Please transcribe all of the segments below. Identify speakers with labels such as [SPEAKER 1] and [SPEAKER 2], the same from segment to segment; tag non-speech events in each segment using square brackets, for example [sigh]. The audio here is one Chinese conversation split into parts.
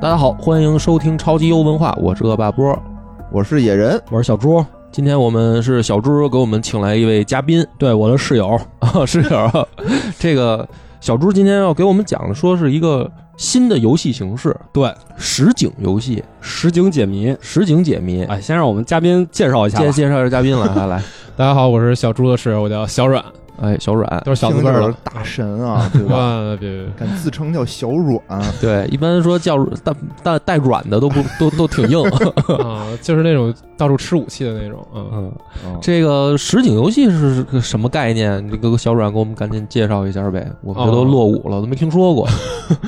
[SPEAKER 1] 家好，欢迎收听超级优文化，我是恶霸波，
[SPEAKER 2] 我是野人，
[SPEAKER 3] 我是小猪，
[SPEAKER 1] 今天我们是小猪给我们请来一位嘉宾
[SPEAKER 3] 对我的室
[SPEAKER 1] [laughs]
[SPEAKER 3] 友，
[SPEAKER 1] 啊，室友 [laughs] 啊，这个小猪今天要给我们讲的，说是一个新的游戏形式，
[SPEAKER 3] 对
[SPEAKER 1] 实景游戏，
[SPEAKER 3] 实景解谜。
[SPEAKER 1] 实景解谜。
[SPEAKER 3] 哎，先让我们嘉宾介绍一下吧
[SPEAKER 1] 介介绍一下嘉宾来，来
[SPEAKER 3] [laughs]
[SPEAKER 1] 来，
[SPEAKER 4] 大家好，我是小猪的室友，我叫小阮，
[SPEAKER 1] 哎，小阮，
[SPEAKER 4] 都是小字辈
[SPEAKER 2] 听
[SPEAKER 4] 儿
[SPEAKER 2] 着
[SPEAKER 4] 了
[SPEAKER 2] 是。大神
[SPEAKER 1] [laughs]
[SPEAKER 2] 啊，对吧？
[SPEAKER 4] 啊，别别别，
[SPEAKER 2] 敢自称叫小软，
[SPEAKER 1] 对，一般说叫带带带软的都不都都挺
[SPEAKER 3] [laughs]
[SPEAKER 1] 硬。
[SPEAKER 4] 啊， [laughs] 就是那种到处吃武器的那种，嗯，
[SPEAKER 1] 嗯，这个实景游戏是个什么概念？你这个小阮给我们赶紧介绍一下呗，我们这都
[SPEAKER 4] 哦
[SPEAKER 1] 落伍了，都没听说过。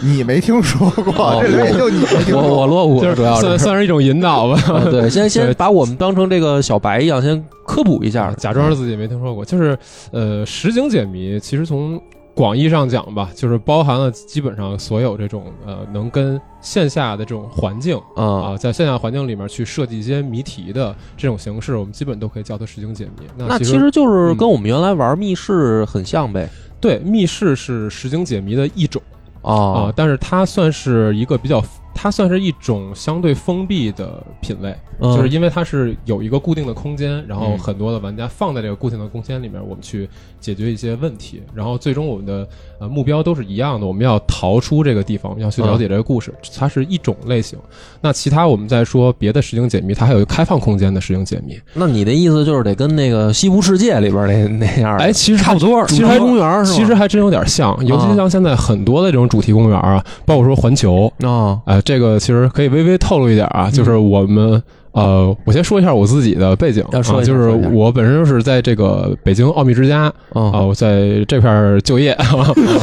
[SPEAKER 2] 你没听说
[SPEAKER 1] 哦
[SPEAKER 2] 过，这里面就你没听
[SPEAKER 1] 我 [laughs]
[SPEAKER 2] 说
[SPEAKER 1] 嗯我
[SPEAKER 2] 过。
[SPEAKER 1] 落伍
[SPEAKER 4] 就
[SPEAKER 1] 了，
[SPEAKER 4] 是
[SPEAKER 1] 主要
[SPEAKER 4] 算
[SPEAKER 1] 是。
[SPEAKER 4] 算是一种引导吧，
[SPEAKER 1] 啊
[SPEAKER 4] [laughs]
[SPEAKER 1] 对，先先
[SPEAKER 4] 对啊
[SPEAKER 1] 把我们当成这个小白一样，先科普一下。
[SPEAKER 4] [laughs] 假装自己没听说过。就是呃，实景解谜其实从广义上讲吧，就是包含了基本上所有这种呃能跟线下的这种环境
[SPEAKER 1] 啊，
[SPEAKER 4] 啊，在线下环境里面去设计一些谜题的这种形式，我们基本都可以叫它实景嗯解谜。
[SPEAKER 1] 那
[SPEAKER 4] 那
[SPEAKER 1] 其实就是跟我们原来玩密室很像呗。
[SPEAKER 4] 对密室是实景解谜的一种。啊、
[SPEAKER 1] 啊
[SPEAKER 4] 但是它算是一个比较，它算是一种相对封闭的品类，
[SPEAKER 1] 嗯
[SPEAKER 4] 就是因为它是有一个固定的空间，然后
[SPEAKER 1] 嗯
[SPEAKER 4] 很多的玩家放在这个固定的空间里面，我们去解决一些问题，然后最终我们的呃目标都是一样的，我们要逃出这个地方，要去了
[SPEAKER 1] 嗯
[SPEAKER 4] 解这个故事，它是一种类型。那其他我们再说别的实景解谜，它还有一个开放空间的实景解谜，
[SPEAKER 1] 那你的意思就是得跟那个《西部世界》里边那那样的？
[SPEAKER 4] 哎，其实
[SPEAKER 1] 差不多，
[SPEAKER 4] 其
[SPEAKER 1] 主
[SPEAKER 4] 实
[SPEAKER 1] 题公园是吧？
[SPEAKER 4] 其实还真有点像，尤其
[SPEAKER 1] 啊
[SPEAKER 4] 像现在很多的这种主题公园啊，包括说环球。
[SPEAKER 1] 啊，
[SPEAKER 4] 呃，这个其实可以微微透露一点啊，就是我们、呃，我先说一下我自己的背景
[SPEAKER 1] 嗯要
[SPEAKER 4] 啊，
[SPEAKER 1] 说一下
[SPEAKER 4] 就是
[SPEAKER 1] 说一下
[SPEAKER 4] 我本身是在这个北京奥秘之家啊、
[SPEAKER 1] 啊
[SPEAKER 4] 我在这片儿就业， [laughs]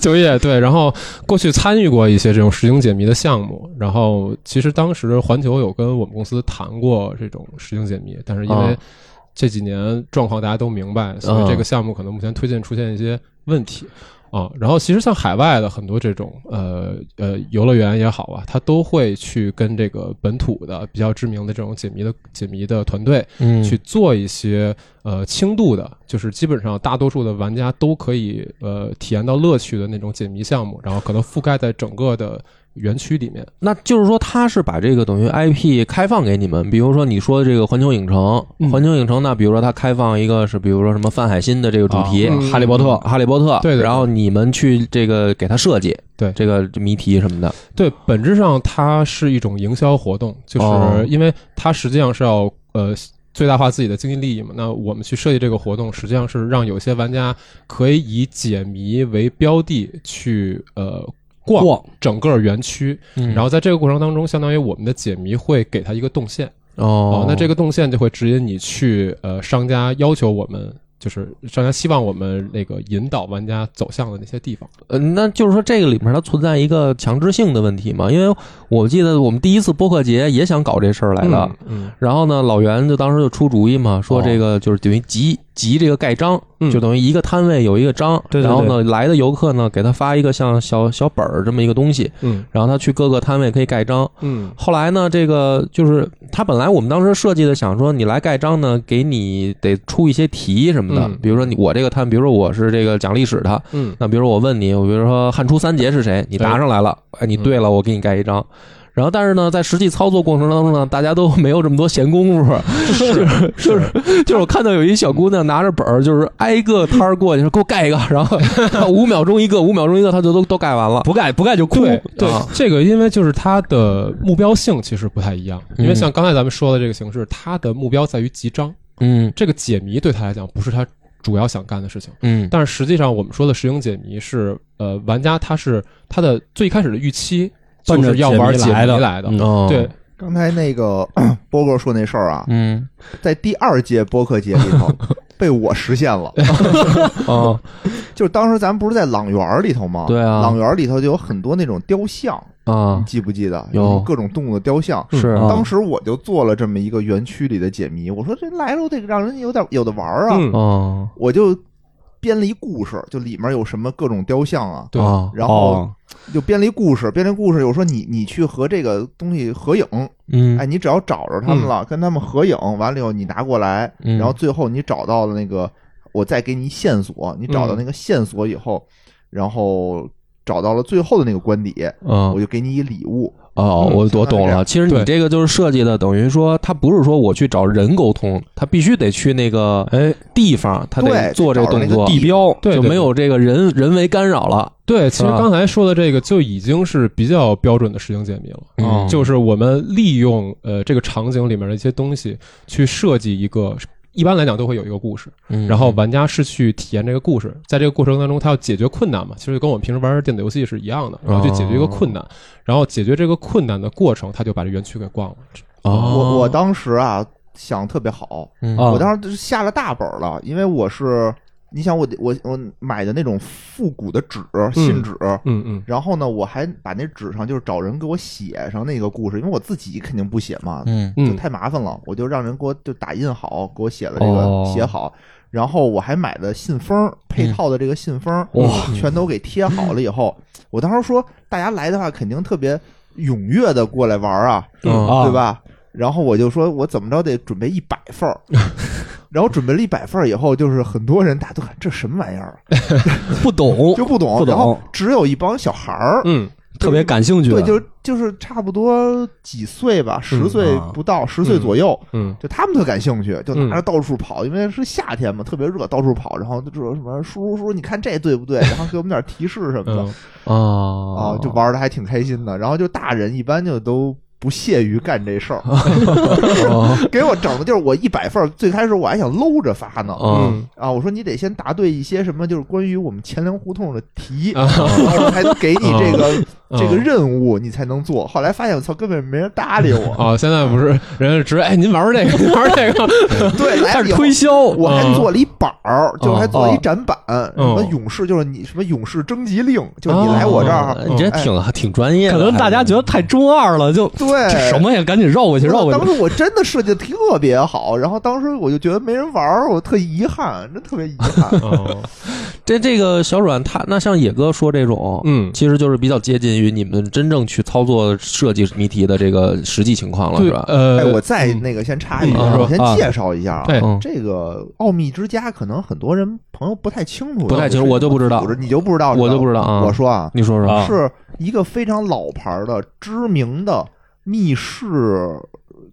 [SPEAKER 4] 就业对，然后过去参与过一些这种实景解谜的项目，然后其实当时环球有跟我们公司谈过这种实景解谜，但是因
[SPEAKER 1] 啊
[SPEAKER 4] 为这几年状况大家都明白，所以这个项目可能目前推荐出现一些问题。啊，然后其实像海外的很多这种呃呃游乐园也好啊，它都会去跟这个本土的比较知名的这种解谜的解谜的团队
[SPEAKER 1] 嗯
[SPEAKER 4] 去做一些呃轻度的，就是基本上大多数的玩家都可以呃体验到乐趣的那种解谜项目，然后可能覆盖在整个的园区里面。
[SPEAKER 1] 那就是说，他是把这个等于 IP 开放给你们，比如说你说这个环球影城，
[SPEAKER 4] 嗯
[SPEAKER 1] 环球影城那比如说它开放一个是比如说什么范海辛的这个主题，
[SPEAKER 4] 啊嗯
[SPEAKER 1] 哈利波特，哈利波特，
[SPEAKER 4] 对对对
[SPEAKER 1] 然后你们去这个给他设计，
[SPEAKER 4] 对
[SPEAKER 1] 这个谜题什么的，
[SPEAKER 4] 对，本质上它是一种营销活动，就
[SPEAKER 1] 哦
[SPEAKER 4] 是因为它实际上是要呃最大化自己的经济利益嘛。那我们去设计这个活动，实际上是让有些玩家可以以解谜为标的去呃逛
[SPEAKER 3] 逛
[SPEAKER 4] 整个园区，
[SPEAKER 1] 嗯
[SPEAKER 4] 然后在这个过程当中，相当于我们的解谜会给它一个动线。
[SPEAKER 1] 哦
[SPEAKER 4] 哦，，那这
[SPEAKER 1] 个
[SPEAKER 4] 个动线就会指引你去呃商家要求我们。就是商家希望我们那个引导玩家走向的那些地方，
[SPEAKER 1] 呃，那就是说这个里面它存在一个强制性的问题嘛，因为我记得我们第一次播客节也想搞这事儿来了。
[SPEAKER 4] 嗯，
[SPEAKER 1] 然后呢，老袁就当时就出主意嘛，说
[SPEAKER 3] 哦
[SPEAKER 1] 这个就是等于集集这个盖章，
[SPEAKER 4] 嗯
[SPEAKER 1] 就等于一个摊位有一个章，
[SPEAKER 3] 对对对
[SPEAKER 1] 然后呢，来的游客呢给他发一个像小小本儿这么一个东西，
[SPEAKER 4] 嗯
[SPEAKER 1] 然后他去各个摊位可以盖章。
[SPEAKER 4] 嗯
[SPEAKER 1] 后来呢，这个就是他本来我们当时设计的，想说你来盖章呢，给你得出一些题什么的，
[SPEAKER 4] 嗯
[SPEAKER 1] 比如说你我这个摊，比如说我是这个讲历史的，
[SPEAKER 4] 嗯，
[SPEAKER 1] 那比如说我问你，我比如说汉初三杰是谁，你答上来了，哎，你对了，我给你盖一张。然后，但是呢，在实际操作过程当中呢，大家都没有这么多闲工夫，就是就是就是我看到有一小姑娘拿着本儿，就是挨个摊儿过去说给我盖一个，然后五秒钟一个，五秒钟一个，她就都都盖完了。
[SPEAKER 3] 不盖不盖就哭。
[SPEAKER 4] 对对
[SPEAKER 1] 啊，
[SPEAKER 4] 这个因为就是它的目标性其实不太一样，因为像刚才咱们说的这个形式，它的目标在于集章，
[SPEAKER 1] 嗯
[SPEAKER 4] 这个解谜对他来讲不是他主要想干的事情。
[SPEAKER 1] 嗯
[SPEAKER 4] 但是实际上，我们说的实景解谜是，呃，玩家他是他的最开始的预期就
[SPEAKER 3] 奔着
[SPEAKER 4] 是要
[SPEAKER 3] 解谜
[SPEAKER 4] 玩解谜
[SPEAKER 3] 来的
[SPEAKER 4] 来的，
[SPEAKER 3] 嗯
[SPEAKER 1] 哦
[SPEAKER 4] 对，
[SPEAKER 2] 刚才那个 [coughs] 波哥说那事儿啊，
[SPEAKER 1] 嗯
[SPEAKER 2] 在第二届播客节里
[SPEAKER 1] [laughs]
[SPEAKER 2] 头被我实现了。
[SPEAKER 1] 哦
[SPEAKER 2] 就是当时咱们不是在朗园儿里头吗？
[SPEAKER 1] 对啊
[SPEAKER 2] 朗园儿里头就有很多那种雕像，
[SPEAKER 1] 啊
[SPEAKER 2] 你记不记得？
[SPEAKER 1] 有
[SPEAKER 2] 有各种动物的雕像。
[SPEAKER 1] 是啊
[SPEAKER 2] 当时我就做了这么一个园区里的解谜，我说这来了我得让人有点有的玩儿啊。
[SPEAKER 4] 嗯
[SPEAKER 1] 哦
[SPEAKER 2] 我就编了一故事，就里面有什么各种雕像啊，
[SPEAKER 4] 对
[SPEAKER 1] 啊
[SPEAKER 2] 然后
[SPEAKER 3] 哦，
[SPEAKER 2] 就编了一故事，编了一故事，有说你你去和这个东西合影，
[SPEAKER 1] 嗯
[SPEAKER 2] 哎，你只要找着他们了，跟他们合影，完了以后你拿过来，
[SPEAKER 1] 嗯
[SPEAKER 2] 然后最后你找到了那个，我再给你线索，你找到
[SPEAKER 1] 嗯
[SPEAKER 2] 那个线索以后，然后找到了最后的那个关底，
[SPEAKER 1] 啊
[SPEAKER 2] 我就给你一礼物，
[SPEAKER 1] 哦，
[SPEAKER 4] 嗯
[SPEAKER 1] 我
[SPEAKER 2] 相
[SPEAKER 1] 我懂
[SPEAKER 2] 当于这
[SPEAKER 1] 了。
[SPEAKER 2] 样
[SPEAKER 1] 其实你
[SPEAKER 4] 对
[SPEAKER 1] 这个就是设计的，等于说它不是说我去找人沟通，它必须得去那个
[SPEAKER 3] 哎，
[SPEAKER 1] 地方，它得
[SPEAKER 2] 对
[SPEAKER 1] 做这
[SPEAKER 2] 找着
[SPEAKER 1] 动
[SPEAKER 2] 那个
[SPEAKER 1] 作，
[SPEAKER 3] 地标，
[SPEAKER 4] 对
[SPEAKER 1] 就
[SPEAKER 4] 对
[SPEAKER 1] 没有这个人人为干扰了。
[SPEAKER 4] 对，其实
[SPEAKER 1] 是吧
[SPEAKER 4] 刚才说的这个就已经是比较标准的实景解谜了。
[SPEAKER 1] 嗯
[SPEAKER 4] 就是我们利用呃这个场景里面的一些东西去设计一个，一般来讲都会有一个故事，
[SPEAKER 1] 嗯
[SPEAKER 4] 然后玩家是去体验这个故事，在这个过程当中他要解决困难嘛，其实就跟我们平时玩电子游戏是一样的，然后去解决一个困
[SPEAKER 1] 哦
[SPEAKER 4] 难，然后解决这个困难的过程，他就把这园区给逛了。
[SPEAKER 1] 哦
[SPEAKER 2] 我我当时啊想特别好，
[SPEAKER 1] 啊
[SPEAKER 3] 啊
[SPEAKER 2] 我当时就是下了大本儿了，因为我是你想我得我我买的那种复古的纸信纸。
[SPEAKER 4] 嗯嗯
[SPEAKER 2] 然后呢，我还把那纸上就是找人给我写上那个故事，因为我自己肯定不写嘛，
[SPEAKER 1] 嗯
[SPEAKER 2] 就
[SPEAKER 4] 嗯，
[SPEAKER 2] 太麻烦了，我就让人给我就打印好，给我写了这个
[SPEAKER 1] 哦
[SPEAKER 2] 写好，然后我还买的信封儿配套的这个信封儿，
[SPEAKER 1] 哇
[SPEAKER 2] 全都给贴好了以后，我当时说大家来的话肯定特别踊跃的过来玩儿啊，
[SPEAKER 1] 嗯
[SPEAKER 3] 啊
[SPEAKER 2] 对吧？然后我就说我怎么着得准备一百份儿。然后准备了一百份儿以后，就是很多人大家都看这什么玩意儿，啊
[SPEAKER 3] 不懂
[SPEAKER 2] 就不懂。
[SPEAKER 3] 不懂
[SPEAKER 2] 然后只有一帮小孩儿，
[SPEAKER 4] 嗯
[SPEAKER 3] 特别感兴趣
[SPEAKER 4] 啊
[SPEAKER 3] 的，
[SPEAKER 2] 对，就就是差不多几岁吧，十岁
[SPEAKER 3] 啊
[SPEAKER 2] 不到，十岁左右，
[SPEAKER 4] 嗯
[SPEAKER 2] 就他们特感兴趣，就拿着
[SPEAKER 4] 嗯
[SPEAKER 2] 到处跑，因为是夏天嘛，特别热，到处跑，然后就说什么叔叔叔，你看这对不对？然后给我们点提示什么的
[SPEAKER 4] 嗯，哦
[SPEAKER 1] 啊
[SPEAKER 2] 啊，就玩的还挺开心的。然后就大人一般就都。不屑于干这事儿，
[SPEAKER 4] 哦
[SPEAKER 2] [laughs] 给我整的就是我一百份儿，最开始我还想搂着发呢，
[SPEAKER 1] 嗯
[SPEAKER 4] 嗯
[SPEAKER 2] 啊，我说你得先答对一些什么，就是关于我们钱粮胡同的题，
[SPEAKER 4] 啊 [laughs]
[SPEAKER 2] 然 [laughs] 后我才能给你这个 [laughs]
[SPEAKER 4] 嗯
[SPEAKER 2] 这个任务，你才能做。后来发现我操，根本没人搭理我，
[SPEAKER 4] 哦，现在不是人家直哎，您玩玩这个， [laughs] 您玩这个，
[SPEAKER 2] [laughs] 对，来
[SPEAKER 3] 开
[SPEAKER 2] 了
[SPEAKER 3] 始
[SPEAKER 2] 以后
[SPEAKER 3] 推销，
[SPEAKER 2] 我还做了一板儿，就还做了一展板，什
[SPEAKER 4] 哦。
[SPEAKER 2] 么勇士就是你什么勇士征集令，就你来我这儿，
[SPEAKER 1] 哦
[SPEAKER 2] 哎
[SPEAKER 1] 你这挺挺专业的，
[SPEAKER 3] 可能大家觉得太中二了，就
[SPEAKER 2] 对
[SPEAKER 3] 这什。么呀，赶紧绕过去，绕
[SPEAKER 2] 我
[SPEAKER 3] 过
[SPEAKER 2] 当
[SPEAKER 3] 去。
[SPEAKER 2] 时我真的设计的特别好，然后当时我就觉得没人玩儿，我特遗憾，真特别遗憾
[SPEAKER 4] [laughs] 哦
[SPEAKER 1] 这这个小软他那像野哥说这种，
[SPEAKER 4] 嗯，
[SPEAKER 1] 其实就是比较接近于你们真正去操作设计谜题的这个实际情况了，
[SPEAKER 4] 对
[SPEAKER 1] 是，吧？
[SPEAKER 4] 呃，
[SPEAKER 2] 哎，我再那个先插一句，
[SPEAKER 1] 嗯
[SPEAKER 2] 我先
[SPEAKER 3] 啊
[SPEAKER 2] 介绍一下啊，
[SPEAKER 4] 对，
[SPEAKER 1] 嗯，
[SPEAKER 2] 这个奥秘之家可能很多人朋友不太清楚，
[SPEAKER 1] 不太清楚
[SPEAKER 2] 是
[SPEAKER 1] 我就不知道
[SPEAKER 2] 组织你就不知道，
[SPEAKER 1] 我就不知道啊
[SPEAKER 2] 我说啊，
[SPEAKER 1] 你说说
[SPEAKER 3] 啊
[SPEAKER 2] 是一个非常老牌儿的、知名的密室，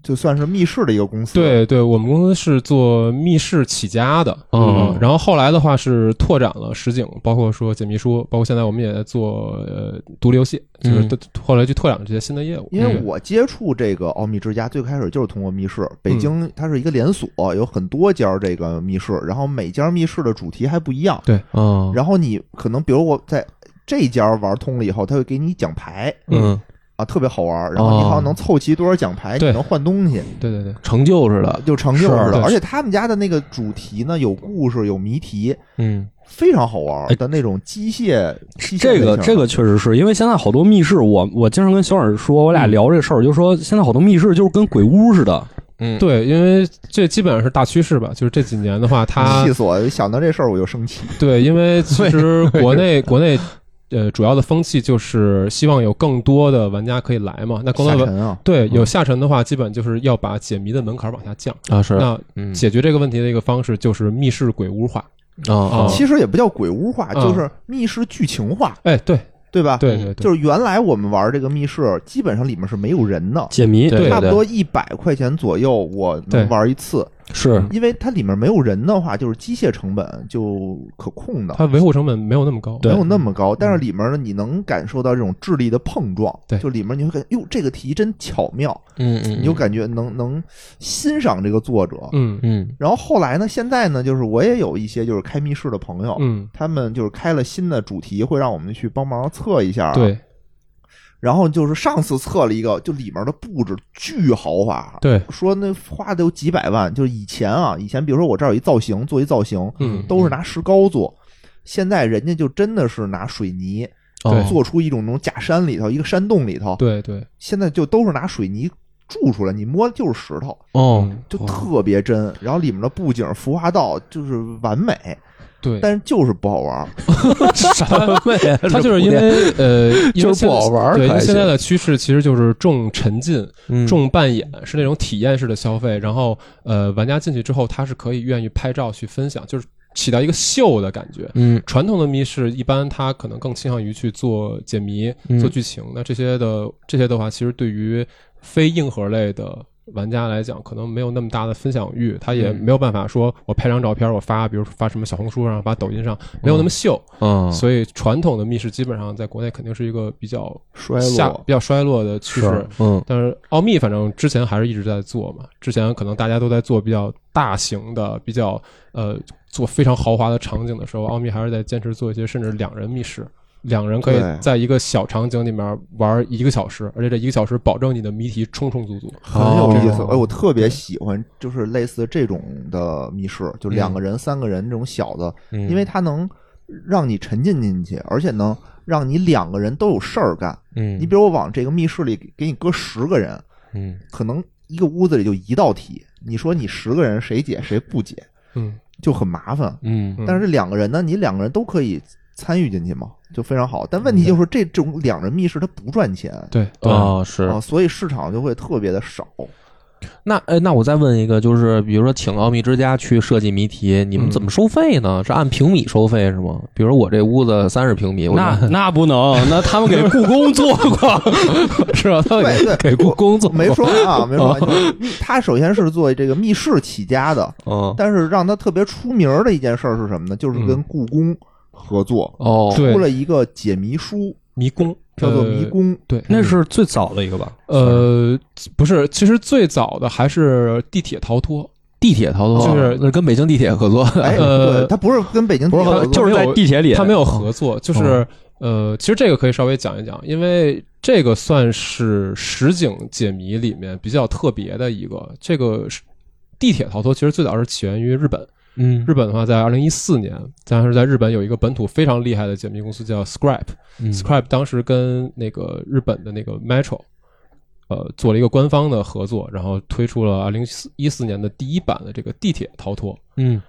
[SPEAKER 2] 就算是密室的一个公司。，
[SPEAKER 4] 对对，我们公司是做密室起家的，
[SPEAKER 1] 嗯
[SPEAKER 4] 然后后来的话是拓展了实景，包括说解谜书，包括现在我们也在做呃独立游戏，就是
[SPEAKER 1] 嗯
[SPEAKER 4] 都后来去拓展了这些新的业务。
[SPEAKER 2] 因为
[SPEAKER 4] 嗯
[SPEAKER 2] 我接触这个奥秘之家，最开始就是通过密室。北京它是一个连锁，有很多家这个密室，然后每家密室的主题还不一样。
[SPEAKER 1] 嗯
[SPEAKER 2] 然后你可能比如我在这家玩通了以后，他会给你奖牌
[SPEAKER 1] 嗯，
[SPEAKER 2] 啊，特别好玩。然后你好像能凑齐多少奖牌，你
[SPEAKER 4] 对
[SPEAKER 2] 能换东西。
[SPEAKER 4] 对对对，
[SPEAKER 1] 成就似的，
[SPEAKER 2] 就成就似
[SPEAKER 4] 是
[SPEAKER 2] 的，
[SPEAKER 4] 对
[SPEAKER 2] 而且他们家的那个主题呢，有故事，有谜题，
[SPEAKER 1] 嗯
[SPEAKER 2] 非常好玩
[SPEAKER 3] 哎
[SPEAKER 2] 的那种机械。机械
[SPEAKER 3] 这
[SPEAKER 2] 类
[SPEAKER 3] 个
[SPEAKER 2] 型
[SPEAKER 3] 这个确实是因为现在好多密室，我我经常跟小冉说，我俩聊这事儿，就说现在好多密室就是跟鬼屋似的，
[SPEAKER 1] 嗯，
[SPEAKER 4] 对，因为这基本上是大趋势吧，就是这几年的话，它
[SPEAKER 2] [laughs] 气死我！想到这事儿我就生气。
[SPEAKER 4] 对，因为其实国内国内。呃，主要的风气就是希望有更多的玩家可以来嘛。那更
[SPEAKER 2] 下
[SPEAKER 4] 多的玩
[SPEAKER 2] 沉啊，
[SPEAKER 4] 对有下沉的话，基本就是要把解谜的门槛往下降。
[SPEAKER 1] 嗯啊是，
[SPEAKER 4] 那
[SPEAKER 1] 嗯
[SPEAKER 4] 解决这个问题的一个方式就是密室鬼屋化。
[SPEAKER 1] 啊
[SPEAKER 4] 啊
[SPEAKER 2] 其实也不叫鬼屋化，
[SPEAKER 4] 嗯
[SPEAKER 2] 就是密室剧情化，
[SPEAKER 4] 哎，对
[SPEAKER 2] 对吧？，
[SPEAKER 4] 对对对，
[SPEAKER 2] 嗯就是原来我们玩这个密室，基本上里面是没有人的，
[SPEAKER 3] 解谜
[SPEAKER 4] 对
[SPEAKER 2] 差不多一百块钱左右我能
[SPEAKER 4] 对
[SPEAKER 2] 玩一次，
[SPEAKER 3] 是
[SPEAKER 2] 因为它里面没有人的话，就是机械成本就可控的。
[SPEAKER 4] 它维护成本没有那么高。
[SPEAKER 2] 没有那么高，但是里面呢，你能感受到这种智力的碰撞。
[SPEAKER 4] 嗯对
[SPEAKER 2] 就里面你会感觉，哟，这个题真巧妙，
[SPEAKER 1] 嗯嗯，
[SPEAKER 2] 你就感觉能能欣赏这个作者。
[SPEAKER 4] 嗯
[SPEAKER 1] 嗯
[SPEAKER 2] 然后后来呢，现在呢，就是我也有一些就是开密室的朋友，
[SPEAKER 4] 嗯，
[SPEAKER 2] 他们就是开了新的主题，会让我们去帮忙测一下。，
[SPEAKER 1] 啊
[SPEAKER 4] 对
[SPEAKER 2] 然后就是上次测了一个，就里面的布置巨豪华。
[SPEAKER 4] 对，
[SPEAKER 2] 说那花的有几百万，就是以前啊，以前比如说我这儿有一造型，做一造型，
[SPEAKER 4] 嗯
[SPEAKER 2] 都是拿石膏做，现在人家就真的是拿水泥，
[SPEAKER 1] 哦
[SPEAKER 2] 做出一种那种假山里头一个山洞里头，
[SPEAKER 4] 对对，
[SPEAKER 2] 现在就都是拿水泥铸出来，你摸就是石头，
[SPEAKER 1] 哦
[SPEAKER 4] 嗯
[SPEAKER 2] 就特别真。然后里面的布景、服化道就是完美，
[SPEAKER 4] 对，
[SPEAKER 2] 但是就是不好玩。
[SPEAKER 1] 什么呀？
[SPEAKER 4] 它就是因为
[SPEAKER 1] [laughs]
[SPEAKER 4] 呃，因为
[SPEAKER 1] 就是不好玩儿
[SPEAKER 4] 现在对，因
[SPEAKER 1] 还行
[SPEAKER 4] 为
[SPEAKER 1] 嗯
[SPEAKER 4] 现在的趋势其实就是重沉浸、
[SPEAKER 1] 为
[SPEAKER 4] 重扮演，是那种体验式的消费。然后呃，玩家进去之后，他是可以愿意拍照去分享，就是起到一个秀的感觉。
[SPEAKER 1] 嗯
[SPEAKER 4] 传统的密室一般它可能更倾向于去做解谜、
[SPEAKER 1] 嗯
[SPEAKER 4] 做剧情，那这些的这些的话，其实对于非硬核类的。玩家来讲，可能没有那么大的分享欲，他
[SPEAKER 1] 嗯
[SPEAKER 4] 也没有办法说，我拍张照片，我发，比如说发什么小红书上，发抖音上，没有那么秀。
[SPEAKER 1] 嗯，
[SPEAKER 4] 所以传统的密室基本上在国内肯定是一个比较
[SPEAKER 2] 衰
[SPEAKER 4] 下
[SPEAKER 2] 落
[SPEAKER 4] 比较衰落的趋势。
[SPEAKER 1] 嗯
[SPEAKER 4] 但是奥秘反正之前还是一直在做嘛，之前可能大家都在做比较大型的、比较呃做非常豪华的场景的时候，奥秘还是在坚持做一些甚至两人密室，两人可以
[SPEAKER 2] 对
[SPEAKER 4] 在一个小场景里面玩一个小时，而且这一个小时保证你的谜题充充足足。
[SPEAKER 2] 很有意思。
[SPEAKER 1] 哦
[SPEAKER 2] 哎，我特别喜欢就是类似这种的密室，就两个人、三个人这种小的，
[SPEAKER 1] 嗯
[SPEAKER 2] 因为它能让你沉浸进去，而且能让你两个人都有事儿干。
[SPEAKER 1] 嗯
[SPEAKER 2] 你比如我往这个密室里给给你搁十个人，
[SPEAKER 1] 嗯
[SPEAKER 2] 可能一个屋子里就一道题，你说你十个人谁解谁不解
[SPEAKER 4] 嗯，
[SPEAKER 2] 就很麻烦。
[SPEAKER 1] 嗯
[SPEAKER 4] 嗯
[SPEAKER 2] 但是这两个人呢，你两个人都可以参与进去嘛，就非常好。但问题就是这种两人密室它不赚钱
[SPEAKER 4] 对，嗯
[SPEAKER 1] 哦是
[SPEAKER 2] 啊，所以市场就会特别的少。
[SPEAKER 1] 那哎，那我再问一个，就是比如说请奥秘之家去设计谜题，你们怎么收费呢？是按平米收费是吗？比如说我这屋子三十平米，我
[SPEAKER 3] 那那不能，那他们给故宫做过， [laughs] 是吧？他们
[SPEAKER 2] 对对，
[SPEAKER 1] 给故宫做
[SPEAKER 2] 没说完啊，没说完。就是密他首先是做这个密室起家的，
[SPEAKER 3] [laughs]
[SPEAKER 1] 嗯
[SPEAKER 2] 但是让他特别出名儿的一件事儿是什么呢？就是跟故宫合作，
[SPEAKER 1] 哦
[SPEAKER 4] 对
[SPEAKER 2] 出了一个解谜书，
[SPEAKER 4] 迷宫呃
[SPEAKER 2] 叫做《迷。宫》。
[SPEAKER 4] 对，
[SPEAKER 3] 那是最早的一个吧？
[SPEAKER 4] 呃，不是，其实最早的还是地铁逃脱，
[SPEAKER 1] 地铁逃脱
[SPEAKER 4] 就是
[SPEAKER 1] 那是跟北京地铁合作的
[SPEAKER 2] 哎，
[SPEAKER 4] 呃
[SPEAKER 2] 对，他不是跟北京地铁合作，
[SPEAKER 3] 就是在地铁里，
[SPEAKER 4] 他没有合作，就是呃，其实这个可以稍微讲一讲，因为这个算是实景解谜里面比较特别的一个。这个是地铁逃脱其实最早是起源于日本，
[SPEAKER 1] 嗯
[SPEAKER 4] 日本的话在二零一四年，当时在日本有一个本土非常厉害的解谜公司叫 Scribe，
[SPEAKER 1] 嗯
[SPEAKER 4] Scribe 当时跟那个日本的那个 Metro，呃，做了一个官方的合作，然后推出了二零一四年的第一版的这个地铁逃脱。
[SPEAKER 1] 嗯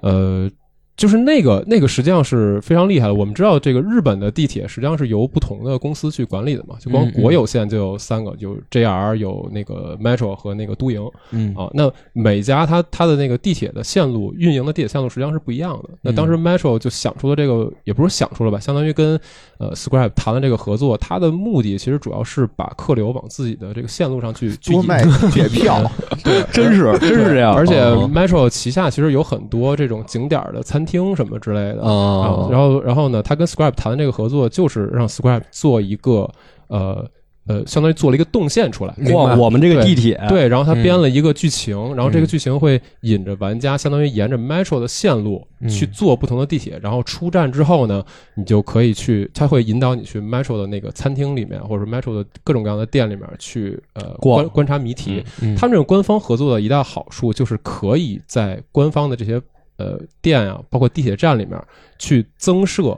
[SPEAKER 4] 呃，就是那个那个实际上是非常厉害的。我们知道这个日本的地铁实际上是由不同的公司去管理的嘛，就光
[SPEAKER 1] 嗯嗯
[SPEAKER 4] 国有线就有三个，有 JR，有那个 Metro 和那个都营。
[SPEAKER 1] 嗯
[SPEAKER 4] 啊，那每家它它的那个地铁的线路运营的地铁线路实际上是不一样的。那当时 Metro 就想出了这个，也不是想出了吧，相当于跟呃 Scribe 谈了这个合作，它的目的其实主要是把客流往自己的这个线路上去去
[SPEAKER 2] 多
[SPEAKER 4] 引
[SPEAKER 2] 卖铁票，
[SPEAKER 3] 真是真是这样，
[SPEAKER 4] 而且
[SPEAKER 1] 哦
[SPEAKER 4] Metro 旗下其实有很多这种景点儿的餐厅什么之类的。啊
[SPEAKER 1] 哦，
[SPEAKER 4] 然后然后呢，他跟 Scribe 谈的这个合作，就是让 Scribe 做一个呃呃，相当于做了一个动线出来。
[SPEAKER 1] 明白
[SPEAKER 3] 哇，我们这个
[SPEAKER 4] 对
[SPEAKER 3] 地铁，
[SPEAKER 4] 对，然后他
[SPEAKER 1] 嗯
[SPEAKER 4] 编了一个剧情，然后这个剧情会引着玩家，相当于沿着 Metro 的线路
[SPEAKER 1] 嗯
[SPEAKER 4] 去坐不同的地铁，然后出站之后呢，你就可以去，他会引导你去 Metro 的那个餐厅里面，或者是 Metro 的各种各样的店里面去呃
[SPEAKER 3] 逛
[SPEAKER 4] 观观察谜题。
[SPEAKER 1] 嗯
[SPEAKER 4] 他们这种官方合作的一大好处就是可以在官方的这些呃店啊，包括地铁站里面去增设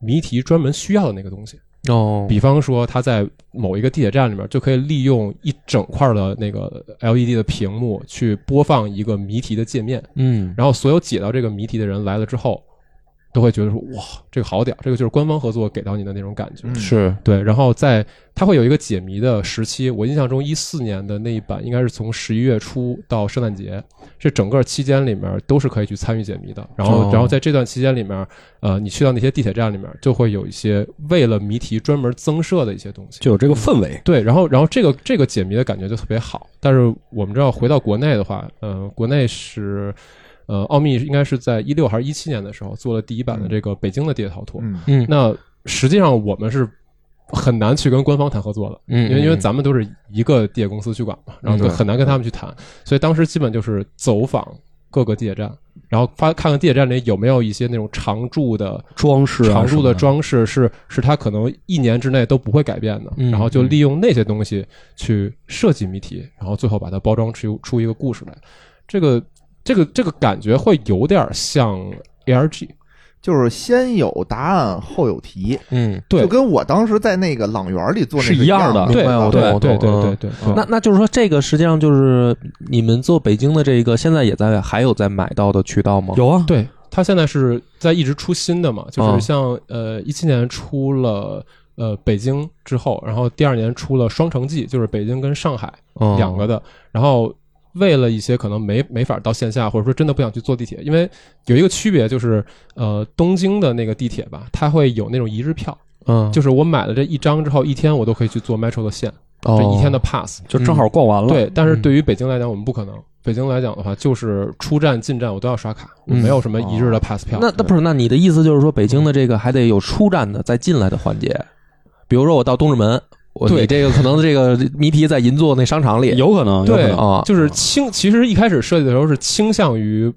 [SPEAKER 4] 谜题专门需要的那个东西。
[SPEAKER 1] 哦
[SPEAKER 4] 比方说，它在某一个地铁站里面就可以利用一整块的那个 LED 的屏幕去播放一个谜题的界面，
[SPEAKER 1] 嗯
[SPEAKER 4] 然后所有解到这个谜题的人来了之后，都会觉得说哇，这个好点儿，这个就是官方合作给到你的那种感觉。
[SPEAKER 2] 嗯
[SPEAKER 1] [laughs] 是
[SPEAKER 4] 对，然后在它会有一个解谜的时期，我印象中一四年的那一版应该是从十一月初到圣诞节，这整个期间里面都是可以去参与解谜的。然后，
[SPEAKER 1] 哦
[SPEAKER 4] 然后在这段期间里面，呃，你去到那些地铁站里面，就会有一些为了谜题专门增设的一些东西。
[SPEAKER 3] 就有这个氛围。
[SPEAKER 4] 对，然后然后这个这个解谜的感觉就特别好。但是我们知道，回到国内的话，呃，国内是。呃，奥秘应该是在一六还是一七年的时候做了第一版的这个北京的地铁逃脱，
[SPEAKER 2] 嗯，
[SPEAKER 1] 嗯
[SPEAKER 4] 那实际上我们是很难去跟官方谈合作的，
[SPEAKER 1] 嗯
[SPEAKER 4] 因为因为
[SPEAKER 1] 嗯
[SPEAKER 4] 咱们都是一个地铁公司去管嘛，然后
[SPEAKER 1] 嗯
[SPEAKER 4] 跟很难跟他们去谈，所以当时基本就是走访各个地铁站，然后发看看地铁站里有没有一些那种常驻的。
[SPEAKER 3] 装饰啊
[SPEAKER 4] 常驻的
[SPEAKER 3] 什么
[SPEAKER 4] 装饰是是它可能一年之内都不会改变的，
[SPEAKER 1] 嗯
[SPEAKER 4] 然后就利用那些东西去设计谜题，然后最后把它包装出出一个故事来。这个这个这个感觉会有点像 A R G，
[SPEAKER 2] 就是先有答案后有题，
[SPEAKER 1] 嗯
[SPEAKER 4] 对
[SPEAKER 2] 就跟我当时在那个朗园里做那
[SPEAKER 3] 是一
[SPEAKER 2] 一
[SPEAKER 3] 样的
[SPEAKER 2] 的，
[SPEAKER 4] 啊对
[SPEAKER 1] 明白我
[SPEAKER 4] 对
[SPEAKER 1] 懂我
[SPEAKER 4] 对对
[SPEAKER 1] 懂嗯
[SPEAKER 4] 对对对。
[SPEAKER 1] 那那就是说，这个实际上就是你们做北京的这个，现在也在还有在买到的渠道吗？
[SPEAKER 3] 有啊，
[SPEAKER 4] 对，它现在是在一直出新的嘛，就
[SPEAKER 1] 嗯
[SPEAKER 4] 是像、呃一七年出了呃北京之后，然后第二年出了双城记，就是北京跟上海
[SPEAKER 1] 有
[SPEAKER 4] 两个的，然后为了一些可能没没法到线下，或者说真的不想去坐地铁，因为有一个区别就是，呃，东京的那个地铁吧，它会有那种一日票，
[SPEAKER 1] 嗯，
[SPEAKER 4] 就是我买了这一张之后，一天我都可以去坐 metro 的线，
[SPEAKER 1] 哦
[SPEAKER 4] 这一天的 pass。
[SPEAKER 3] 就正好逛完了。
[SPEAKER 4] 对，但
[SPEAKER 1] 嗯
[SPEAKER 4] 是对于北京来讲，我们不可能。北京来讲的话，就是出站进站我都要刷卡，我
[SPEAKER 1] 嗯
[SPEAKER 4] 没有什么一日的 pass 票。
[SPEAKER 1] 那那不是？那你的意思就是说，北京的这个还得有出站的再进来的环节，比如说我到东直门，我
[SPEAKER 4] 对
[SPEAKER 1] 你这个可能这个谜题在银座那商场
[SPEAKER 4] 嗯
[SPEAKER 1] 里，
[SPEAKER 3] 有可能，有可
[SPEAKER 4] 对
[SPEAKER 3] 能。
[SPEAKER 1] 啊
[SPEAKER 4] 就是倾，其实一开始设计的时候是倾向于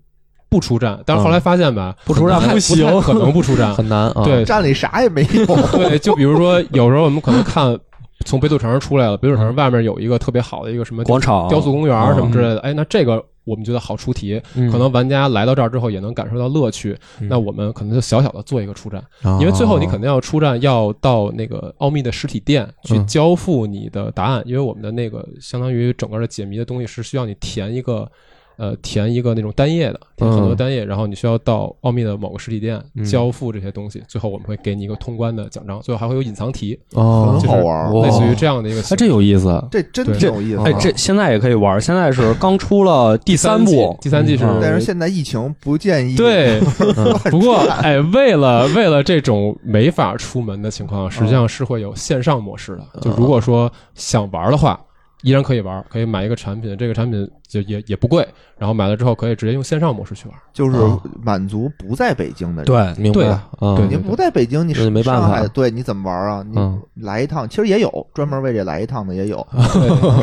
[SPEAKER 4] 不出站，但是后来发现吧，
[SPEAKER 1] 不嗯出站
[SPEAKER 4] 太
[SPEAKER 1] 不
[SPEAKER 4] 太
[SPEAKER 1] 行
[SPEAKER 4] 可能不出
[SPEAKER 1] [laughs]
[SPEAKER 4] 站。
[SPEAKER 1] 很难啊。
[SPEAKER 4] 对
[SPEAKER 2] 站里啥也没有，
[SPEAKER 4] 对，就比如说有时候我们可能看从北斗城出来了，北斗城外面有一个特别好的一个什么
[SPEAKER 3] 广场哦
[SPEAKER 4] 雕塑公园什么之类的，哎，那这个。我们觉得好出题，
[SPEAKER 1] 嗯，
[SPEAKER 4] 可能玩家来到这儿之后也能感受到乐趣。
[SPEAKER 1] 嗯
[SPEAKER 4] 那我们可能就小小的做一个出站，
[SPEAKER 1] 啊
[SPEAKER 4] 因为最后
[SPEAKER 3] 哦
[SPEAKER 4] 你肯定要出站，要到那个奥秘的实体店去
[SPEAKER 1] 嗯
[SPEAKER 4] 交付你的答案，因为我们的那个相当于整个的解谜的东西是需要你填一个，呃，填一个那种单页的，填很
[SPEAKER 1] 嗯
[SPEAKER 4] 多单页，然后你需要到奥秘的某个实体店
[SPEAKER 1] 嗯
[SPEAKER 4] 交付这些东西，最后我们会给你一个通关的奖章，最后还会有隐藏题，
[SPEAKER 1] 哦
[SPEAKER 2] 很
[SPEAKER 4] 嗯就是
[SPEAKER 2] 好玩
[SPEAKER 1] 哦
[SPEAKER 2] 儿。
[SPEAKER 4] 类似于这样的一个形式。
[SPEAKER 3] 哎，这有意思。
[SPEAKER 2] 这真
[SPEAKER 4] 对
[SPEAKER 2] 挺有意思的。
[SPEAKER 3] 哎，这现在也可以玩。现在是刚出了第
[SPEAKER 4] 第
[SPEAKER 3] 三
[SPEAKER 4] 季
[SPEAKER 3] 部，
[SPEAKER 4] 第三季是
[SPEAKER 3] 嗯，
[SPEAKER 2] 但是现在疫情不建议
[SPEAKER 4] 对，
[SPEAKER 1] 嗯
[SPEAKER 4] 不过哎，为了为了这种没法出门的情况，实际上是会有线上模式的。就如果说想玩的话，依然可以玩，可以买一个产品，这个产品就也也不贵，然后买了之后可以直接用线上模式去玩。
[SPEAKER 2] 就是
[SPEAKER 1] 哦
[SPEAKER 2] 满足不在北京的人。
[SPEAKER 3] 对
[SPEAKER 1] 明白
[SPEAKER 4] 对
[SPEAKER 1] 啊，
[SPEAKER 4] 对
[SPEAKER 2] 你
[SPEAKER 1] 嗯
[SPEAKER 2] 不在北京，你
[SPEAKER 1] 那就没办法
[SPEAKER 2] 上海对你怎么玩啊？你
[SPEAKER 1] 嗯
[SPEAKER 2] 来一趟，其实也有专门为这来一趟的，也有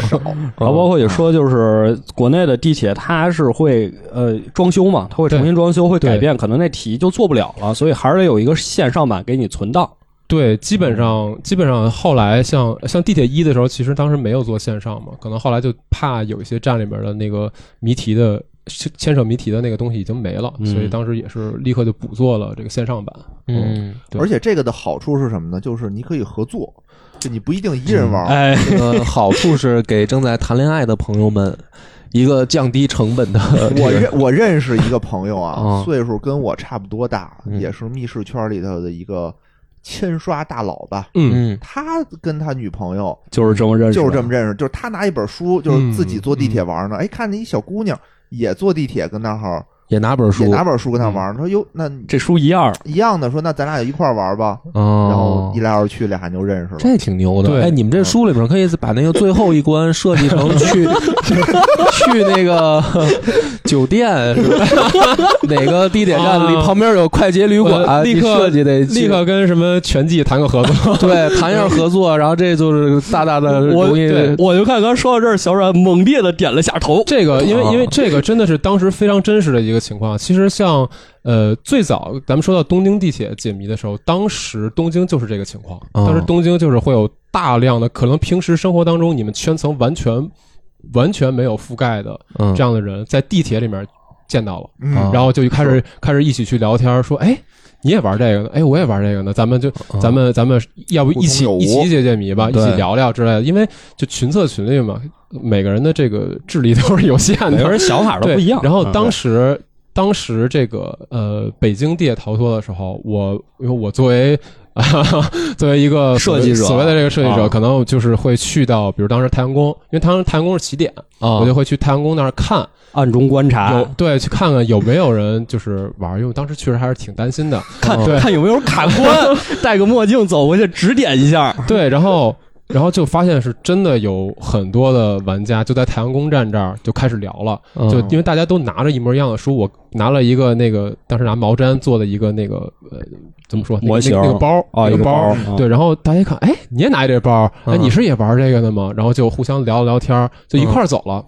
[SPEAKER 2] 少。
[SPEAKER 3] 然后包括也说，就是
[SPEAKER 4] 嗯
[SPEAKER 3] 国内的地铁，它是会呃装修嘛，它会重新装修，会改变，可能那题就做不了了，所以还是得有一个线上版给你存档。
[SPEAKER 4] 对，基本上基本上后来像像地铁一的时候，其实当时没有做线上嘛，可能后来就怕有一些站里边的那个谜题的牵扯谜题的那个东西已经没了，
[SPEAKER 3] 嗯
[SPEAKER 4] 所以当时也是立刻就补做了这个线上版。
[SPEAKER 1] 嗯，
[SPEAKER 4] 对
[SPEAKER 2] 而且这个的好处是什么呢？就是你可以合作，就你不一定一人玩儿。
[SPEAKER 4] 嗯
[SPEAKER 3] 哎，
[SPEAKER 1] 这个呃好处是给正在谈恋爱的朋友们一个降低成本的这个，
[SPEAKER 2] 我认我认识一个朋友啊
[SPEAKER 1] 嗯，
[SPEAKER 2] 岁数跟我差不多大，
[SPEAKER 1] 嗯
[SPEAKER 2] 也是密室圈里头的一个千刷大佬吧。
[SPEAKER 4] 嗯，
[SPEAKER 1] 嗯
[SPEAKER 2] 他跟他女朋友
[SPEAKER 3] 就是这么认识，
[SPEAKER 2] 就是这么认识，就是他拿一本书，就是自己坐地铁玩呢。哎，看见一小姑娘也坐地铁，跟那儿
[SPEAKER 1] 也拿本书
[SPEAKER 2] 也，拿本书跟他玩，说哟，那
[SPEAKER 3] 这书一样，
[SPEAKER 2] 一样的，说那咱俩也一块儿玩吧。然后
[SPEAKER 1] 哦
[SPEAKER 2] 一，来二去，俩人就认识了。
[SPEAKER 1] 这挺牛的。
[SPEAKER 4] 对嗯
[SPEAKER 1] 哎，你们这书里面可以把那个最后一关设计成
[SPEAKER 4] [laughs]
[SPEAKER 1] 去去那个酒店，是
[SPEAKER 4] [laughs]
[SPEAKER 1] 吧哪个地铁站里
[SPEAKER 4] 啊
[SPEAKER 1] 旁边有快捷旅
[SPEAKER 4] 呃
[SPEAKER 1] 馆，
[SPEAKER 4] 立
[SPEAKER 1] 你
[SPEAKER 4] 刻
[SPEAKER 1] 设计得
[SPEAKER 4] 立刻跟什么全季谈个
[SPEAKER 1] [laughs]
[SPEAKER 4] 合作。
[SPEAKER 1] 对谈一下合
[SPEAKER 4] [laughs]
[SPEAKER 1] 作，然后这就是大大的
[SPEAKER 3] 我
[SPEAKER 1] 容易
[SPEAKER 4] 对
[SPEAKER 3] 我就看刚说到这儿，小阮猛烈的点了下头。
[SPEAKER 4] 呃这个，因为
[SPEAKER 1] 啊
[SPEAKER 4] 因为这个真的是当时非常真实的一个情况。其实像呃最早咱们说到东京地铁解谜的时候，当时东京就是这个情况。
[SPEAKER 1] 哦
[SPEAKER 4] 当时东京就是会有大量的可能平时生活当中你们圈层完全完全没有覆盖的
[SPEAKER 1] 嗯
[SPEAKER 4] 这样的人，在地铁里面见到了。
[SPEAKER 2] 嗯
[SPEAKER 1] 啊
[SPEAKER 4] 然后就开始开始一起去聊天儿，说哎，你也玩这个呢？哎，我也玩这个呢。咱们就
[SPEAKER 3] 啊
[SPEAKER 1] 嗯
[SPEAKER 4] 咱们咱们要不
[SPEAKER 2] 互
[SPEAKER 4] 一起
[SPEAKER 2] 通有无
[SPEAKER 4] 一起解解谜吧，
[SPEAKER 3] 嗯
[SPEAKER 4] 一
[SPEAKER 1] 对
[SPEAKER 4] 起聊聊之类的。因为就群策群力嘛，每个人的这个智力都是有限
[SPEAKER 3] 每个
[SPEAKER 4] 的，
[SPEAKER 3] 人想法都
[SPEAKER 4] 对
[SPEAKER 3] 不一样。嗯
[SPEAKER 4] 然后当
[SPEAKER 3] 时
[SPEAKER 4] 时。当时这个呃，北京地铁逃脱的时候，我因为我作为 [laughs] 啊，作为一个所谓
[SPEAKER 3] 设计者
[SPEAKER 4] 所谓的这个设计者，
[SPEAKER 3] 啊
[SPEAKER 4] 可能就是会去到，比如当时太阳宫，因为当时太阳宫是起点，
[SPEAKER 1] 啊
[SPEAKER 4] 我就会去太阳宫那儿看，
[SPEAKER 3] 暗中观察
[SPEAKER 4] 哦有，对，去看看有没有人就是玩儿，因为我当时确实还是挺担心的。嗯
[SPEAKER 3] 看
[SPEAKER 4] 对
[SPEAKER 3] 看有没有卡
[SPEAKER 4] [laughs]
[SPEAKER 3] 关，戴个墨镜走过去指点一下。 [laughs]
[SPEAKER 4] 对，然后然后就发现是真的有很多的玩家就在太阳宫站这儿就开始聊了，
[SPEAKER 1] 嗯
[SPEAKER 3] 嗯
[SPEAKER 4] 就因为大家都拿着一模一样的书，我拿了一个那个当时拿毛毡做的一个那个呃怎么说那个
[SPEAKER 3] 模型
[SPEAKER 4] 那个包儿那
[SPEAKER 3] 啊，一
[SPEAKER 4] 个
[SPEAKER 3] 个
[SPEAKER 4] 包儿。嗯
[SPEAKER 3] 包
[SPEAKER 4] 对，然后大家一看，哎，你也拿这包儿，哎，
[SPEAKER 1] 嗯
[SPEAKER 4] 你是也玩这个的吗？然后就互相聊了聊天儿，就一块儿走了，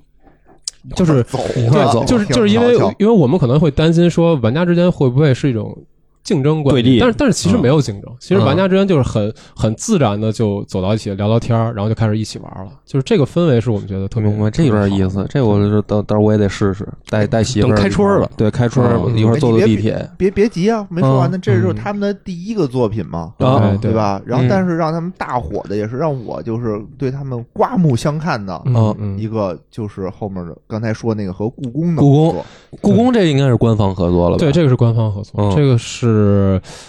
[SPEAKER 3] 嗯
[SPEAKER 4] 就是
[SPEAKER 2] 走了，
[SPEAKER 1] 快走
[SPEAKER 4] 啊就是就是因为因为我们可能会担心说玩家之间会不会是一种竞争关系，
[SPEAKER 3] 对立
[SPEAKER 4] 但是但是其实没有竞争，其实
[SPEAKER 1] 嗯
[SPEAKER 4] 玩家之间就是很很自然的就走到一起聊聊天儿，然后就开始一起玩了，就是这个氛围是我们觉得特别嗯
[SPEAKER 1] 明白，这有点意思。这我就是到到时候我也得试试，带带媳妇儿。
[SPEAKER 3] 等开春儿了，
[SPEAKER 1] 对，开春儿
[SPEAKER 4] 哦
[SPEAKER 1] 一会儿坐坐地铁。
[SPEAKER 2] 别别急啊，没说完呢，
[SPEAKER 1] 嗯
[SPEAKER 2] 这是他们的第一个作品嘛，
[SPEAKER 4] 对
[SPEAKER 3] 啊，
[SPEAKER 4] 对
[SPEAKER 2] 吧？然后
[SPEAKER 1] 嗯
[SPEAKER 2] 但是让他们大火的，也是让我就是对他们刮目相看的
[SPEAKER 1] 嗯
[SPEAKER 2] 一
[SPEAKER 4] 嗯，
[SPEAKER 2] 个，就是后面的刚才说那个和故宫的
[SPEAKER 1] 故宫
[SPEAKER 2] 合作
[SPEAKER 1] 故宫这应该是官方合作了吧？
[SPEAKER 4] 对，这个是官方合
[SPEAKER 1] 嗯
[SPEAKER 4] 作，这个是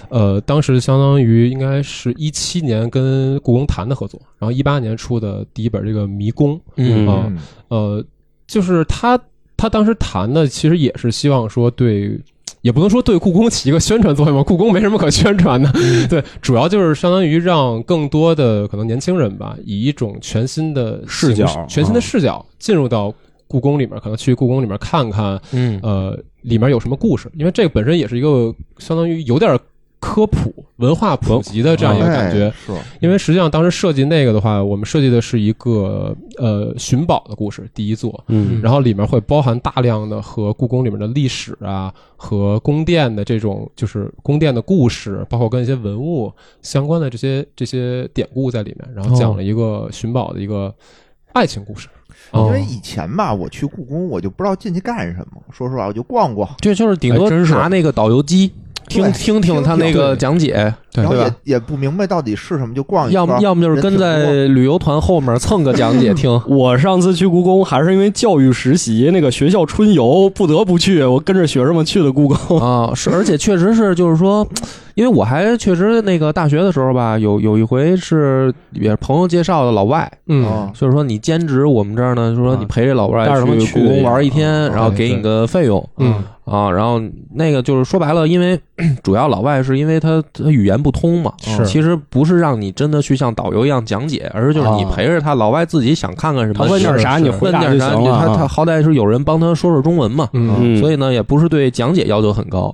[SPEAKER 4] 呃，当时相当于应该是一七年跟故宫谈的合作，然后一八年出的第一本这个《迷宫》
[SPEAKER 1] 嗯
[SPEAKER 4] 啊，
[SPEAKER 2] 嗯
[SPEAKER 4] 呃，就是他他当时谈的其实也是希望说对。也不能说对故宫起一个宣传作用吧，故宫没什么可宣传的。对，主要就是相当于让更多的可能年轻人吧，以一种全新的
[SPEAKER 3] 视
[SPEAKER 4] 形
[SPEAKER 3] 角
[SPEAKER 4] 式全新的视角进入到故宫里面，可能去故宫里面看看，
[SPEAKER 1] 嗯
[SPEAKER 4] 呃，里面有什么故事，因为这个本身也是一个相当于有点科普、文化普及的这样一个感觉。
[SPEAKER 2] 哎是
[SPEAKER 4] 因
[SPEAKER 1] 嗯
[SPEAKER 4] 为实际上当时设计那个的话，我们设计的是一个呃寻宝的故事，第一座，
[SPEAKER 3] 嗯
[SPEAKER 4] 然后里面会包含大量的和故宫里面的历史啊，和宫殿的这种就是宫殿的故事，包括跟一些文物相关的这些这些典故在里面，然后讲了一个寻宝的一个爱情故事。
[SPEAKER 2] 因
[SPEAKER 1] 哦
[SPEAKER 2] 为以前吧，我去故宫，我就不知道进去干什么。说实话，我就逛逛，
[SPEAKER 1] 这就是顶多
[SPEAKER 3] 还真是。
[SPEAKER 1] 拿那个导游机听
[SPEAKER 2] 对
[SPEAKER 1] 听听他那个讲解，
[SPEAKER 4] 对
[SPEAKER 2] 然后
[SPEAKER 1] 对
[SPEAKER 2] 也
[SPEAKER 1] 吧？
[SPEAKER 2] 也不明白到底是什么，就逛一圈
[SPEAKER 1] 要
[SPEAKER 2] 儿。
[SPEAKER 1] 么要么就是跟
[SPEAKER 2] 人挺
[SPEAKER 1] 在旅游团后面蹭个讲解
[SPEAKER 2] [laughs]
[SPEAKER 1] 听
[SPEAKER 3] 我上次去故宫还是因为教育实习，那个学校春游不得不去，我跟着学生们去的故宫。
[SPEAKER 1] 啊，是，而且确实是，就是说，因为我还确实那个大学的时候吧，有有一回是也是朋友介绍的老外，
[SPEAKER 2] 多
[SPEAKER 4] 嗯，
[SPEAKER 2] 啊，
[SPEAKER 1] 就是说你兼职我们这儿呢，就是说
[SPEAKER 4] 啊
[SPEAKER 1] 你陪这老外
[SPEAKER 3] 带着他们
[SPEAKER 1] 去
[SPEAKER 3] 去
[SPEAKER 1] 故宫玩一天，
[SPEAKER 4] 啊
[SPEAKER 1] 然后
[SPEAKER 4] 对
[SPEAKER 1] 给你
[SPEAKER 4] 对
[SPEAKER 1] 个费用，
[SPEAKER 4] 嗯
[SPEAKER 2] 哦
[SPEAKER 1] 啊，然后那个就是说白了，因为 [clears throat] 主要老外是因为他他语言不通嘛，啊
[SPEAKER 4] 是
[SPEAKER 1] 其实不是让你真的去像导游一样讲解，而是就是你
[SPEAKER 3] 啊
[SPEAKER 1] 陪着他，老外自己想看看什
[SPEAKER 3] 他
[SPEAKER 1] 么，
[SPEAKER 3] 问点
[SPEAKER 1] 是
[SPEAKER 3] 啥
[SPEAKER 4] 是
[SPEAKER 3] 你回
[SPEAKER 1] 问
[SPEAKER 3] 答就
[SPEAKER 1] 点
[SPEAKER 3] 行
[SPEAKER 1] 啥，
[SPEAKER 3] 了
[SPEAKER 1] 他他
[SPEAKER 3] 啊。
[SPEAKER 1] 好歹是有人帮他说说中文嘛，
[SPEAKER 2] 哦
[SPEAKER 4] 嗯
[SPEAKER 3] 嗯，
[SPEAKER 1] 所
[SPEAKER 3] 以
[SPEAKER 1] 以呢也不是对讲解要求很高。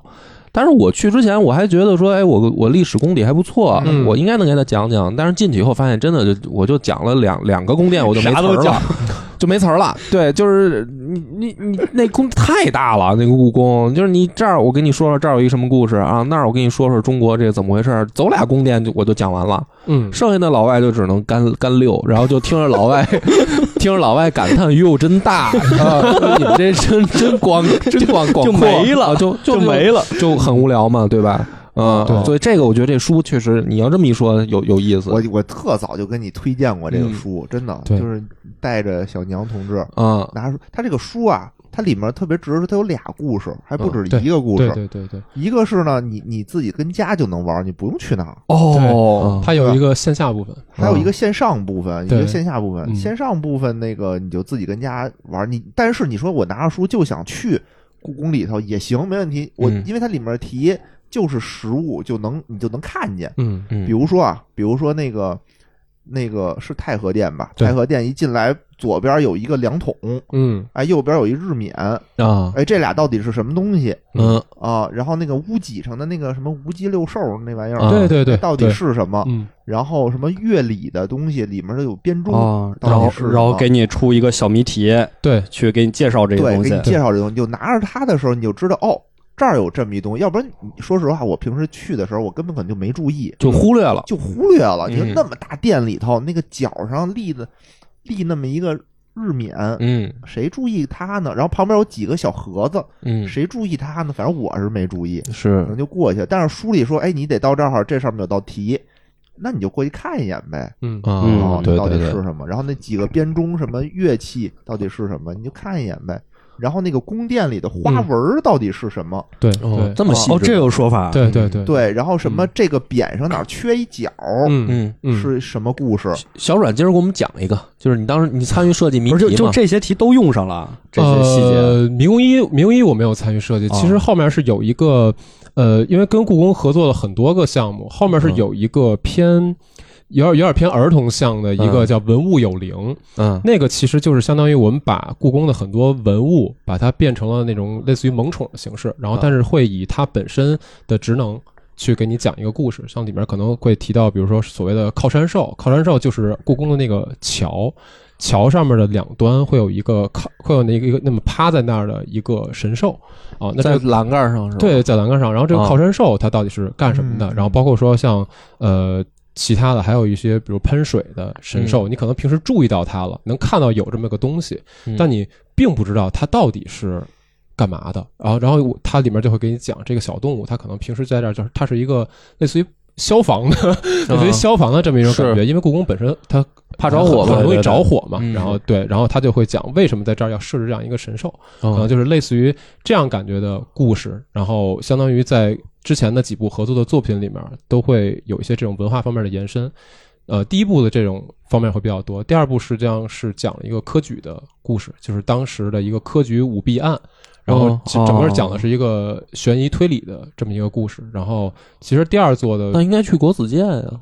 [SPEAKER 1] 但是我去之前我还觉得说，哎，我我历史功底还不错，啊
[SPEAKER 4] 嗯
[SPEAKER 1] 我应该能给他讲讲。但是进去以后发现，真的就我就讲了两两个宫殿，我就没
[SPEAKER 3] 啥
[SPEAKER 1] 词
[SPEAKER 3] 都
[SPEAKER 1] 儿了
[SPEAKER 3] 讲，
[SPEAKER 1] [laughs] 就没词儿了。对，就是你你你那宫太大了，那个故宫就是你这儿我跟你说说这儿有一什么故事啊，那儿我跟你说说中国这个怎么回事儿，走俩宫殿就我就讲完了。
[SPEAKER 4] 嗯，
[SPEAKER 1] 剩下的老外就只能干干溜，然后就听着老外 [laughs] 听着老外感叹：“哟，真大啊！你们这真真广真广广
[SPEAKER 3] 就
[SPEAKER 1] 阔
[SPEAKER 3] 没了
[SPEAKER 1] 啊就
[SPEAKER 3] 就没了。
[SPEAKER 1] 就很无聊嘛，对吧？”嗯，
[SPEAKER 4] 对
[SPEAKER 1] 所以这个我觉得这书确实，你要这么一说有有意思
[SPEAKER 2] 我我特早就跟你推荐过这个
[SPEAKER 1] 嗯
[SPEAKER 2] 书，真的
[SPEAKER 4] 对
[SPEAKER 2] 就是带着小娘同志
[SPEAKER 1] 啊。
[SPEAKER 2] 拿出他这个书啊，它里面特别值，它有俩故事，还不止
[SPEAKER 4] 嗯对
[SPEAKER 2] 一个故
[SPEAKER 4] 对
[SPEAKER 2] 事。
[SPEAKER 4] 对对对，
[SPEAKER 2] 一个是呢，你你自己跟家就能玩，你不用去那儿。
[SPEAKER 1] 哦，
[SPEAKER 4] 它有一个线下部分。
[SPEAKER 2] 还有一个线上部分，一
[SPEAKER 4] 嗯对
[SPEAKER 2] 个线下部分。
[SPEAKER 4] 嗯
[SPEAKER 2] 线上部分那个你就自己跟家玩，你但是你说我拿着书就想去故宫里头也行，没问题。我
[SPEAKER 1] 嗯
[SPEAKER 2] 因为它里面题就是实物，就能你就能看见。
[SPEAKER 4] 嗯
[SPEAKER 1] 嗯
[SPEAKER 2] 比如说啊，比如说那个那个是太和殿吧？
[SPEAKER 4] 对
[SPEAKER 2] 太和殿一进来，左边有一个量筒，
[SPEAKER 4] 嗯
[SPEAKER 2] 哎，右边有一日冕，
[SPEAKER 1] 啊，
[SPEAKER 2] 哎，这俩到底是什么东西
[SPEAKER 1] 嗯
[SPEAKER 2] 啊？然后那个屋脊上的那个什么无极六兽那玩意
[SPEAKER 1] 啊
[SPEAKER 2] 儿，
[SPEAKER 4] 对对对，
[SPEAKER 2] 到底
[SPEAKER 4] 对
[SPEAKER 2] 是什么？
[SPEAKER 4] 嗯
[SPEAKER 2] 然后什么乐理的东西里面都有编钟，
[SPEAKER 3] 啊，
[SPEAKER 2] 到底
[SPEAKER 3] 然后
[SPEAKER 2] 是什么
[SPEAKER 3] 然后给你出一个小谜题，
[SPEAKER 4] 对
[SPEAKER 3] 去给你介绍这个
[SPEAKER 2] 对，
[SPEAKER 3] 东
[SPEAKER 2] 给
[SPEAKER 3] 西
[SPEAKER 2] 你。介绍这东西，你就拿着它的时候，你就知道哦，这儿有这么一东西。要不然你说实话，我平时去的时候，我根本可能就没注意，
[SPEAKER 1] 就忽略了。
[SPEAKER 2] 就忽略了。
[SPEAKER 1] 嗯
[SPEAKER 2] 你说那么大店里头，那个角上立的立那么一个日冕，
[SPEAKER 1] 嗯
[SPEAKER 2] 谁注意它呢？然后旁边有几个小盒子，
[SPEAKER 1] 嗯，
[SPEAKER 2] 谁注意它呢？反正我是没注意，可
[SPEAKER 1] 是
[SPEAKER 2] 能就过去了。但是书里说，哎，你得到这儿，这上面有道题，那你就过去看一眼呗。
[SPEAKER 4] 嗯
[SPEAKER 1] 啊
[SPEAKER 3] 嗯
[SPEAKER 2] 哦，
[SPEAKER 1] 对
[SPEAKER 2] 到底
[SPEAKER 1] 对
[SPEAKER 2] 是
[SPEAKER 1] 对，
[SPEAKER 2] 什么？然后那几个编钟什么乐器到底是什么，你就看一眼呗。然后那个宫殿里的花纹儿到底是什么？
[SPEAKER 4] 对
[SPEAKER 1] 哦
[SPEAKER 4] 对，
[SPEAKER 1] 这么细
[SPEAKER 3] 哦，
[SPEAKER 1] 致
[SPEAKER 3] 这有说法。
[SPEAKER 4] 对对对，
[SPEAKER 2] 对，然后什么这个匾上哪儿缺一角，
[SPEAKER 4] 嗯
[SPEAKER 1] 嗯。
[SPEAKER 4] 嗯
[SPEAKER 2] 是什么故事？
[SPEAKER 1] 小阮今儿给我们讲一个，就是你当时你参与设计谜
[SPEAKER 3] 不是就
[SPEAKER 1] 题
[SPEAKER 3] 就
[SPEAKER 1] 嘛？
[SPEAKER 3] 这些题都用上了这些细节。
[SPEAKER 4] 呃，迷宫一，迷宫一我没有参与设计，
[SPEAKER 3] 啊
[SPEAKER 4] 其实后面是有一个，呃，因为跟故宫合作了很多个项目，后面是
[SPEAKER 1] 嗯
[SPEAKER 4] 有一个偏。有点有点偏儿童向的一
[SPEAKER 1] 嗯
[SPEAKER 4] 个叫“文物有灵”，
[SPEAKER 1] 嗯
[SPEAKER 4] 那个其实就是相当于我们把故宫的很多文物，把它变成了那种类似于萌宠的形式，然后
[SPEAKER 1] 啊
[SPEAKER 4] 但是会以它本身的职能去给你讲一个故事。像里面可能会提到，比如说所谓的靠山兽，靠山兽就是故宫的那个桥，桥上面的两端会有一个靠，会有那个一个那么趴在那儿的一个神兽啊。那这
[SPEAKER 1] 在
[SPEAKER 4] 个
[SPEAKER 1] 栏杆上是吧？
[SPEAKER 4] 对，在栏杆上。然后这个
[SPEAKER 1] 啊
[SPEAKER 4] 靠山兽它到底是干什么的？
[SPEAKER 2] 嗯
[SPEAKER 4] 然后包括说像呃其他的，还有一些比如喷水的
[SPEAKER 1] 嗯
[SPEAKER 4] 神兽，你可能平时注意到它了，能看到有这么个东西，
[SPEAKER 1] 嗯，
[SPEAKER 4] 但你并不知道它到底是。干嘛的？然后，然后我它里面就会给你讲这个小动物，它可能平时在这儿就是它是一个类似于消防的， [laughs]
[SPEAKER 1] 啊
[SPEAKER 4] 类似于消防的这么一种感觉，因为故宫本身它
[SPEAKER 1] 怕着火
[SPEAKER 4] 很
[SPEAKER 1] 嘛
[SPEAKER 4] 很容易着火嘛
[SPEAKER 1] 对对。嗯对
[SPEAKER 4] 然后对，然后它就会讲为什么在这儿要设置这样一个神兽，可能
[SPEAKER 1] 嗯
[SPEAKER 4] 就是类似于这样感觉的故事，然后相当于在之前的几部合作的作品里面，都会有一些这种文化方面的延伸。呃，第一部的这种方面会比较多，第二部实际上是讲了一个科举的故事，就是当时的一个科举舞弊案，然后
[SPEAKER 1] 哦
[SPEAKER 4] 整个讲的是一个悬疑推理的这么一个故事。然后其实第二座的
[SPEAKER 1] 那应该去国子监啊，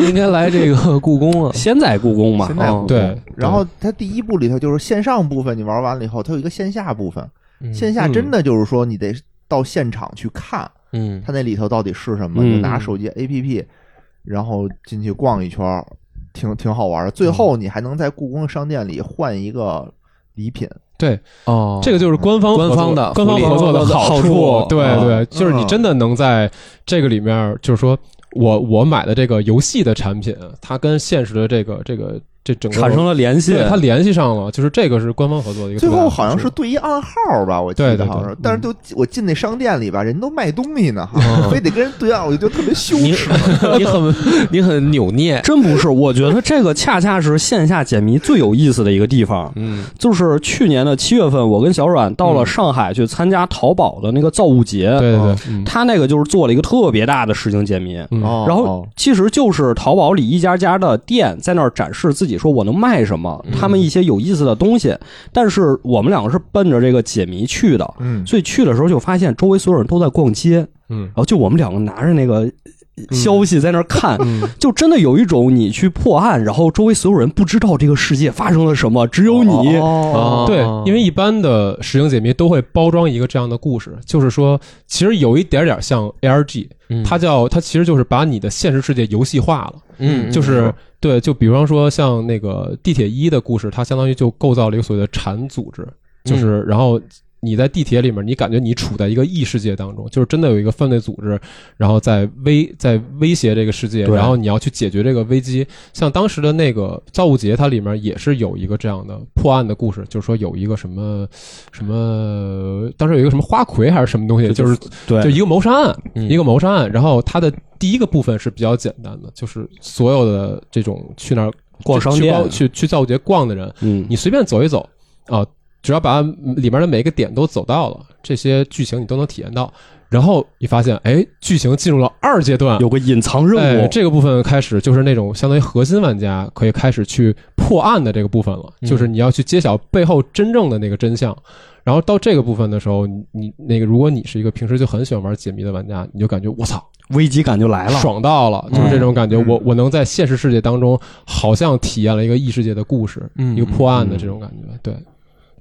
[SPEAKER 1] 应该来这个故宫啊。
[SPEAKER 3] 先在故宫嘛
[SPEAKER 2] 现，在
[SPEAKER 1] 哦
[SPEAKER 2] 不
[SPEAKER 4] 对，
[SPEAKER 2] 然后它第一部里头就是线上部分，你玩完了以后，它有一个线下部分。
[SPEAKER 1] 嗯
[SPEAKER 2] 线下真的就是说你得到现场去看，
[SPEAKER 1] 嗯，
[SPEAKER 2] 它那里头到底是什么，
[SPEAKER 3] 嗯
[SPEAKER 2] 你拿手机 APP，然后进去逛一圈儿，挺挺好玩儿的。最后你还能在故宫商店里换一个礼品，
[SPEAKER 4] 对
[SPEAKER 1] [laughs] 哦，
[SPEAKER 4] 这个就是官方合作
[SPEAKER 1] 官方的
[SPEAKER 4] 官方合作的好
[SPEAKER 1] 福利好处
[SPEAKER 4] 对
[SPEAKER 1] 啊
[SPEAKER 4] 对，就是你
[SPEAKER 2] 嗯
[SPEAKER 4] 真的能在这个里面，就是说我我买的这个游戏的产品，它跟现实的这个这个这整个
[SPEAKER 3] 产生了联系
[SPEAKER 4] 对，它联系上了，就是这个是官方合作的一个特
[SPEAKER 2] 最
[SPEAKER 4] 别
[SPEAKER 2] 后
[SPEAKER 4] 大的好
[SPEAKER 2] 好
[SPEAKER 4] 处。
[SPEAKER 2] 像是对一暗号吧，我记
[SPEAKER 4] 对
[SPEAKER 2] 得
[SPEAKER 4] 对
[SPEAKER 2] 好像是
[SPEAKER 4] 对，
[SPEAKER 2] 但是都我进那商店里吧，人都卖东西呢，哈， [laughs] 非得跟人对暗，我就觉得特别羞
[SPEAKER 1] 你
[SPEAKER 2] 耻。
[SPEAKER 1] [laughs] 你很你很扭捏，
[SPEAKER 3] 真不是，我觉得这个恰恰是线下解谜最有意思的一个地方。
[SPEAKER 1] 嗯
[SPEAKER 3] 就是去年的七月份，我跟小阮到了上海去参加淘宝的那个造物节，
[SPEAKER 4] 嗯对对对
[SPEAKER 1] 哦，
[SPEAKER 4] 嗯
[SPEAKER 3] 他那个就是做了一个特别大的实景解谜。
[SPEAKER 4] 嗯
[SPEAKER 2] 哦
[SPEAKER 3] 然后
[SPEAKER 2] 哦
[SPEAKER 3] 其实就是淘宝里一家家的店在那儿展示自己，说我能卖什么，
[SPEAKER 4] 嗯
[SPEAKER 3] 他们一些有意思的东西。但是我们两个是奔着这个解谜去的，
[SPEAKER 2] 嗯，
[SPEAKER 3] 所以去的时候就发现周围所有人都在逛街，
[SPEAKER 4] 嗯
[SPEAKER 3] 然后就我们两个拿着那个消息在那儿
[SPEAKER 4] [laughs]
[SPEAKER 3] 看， [laughs]
[SPEAKER 4] 嗯，
[SPEAKER 3] 就真的有一种你去破案，然后周围所有人不知道这个世界发生了什么，只有你。
[SPEAKER 1] 哦
[SPEAKER 4] 对，因为一般的实景解谜都会包装一个这样的故事，就是说其实有一点点像 ARG，它叫它其实就是把你的现实世界游戏化了。
[SPEAKER 1] 嗯
[SPEAKER 4] 就是对，就比方说像那个地铁一的故事，它相当于就构造了一个所谓的禅组织，就是然后。你在地铁里面，你感觉你处在一个异世界当中，就是真的有一个犯罪组织，然后在威在威胁这个世界，
[SPEAKER 3] 对
[SPEAKER 4] 然后你要去解决这个危机。像当时的那个造物节，它里面也是有一个这样的破案的故事，就是说有一个什么什么，当时有一个什么花魁还是什么东西，
[SPEAKER 3] 就
[SPEAKER 4] 就是
[SPEAKER 3] 对
[SPEAKER 4] 就一个谋杀案，
[SPEAKER 1] 嗯
[SPEAKER 4] 一个谋杀案。然后它的第一个部分是比较简单的，就是所有的这种去那儿
[SPEAKER 3] 逛商
[SPEAKER 4] 去
[SPEAKER 3] 店
[SPEAKER 4] 包去去造物节逛的人，
[SPEAKER 3] 嗯，
[SPEAKER 4] 你随便走一走啊，只要把里面的每个点都走到了，这些剧情你都能体验到。然后你发现，哎，剧情进入了二阶段，
[SPEAKER 3] 有个隐藏任
[SPEAKER 4] 啊哎
[SPEAKER 3] 务，
[SPEAKER 4] 这个部分开始就是那种相当于核心玩家可以开始去破案的这个部分了，
[SPEAKER 1] 嗯
[SPEAKER 4] 就是你要去揭晓背后真正的那个真相。然后到这个部分的时候，你你那个如果你是一个平时就很喜欢玩解谜的玩家，你就感觉我操，
[SPEAKER 3] 危机感就来了。
[SPEAKER 4] 爽到了，就是这种感觉。
[SPEAKER 2] 嗯
[SPEAKER 4] 我我能在现实世界当中好像体验了一个异世界的故事，
[SPEAKER 1] 嗯
[SPEAKER 4] 一个破案的这种感觉。对，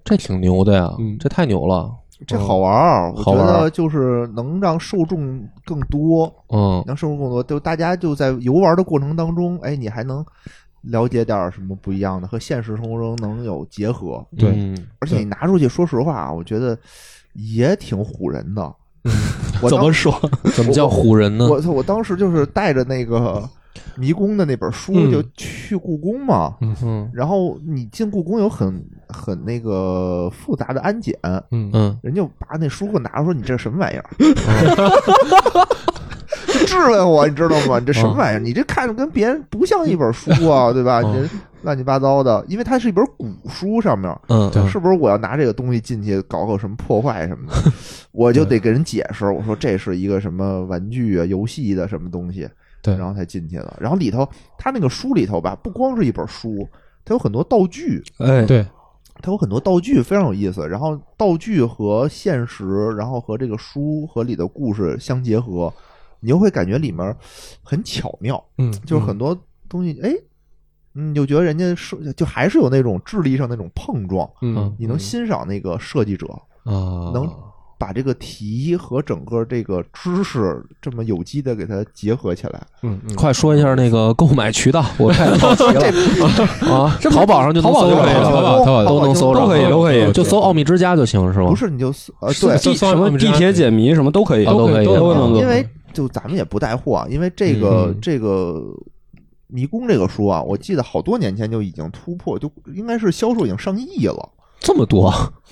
[SPEAKER 1] 这挺牛的呀
[SPEAKER 4] 嗯，
[SPEAKER 1] 这太牛了，
[SPEAKER 2] 这好玩儿，我
[SPEAKER 1] 好
[SPEAKER 2] 觉
[SPEAKER 1] 玩儿
[SPEAKER 2] 得就是能让受众更多，
[SPEAKER 1] 嗯
[SPEAKER 2] 能受众更多，就大家就在游玩的过程当中，哎，你还能了解点儿什么不一样的，和现实生活中能有结合。
[SPEAKER 4] 对
[SPEAKER 1] 嗯
[SPEAKER 2] 而且
[SPEAKER 4] 对
[SPEAKER 2] 你拿出去，说实话啊，我觉得也挺唬人的。我
[SPEAKER 3] 怎
[SPEAKER 2] 当
[SPEAKER 3] 么说？
[SPEAKER 1] 怎么叫唬人呢？
[SPEAKER 2] 我我当时就是带着那个迷宫的那本书
[SPEAKER 4] 嗯
[SPEAKER 2] 就去故宫嘛，
[SPEAKER 1] 嗯
[SPEAKER 2] 然后你进故宫有很很那个复杂的安检，
[SPEAKER 4] 嗯
[SPEAKER 1] 嗯，
[SPEAKER 2] 人就把那书给我拿出来，说你这什么玩意儿？ [laughs] 就质问我，你知道吗？你这什么玩意儿？你这看着跟别人不像一本书啊，对吧？你
[SPEAKER 1] 嗯
[SPEAKER 2] 这乱七八糟的，因为它是一本古书，上面
[SPEAKER 1] 嗯，嗯
[SPEAKER 2] 是不是我要拿这个东西进去搞搞什么破坏什么的，
[SPEAKER 4] [laughs]
[SPEAKER 2] 我就得给人解释，我说这是一个什么玩具啊、游戏的什么东西，
[SPEAKER 4] 对
[SPEAKER 2] 然后才进去的。然后里头，它那个书里头吧，不光是一本书，它有很多道具，
[SPEAKER 3] 哎，
[SPEAKER 4] 对，
[SPEAKER 2] 它有很多道具，非常有意思。然后道具和现实，然后和这个书和里的故事相结合，你就会感觉里面很巧妙，
[SPEAKER 4] 嗯，
[SPEAKER 2] 就是很多东西，哎，你就觉得人家是就还是有那种智力上那种碰撞，
[SPEAKER 4] 嗯，
[SPEAKER 2] 你能欣赏那个设计者
[SPEAKER 1] 啊，
[SPEAKER 2] 能把这个题和整个这个知识这么有机的给它结合起来。
[SPEAKER 4] 嗯嗯
[SPEAKER 1] 快说一下那个购买渠道，我太好奇了 [laughs] 啊！淘宝上就能
[SPEAKER 3] 淘
[SPEAKER 1] 搜
[SPEAKER 3] 宝就
[SPEAKER 1] 着
[SPEAKER 3] 可以
[SPEAKER 1] 了，
[SPEAKER 4] 淘宝淘宝
[SPEAKER 1] 都能搜着，
[SPEAKER 3] 都可以都可以
[SPEAKER 1] 就搜“奥秘之家”就行，是吗？
[SPEAKER 2] 不，是你就呃对，
[SPEAKER 3] 地
[SPEAKER 4] 搜搜
[SPEAKER 3] 什么地铁解谜什么都可以，
[SPEAKER 1] 啊都可以
[SPEAKER 3] 都能
[SPEAKER 2] 因为就咱们也不带货啊，因为这个、
[SPEAKER 1] 嗯
[SPEAKER 2] 这个迷宫这个书啊，我记得好多年前就已经突破，就应该是销售已经上亿了
[SPEAKER 1] 这么多，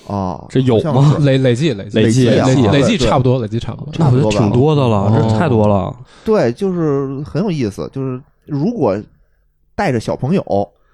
[SPEAKER 2] 啊。
[SPEAKER 3] 这有
[SPEAKER 2] 好像
[SPEAKER 3] 吗
[SPEAKER 2] 是？
[SPEAKER 4] 累累计累计
[SPEAKER 3] 累计
[SPEAKER 4] 累
[SPEAKER 2] 啊
[SPEAKER 4] 计
[SPEAKER 2] 对
[SPEAKER 4] 累计
[SPEAKER 2] 对
[SPEAKER 4] 差不多，累计差不多。
[SPEAKER 3] 那我觉得挺多的了，
[SPEAKER 1] 哦
[SPEAKER 3] 这太多了。
[SPEAKER 2] 对，就是很有意思，就是如果带着小朋友。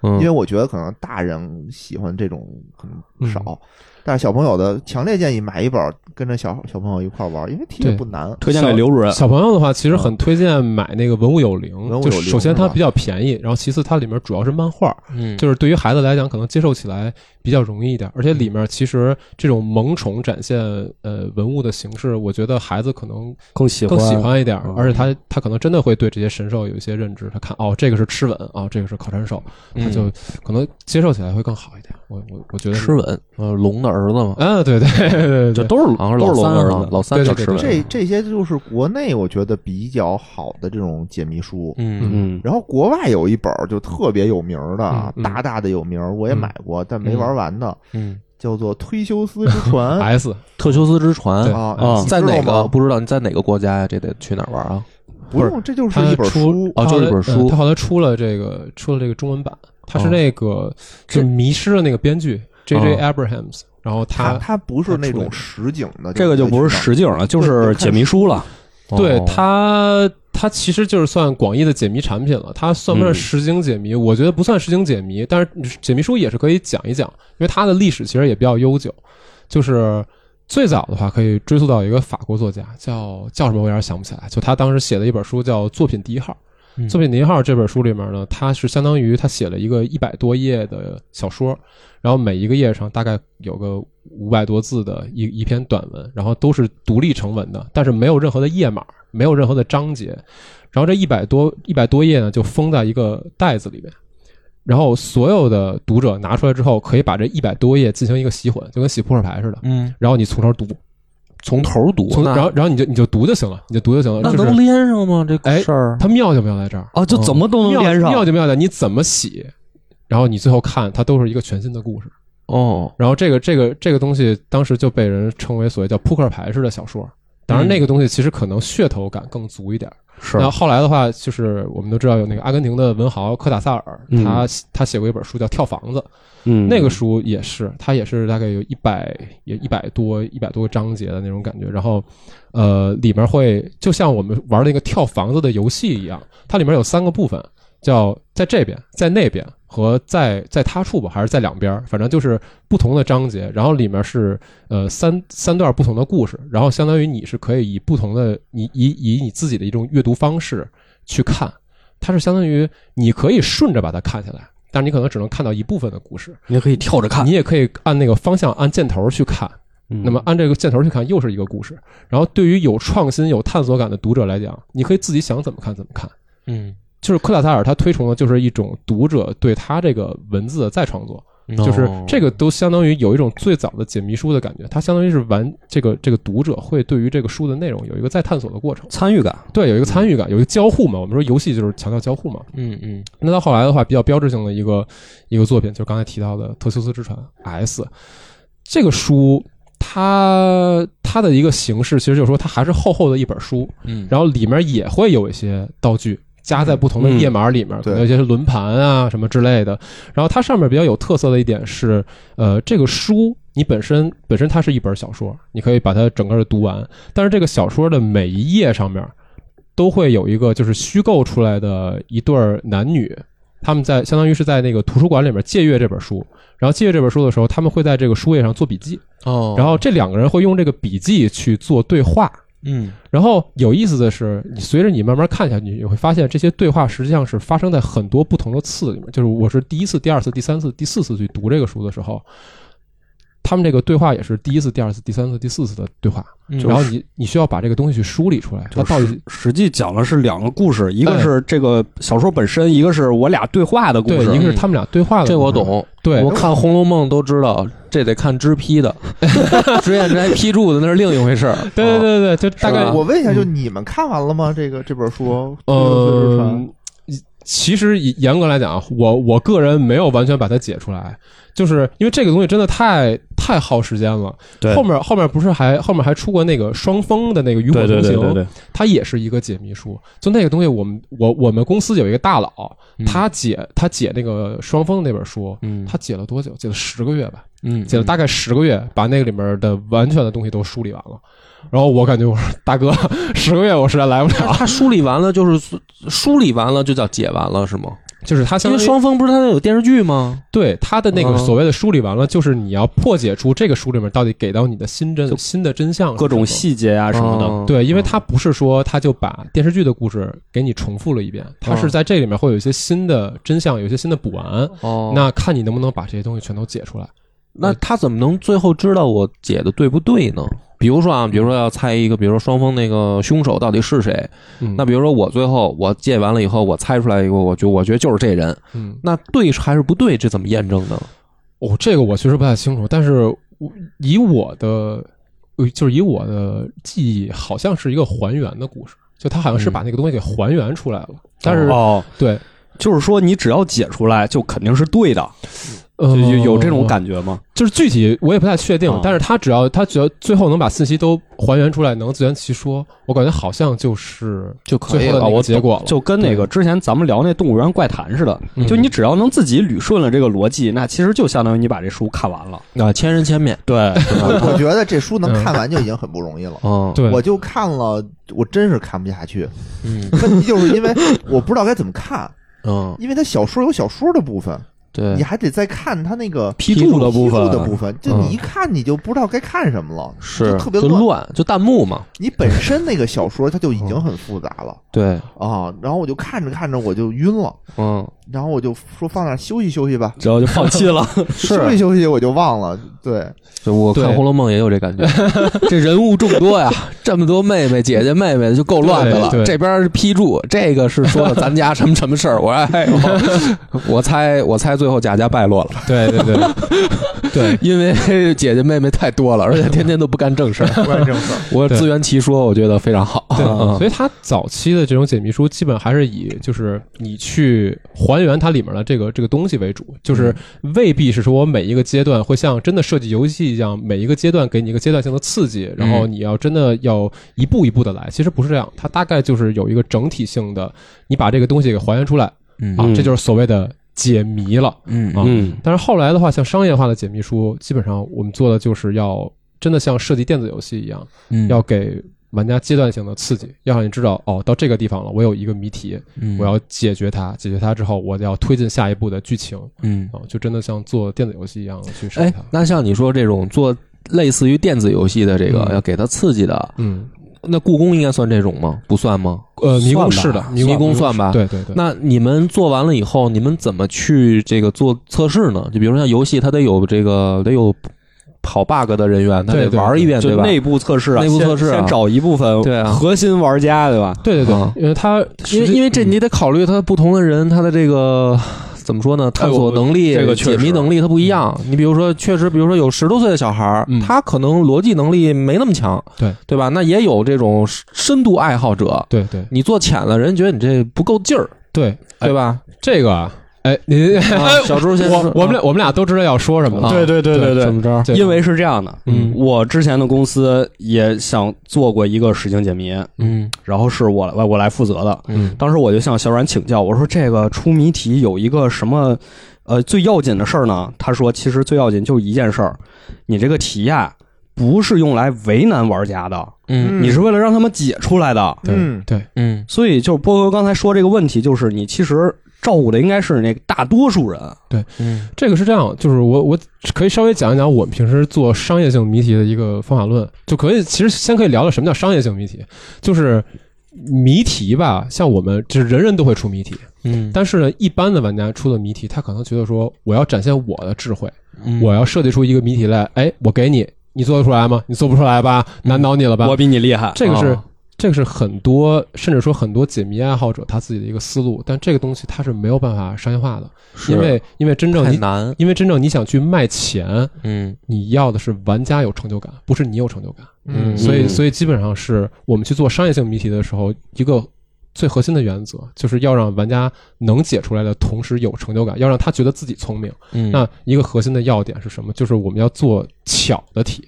[SPEAKER 1] 嗯
[SPEAKER 2] 因为我觉得可能大人喜欢这种可能少，
[SPEAKER 4] 嗯
[SPEAKER 2] 但是小朋友的强烈建议买一本儿跟着小小朋友一块儿玩儿，因为题也
[SPEAKER 4] 对
[SPEAKER 2] 不难。
[SPEAKER 3] 推荐给刘主任。
[SPEAKER 4] 小朋友的话，其实很推荐买那个《文物有灵》
[SPEAKER 2] 嗯文物有
[SPEAKER 4] 就
[SPEAKER 2] 灵
[SPEAKER 4] 是首先
[SPEAKER 2] 是
[SPEAKER 4] 它
[SPEAKER 2] 吧
[SPEAKER 4] 比较便宜，然后其次它里面主要是漫画，
[SPEAKER 1] 嗯
[SPEAKER 4] 就是对于孩子来讲，可能接受起来比较容易一
[SPEAKER 2] 嗯
[SPEAKER 4] 点。而且里面其实这种萌宠展现呃文物的形式，我觉得孩子可能
[SPEAKER 3] 更喜
[SPEAKER 4] 更喜欢一点
[SPEAKER 3] 嗯，
[SPEAKER 4] 而且他他可能真的会对这些神兽有一些认知，他看哦这个是螭吻啊、哦这个是烤山兽，
[SPEAKER 1] 嗯
[SPEAKER 2] 嗯
[SPEAKER 4] 他就可能接受起来会更好一点。我我我觉得是
[SPEAKER 1] 吃吻，呃，龙的儿子嘛，
[SPEAKER 4] 啊，对对对对
[SPEAKER 3] 这
[SPEAKER 4] 对，
[SPEAKER 3] 都是
[SPEAKER 1] 好像是
[SPEAKER 3] 都
[SPEAKER 1] 老
[SPEAKER 3] 是
[SPEAKER 1] 三
[SPEAKER 3] 龙
[SPEAKER 1] 儿
[SPEAKER 3] 儿
[SPEAKER 1] 子，
[SPEAKER 3] 子
[SPEAKER 1] 老三
[SPEAKER 4] 啊对
[SPEAKER 1] 叫
[SPEAKER 4] 对
[SPEAKER 1] 吃
[SPEAKER 4] 对
[SPEAKER 1] 吻，
[SPEAKER 2] 这这些就是国内我觉得比较好的这种解谜书，
[SPEAKER 1] 嗯
[SPEAKER 3] 嗯，
[SPEAKER 2] 然后国外有一本儿就特别有名儿的啊
[SPEAKER 4] 嗯，嗯
[SPEAKER 2] 大大的有名儿，我也买过，但没玩完的，
[SPEAKER 1] 嗯，
[SPEAKER 2] 叫做《推修斯之船》
[SPEAKER 4] S
[SPEAKER 1] 特修斯之船
[SPEAKER 4] 对
[SPEAKER 2] 啊
[SPEAKER 1] 啊，
[SPEAKER 2] 你
[SPEAKER 1] 在
[SPEAKER 2] 知道
[SPEAKER 1] 哪个
[SPEAKER 2] 吗
[SPEAKER 1] 不知道？你在哪个国家呀？这得去哪儿玩啊？
[SPEAKER 2] 不用，这就是
[SPEAKER 4] 它
[SPEAKER 2] 一本
[SPEAKER 4] 出
[SPEAKER 2] 书。
[SPEAKER 1] 哦就是一本
[SPEAKER 4] 它
[SPEAKER 1] 书
[SPEAKER 4] 嗯它后来出了这个出了这个中文版，它是
[SPEAKER 1] 哦
[SPEAKER 4] 那个就是迷失的那个编剧 J J Abrahams，然后
[SPEAKER 2] 它
[SPEAKER 4] 他
[SPEAKER 2] 它不是那
[SPEAKER 4] 它出了
[SPEAKER 2] 种实景的，
[SPEAKER 3] 这个就不是实景了，就是解谜书了。
[SPEAKER 4] 对
[SPEAKER 1] 哦，
[SPEAKER 4] 它它其实就是算广义的解谜产品了，它算不
[SPEAKER 3] 嗯
[SPEAKER 4] 算实景解谜？我觉得不算实景解谜，但是解谜书也是可以讲一讲，因为它的历史其实也比较悠久。就是最早的话，可以追溯到一个法国作家，叫叫什么我有点想不起来，就他当时写的一本书叫《作品第一号》。
[SPEAKER 1] 嗯
[SPEAKER 4] 《作品第一号》这本书里面呢，它是相当于他写了一个一百多页的小说，然后每一个页上大概有个五百多字的一一篇短文，然后都是独立成文的，但是没有任何的页码，没有任何的章节。然后这一百多一百多页呢，就封在一个袋子里面。然后所有的读者拿出来之后，可以把这一百多页进行一个洗混，就跟洗扑克牌似的。
[SPEAKER 1] 嗯，
[SPEAKER 4] 然后你从头读，
[SPEAKER 1] 从头读，
[SPEAKER 4] 从
[SPEAKER 1] 那
[SPEAKER 4] 然后然后你就你就读就行了，你就读就行了。
[SPEAKER 1] 那
[SPEAKER 4] 就是
[SPEAKER 1] 能连上吗？这
[SPEAKER 4] 哎
[SPEAKER 1] 事儿
[SPEAKER 4] 它妙哦就妙在这儿嗯
[SPEAKER 3] 啊，就怎么都能
[SPEAKER 4] 妙
[SPEAKER 3] 连上，
[SPEAKER 4] 妙就妙在你怎么洗，然后你最后看它都是一个全新的故事。
[SPEAKER 1] 哦，
[SPEAKER 4] 然后这个这个这个东西当时就被人称为所谓叫扑克牌式的小说。当然，那个东西其实可能噱头感更足一点。
[SPEAKER 3] 是
[SPEAKER 4] 然后后来的话，就是我们都知道有那个阿根廷的文豪科塔萨尔，
[SPEAKER 3] 嗯
[SPEAKER 4] 他他写过一本书叫《跳房子》，
[SPEAKER 3] 嗯
[SPEAKER 4] 那个书也是，它也是大概有一百也一百多一百多个章节的那种感觉。然后，呃，里面会就像我们玩那个跳房子的游戏一样，它里面有三个部分，叫在这边、在那边和在在他处吧，还是在两边儿，反正就是不同的章节。然后里面是呃三三段不同的故事，然后相当于你是可以以不同的你以以你自己的一种阅读方式去看，它是相当于你可以顺着把它看下来。但是你可能只能看到一部分的故事，
[SPEAKER 3] 你可以跳
[SPEAKER 1] 啊
[SPEAKER 3] 着看
[SPEAKER 4] 你。也可以按那个方向按箭头去看。那
[SPEAKER 3] 那
[SPEAKER 4] 么按这个箭头去看，又是一个故事。然后对于有创新、有探索感的读者来讲，你可以自己想怎么看怎么看。
[SPEAKER 1] 嗯，
[SPEAKER 4] 就是科塔萨尔他推崇的就是一种读者对他这个文字的再创作，
[SPEAKER 1] 嗯哦
[SPEAKER 4] 就是这个都相当于有一种最早的解谜书的感觉，它相当于是玩这个这个读者会对于这个书的内容有一个再探索的过程，
[SPEAKER 3] 参与感，
[SPEAKER 4] 对，有一个参与感，有一个交互嘛。我们说游戏就是强调交互嘛。
[SPEAKER 1] 嗯嗯
[SPEAKER 4] 那到后来的话，比较标志性的一个一个作品，就是刚才提到的《特修斯之船 S》这个书，它它的一个形式，其实就是说它还是厚厚的一本书，
[SPEAKER 1] 嗯，
[SPEAKER 4] 然后里面也会有一些道具加在不同的页码里面，可能有一些是轮盘啊什么之类的。然后它上面比较有特色的一点是，呃，这个书你本身本身它是一本小说，你可以把它整个的读完，但是这个小说的每一页上面都会有一个就是虚构出来的一对儿男女。他们在相当于是在那个图书馆里面借阅这本书，然后借阅这本书的时候，他们会在这个书页上做笔记，
[SPEAKER 1] 后哦，
[SPEAKER 4] 然后这两个人会用这个笔记去做对话，
[SPEAKER 1] 嗯
[SPEAKER 4] 然后有意思的是，你随着你慢慢看下去，你会发现这些对话实际上是发生在很多不同的次里面。就是我是第一次、第二次、第三次、第四次去读这个书的时候，他们这个对话也是第一次、第二次、第三次、第四次的对话。
[SPEAKER 1] 嗯
[SPEAKER 4] 然后你你需要把这个东西去梳理出来，它
[SPEAKER 3] 就
[SPEAKER 4] 到底
[SPEAKER 3] 是实际讲的是两个故事，一个
[SPEAKER 4] 哎
[SPEAKER 3] 是这个小说本身，一个是我俩对话的故
[SPEAKER 4] 对，
[SPEAKER 3] 事。
[SPEAKER 4] 一个是他们俩对话的，
[SPEAKER 1] 这我，懂。
[SPEAKER 4] 对
[SPEAKER 1] 我。看《红楼梦》都知道，这得看支批的， [laughs] 脂砚斋批注的那是另一回事儿。
[SPEAKER 4] [laughs]
[SPEAKER 1] 哦
[SPEAKER 4] 对对对对，就大概
[SPEAKER 1] 是吧
[SPEAKER 2] 我问一下，就你们看完了吗？这个这本书《推修斯之船》
[SPEAKER 4] 呃，其实以严格来讲啊，我我个人没有完全把它解出来，就是因为这个东西真的太太耗时间了。
[SPEAKER 3] 对
[SPEAKER 4] 后面后面不是还后面还出过那个双峰的那个《渔火
[SPEAKER 3] 对
[SPEAKER 4] 通
[SPEAKER 3] 对
[SPEAKER 4] 行
[SPEAKER 3] 对》对对，
[SPEAKER 4] 它也是一个解谜书。就那个东西，我们我我们公司有一个大佬，
[SPEAKER 1] 嗯
[SPEAKER 4] 他解他解那个双峰那本书，
[SPEAKER 1] 嗯
[SPEAKER 4] 他解了多久？解了十个月吧。
[SPEAKER 1] 嗯
[SPEAKER 4] 解了大概十个月，把那个里面的完全的东西都梳理完了。然后我感觉我说大哥， [laughs]
[SPEAKER 3] [laughs]
[SPEAKER 4] 十个月我实在来不了。
[SPEAKER 1] 他他梳理完了就是梳梳理完了就叫解完了是吗？
[SPEAKER 4] 就是它
[SPEAKER 1] 因
[SPEAKER 4] 相
[SPEAKER 1] 为
[SPEAKER 4] 当于
[SPEAKER 1] 双峰不是他有电视剧吗？
[SPEAKER 4] 对它的那个
[SPEAKER 1] 嗯
[SPEAKER 4] 所谓的梳理完了，就是你要破解出这个书里面到底给到你的新真
[SPEAKER 3] 就
[SPEAKER 4] 新的真相是
[SPEAKER 3] 各
[SPEAKER 4] 什
[SPEAKER 3] 种
[SPEAKER 4] 么哦
[SPEAKER 3] 细节啊什么的。
[SPEAKER 1] 嗯
[SPEAKER 4] 对，因为它不是说它就把电视剧的故事给你重复了一遍，它
[SPEAKER 3] 嗯
[SPEAKER 4] 是在这里面会有一些新的真相，有一些新的补完。
[SPEAKER 1] 哦，
[SPEAKER 4] 那看你能不能把这些东西全都解出来。
[SPEAKER 1] 那他怎么能最后知道我解的对不对呢？比如说啊，比如说要猜一个，比如说双方那个凶手到底是谁？
[SPEAKER 4] 嗯，
[SPEAKER 1] 那比如说我最后我借完了以后，我猜出来一个，我就我觉得就是这人，
[SPEAKER 4] 嗯，
[SPEAKER 1] 那对还是不对？这怎么验证呢？
[SPEAKER 4] 哦，这个我确实不太清楚，但是我以我的，呃就是以我的记忆，好像是一个还原的故事，就他好像是把那个东西给还原出来了，但是、
[SPEAKER 3] 嗯哦，
[SPEAKER 4] 对，
[SPEAKER 3] 就是说你只要解出来，就肯定是对的，
[SPEAKER 4] 呃
[SPEAKER 3] 就有有这种，感觉吗？
[SPEAKER 4] 就是具体我也不太确定，
[SPEAKER 3] 哦
[SPEAKER 4] 但是他只要他只要最后能把信息都还原出来，能自圆其说，我感觉好像就是
[SPEAKER 1] 就
[SPEAKER 4] 最后的那个结果了，
[SPEAKER 3] 就跟那个之前咱们聊那动物园怪谈似的，
[SPEAKER 4] 嗯
[SPEAKER 3] 就你只要能自己捋顺了这个逻辑，那其实就相当于你把这书看完了。
[SPEAKER 1] 啊，千人千面。
[SPEAKER 3] [laughs] 对，
[SPEAKER 2] 我我觉得这书能看完就已经很不容易了。
[SPEAKER 1] 嗯，
[SPEAKER 4] 对，
[SPEAKER 2] 我就看了，我真是看不下去。
[SPEAKER 1] 嗯
[SPEAKER 2] 问题就是因为我不知道该怎么看，
[SPEAKER 1] 嗯，
[SPEAKER 2] 因为它小说有小说的部分， [laughs]
[SPEAKER 1] 对
[SPEAKER 2] 你，还得再看它那个
[SPEAKER 3] 批注的部
[SPEAKER 2] 批注的
[SPEAKER 3] 分
[SPEAKER 2] 部分，就你一看你就不知道该看什么了，
[SPEAKER 1] 是
[SPEAKER 2] 就特别
[SPEAKER 1] 就
[SPEAKER 2] 乱。
[SPEAKER 1] 乱，就弹幕嘛。
[SPEAKER 2] 你本身那个小说它就已经很复杂了
[SPEAKER 1] 对，
[SPEAKER 2] 啊，然后我就看着看着我就晕了，
[SPEAKER 1] 嗯，
[SPEAKER 2] 然后我就说放那儿休息休息吧，
[SPEAKER 3] 然后就放弃了。
[SPEAKER 2] 休息休息我就忘了。对，
[SPEAKER 1] 就我看
[SPEAKER 4] 对
[SPEAKER 1] 《红楼梦》也有这感
[SPEAKER 4] [laughs]
[SPEAKER 1] 觉，这人物众多呀，这么多妹妹、姐姐、妹妹的就够乱的
[SPEAKER 4] 对
[SPEAKER 1] 了。
[SPEAKER 4] 对
[SPEAKER 1] 这边是批注，这个是说的咱家什么什么事儿，我哎呦，我猜我猜最后贾家败落了，
[SPEAKER 4] 对
[SPEAKER 3] [laughs]
[SPEAKER 4] 对对对，
[SPEAKER 1] 因为 [laughs] 姐姐妹妹太多了，而且天天都不干正事儿。
[SPEAKER 2] 不干正事儿。
[SPEAKER 1] 我
[SPEAKER 4] 对
[SPEAKER 1] 自圆其说，我觉得非常
[SPEAKER 3] 哦
[SPEAKER 1] 好。
[SPEAKER 4] 对，
[SPEAKER 1] 嗯
[SPEAKER 4] 所以它早期的这种解密书，基本还是以就是你去还原它里面的这个这个东西为主，就是
[SPEAKER 3] 嗯
[SPEAKER 4] 未必是说我每一个阶段会像真的设计游戏一样，每一个阶段给你一个阶段性的刺激，然
[SPEAKER 3] 嗯
[SPEAKER 4] 后你要真的要一步一步的来。其实不是这样，它大概就是有一个整体性的，你把这个东西给还原出来啊
[SPEAKER 1] 嗯，
[SPEAKER 3] 嗯
[SPEAKER 4] 这就是所谓的解谜了。
[SPEAKER 1] 嗯
[SPEAKER 4] 啊
[SPEAKER 3] 嗯，
[SPEAKER 4] 但是后来的话，像商业化的解密书，基本上我们做的就是要真的像设计电子游戏一样。
[SPEAKER 1] 嗯
[SPEAKER 4] 要给玩家阶段性的刺激，要让你知道哦，到这个地方了，我有一个谜题，
[SPEAKER 1] 嗯
[SPEAKER 4] 我要解决它，解决它之后，我要推进下一步的剧情
[SPEAKER 1] 嗯，
[SPEAKER 4] 啊、就真的像做电子游戏一样去设计
[SPEAKER 1] 哎
[SPEAKER 4] 它。，
[SPEAKER 1] 那像你说这种做类似于电子游戏的这个
[SPEAKER 4] 嗯
[SPEAKER 1] 要给它刺激的，
[SPEAKER 4] 嗯，
[SPEAKER 1] 那故宫应该算这种吗？不算吗？
[SPEAKER 4] 呃，迷宫
[SPEAKER 3] 算吧
[SPEAKER 4] 是的，
[SPEAKER 1] 迷宫
[SPEAKER 4] 宫
[SPEAKER 1] 算吧
[SPEAKER 4] 对对对，
[SPEAKER 1] 那你们做完了以后，你们怎么去这个做测试呢？就比如说像游戏，它得有这个得有跑 bug 的人员，他
[SPEAKER 4] 对
[SPEAKER 1] 得
[SPEAKER 4] 对对
[SPEAKER 1] 玩一遍，
[SPEAKER 3] 就
[SPEAKER 1] 吧？
[SPEAKER 3] 内部测试啊，
[SPEAKER 1] 内部测试啊
[SPEAKER 3] 先先找一部分
[SPEAKER 1] 对啊
[SPEAKER 3] 核心玩家，对吧？
[SPEAKER 4] 对对对，
[SPEAKER 1] 啊
[SPEAKER 4] 因为它
[SPEAKER 1] 因为因为这你得考虑他不同的人，他的这个怎么说呢？探索能力、
[SPEAKER 3] 这个
[SPEAKER 1] 解
[SPEAKER 3] 确实
[SPEAKER 1] 谜能力他不一样。你比如说，确实，比如说有十多岁的小孩儿，
[SPEAKER 4] 嗯
[SPEAKER 1] 他可能逻辑能力没那么强，
[SPEAKER 4] 对
[SPEAKER 1] 对吧？那也有这种深度爱好者，
[SPEAKER 4] 对对
[SPEAKER 1] 你做浅了，人觉得你这不够劲儿，
[SPEAKER 4] 对
[SPEAKER 1] 对吧？
[SPEAKER 4] 这个啊，哎，你、 [laughs]
[SPEAKER 1] 啊小猪 [laughs] 先说
[SPEAKER 4] 我我们俩我们俩都知道要说什么了，
[SPEAKER 1] 啊对
[SPEAKER 3] 对嗯对
[SPEAKER 4] 对
[SPEAKER 1] 怎么着？
[SPEAKER 4] 对
[SPEAKER 3] 因为是这样的，
[SPEAKER 4] 嗯
[SPEAKER 3] 我之前的公司也想做过一个实情解谜，
[SPEAKER 1] 嗯
[SPEAKER 3] 然后是我来我来负责的。
[SPEAKER 4] 嗯
[SPEAKER 3] 当时我就向小阮请教，我说这个出谜题有一个什么呃最要紧的事儿呢？他说其实最要紧就一件事儿，你这个题呀、不是用来为难玩家的，
[SPEAKER 1] 嗯
[SPEAKER 2] 嗯
[SPEAKER 3] 你是为了让他们解出来的。
[SPEAKER 4] 对
[SPEAKER 2] 嗯
[SPEAKER 4] 对
[SPEAKER 1] 嗯
[SPEAKER 3] 所以就是波哥刚才说这个问题，就是你其实照顾的应该是那个大多数人。
[SPEAKER 1] 嗯
[SPEAKER 4] 这个是这样，就是我我可以稍微讲一讲我们平时做商业性谜题的一个方法论，就可以其实先可以聊聊什么叫商业性谜题，就是谜题吧，像我们就是人人都会出谜题，
[SPEAKER 1] 嗯，
[SPEAKER 4] 但是呢，一般的玩家出的谜题，他可能觉得说我要展现我的智慧，
[SPEAKER 1] 嗯
[SPEAKER 4] 我要设计出一个谜题来，哎，我给你，你做得出来吗？你做不出来吧？
[SPEAKER 1] 嗯
[SPEAKER 4] 难倒你了吧？
[SPEAKER 3] 我比你厉害，
[SPEAKER 4] 这个是
[SPEAKER 1] 哦。
[SPEAKER 4] 这个是很多，甚至说很多解谜爱好者他自己的一个思路，但这个东西它是没有办法商业化的，
[SPEAKER 1] 是
[SPEAKER 4] 因为因为真正
[SPEAKER 1] 太
[SPEAKER 4] 你
[SPEAKER 1] 难，
[SPEAKER 4] 因为真正你想去卖钱，
[SPEAKER 1] 嗯
[SPEAKER 4] 你要的是玩家有成就感，不是你有成就感。
[SPEAKER 1] 嗯
[SPEAKER 4] 所以，
[SPEAKER 3] 嗯
[SPEAKER 4] 所以基本上是我们去做商业性谜题的时候，一个最核心的原则就是要让玩家能解出来的同时有成就感，要让他觉得自己聪明。
[SPEAKER 1] 嗯
[SPEAKER 4] 那一个核心的要点是什么？就是我们要做巧的题，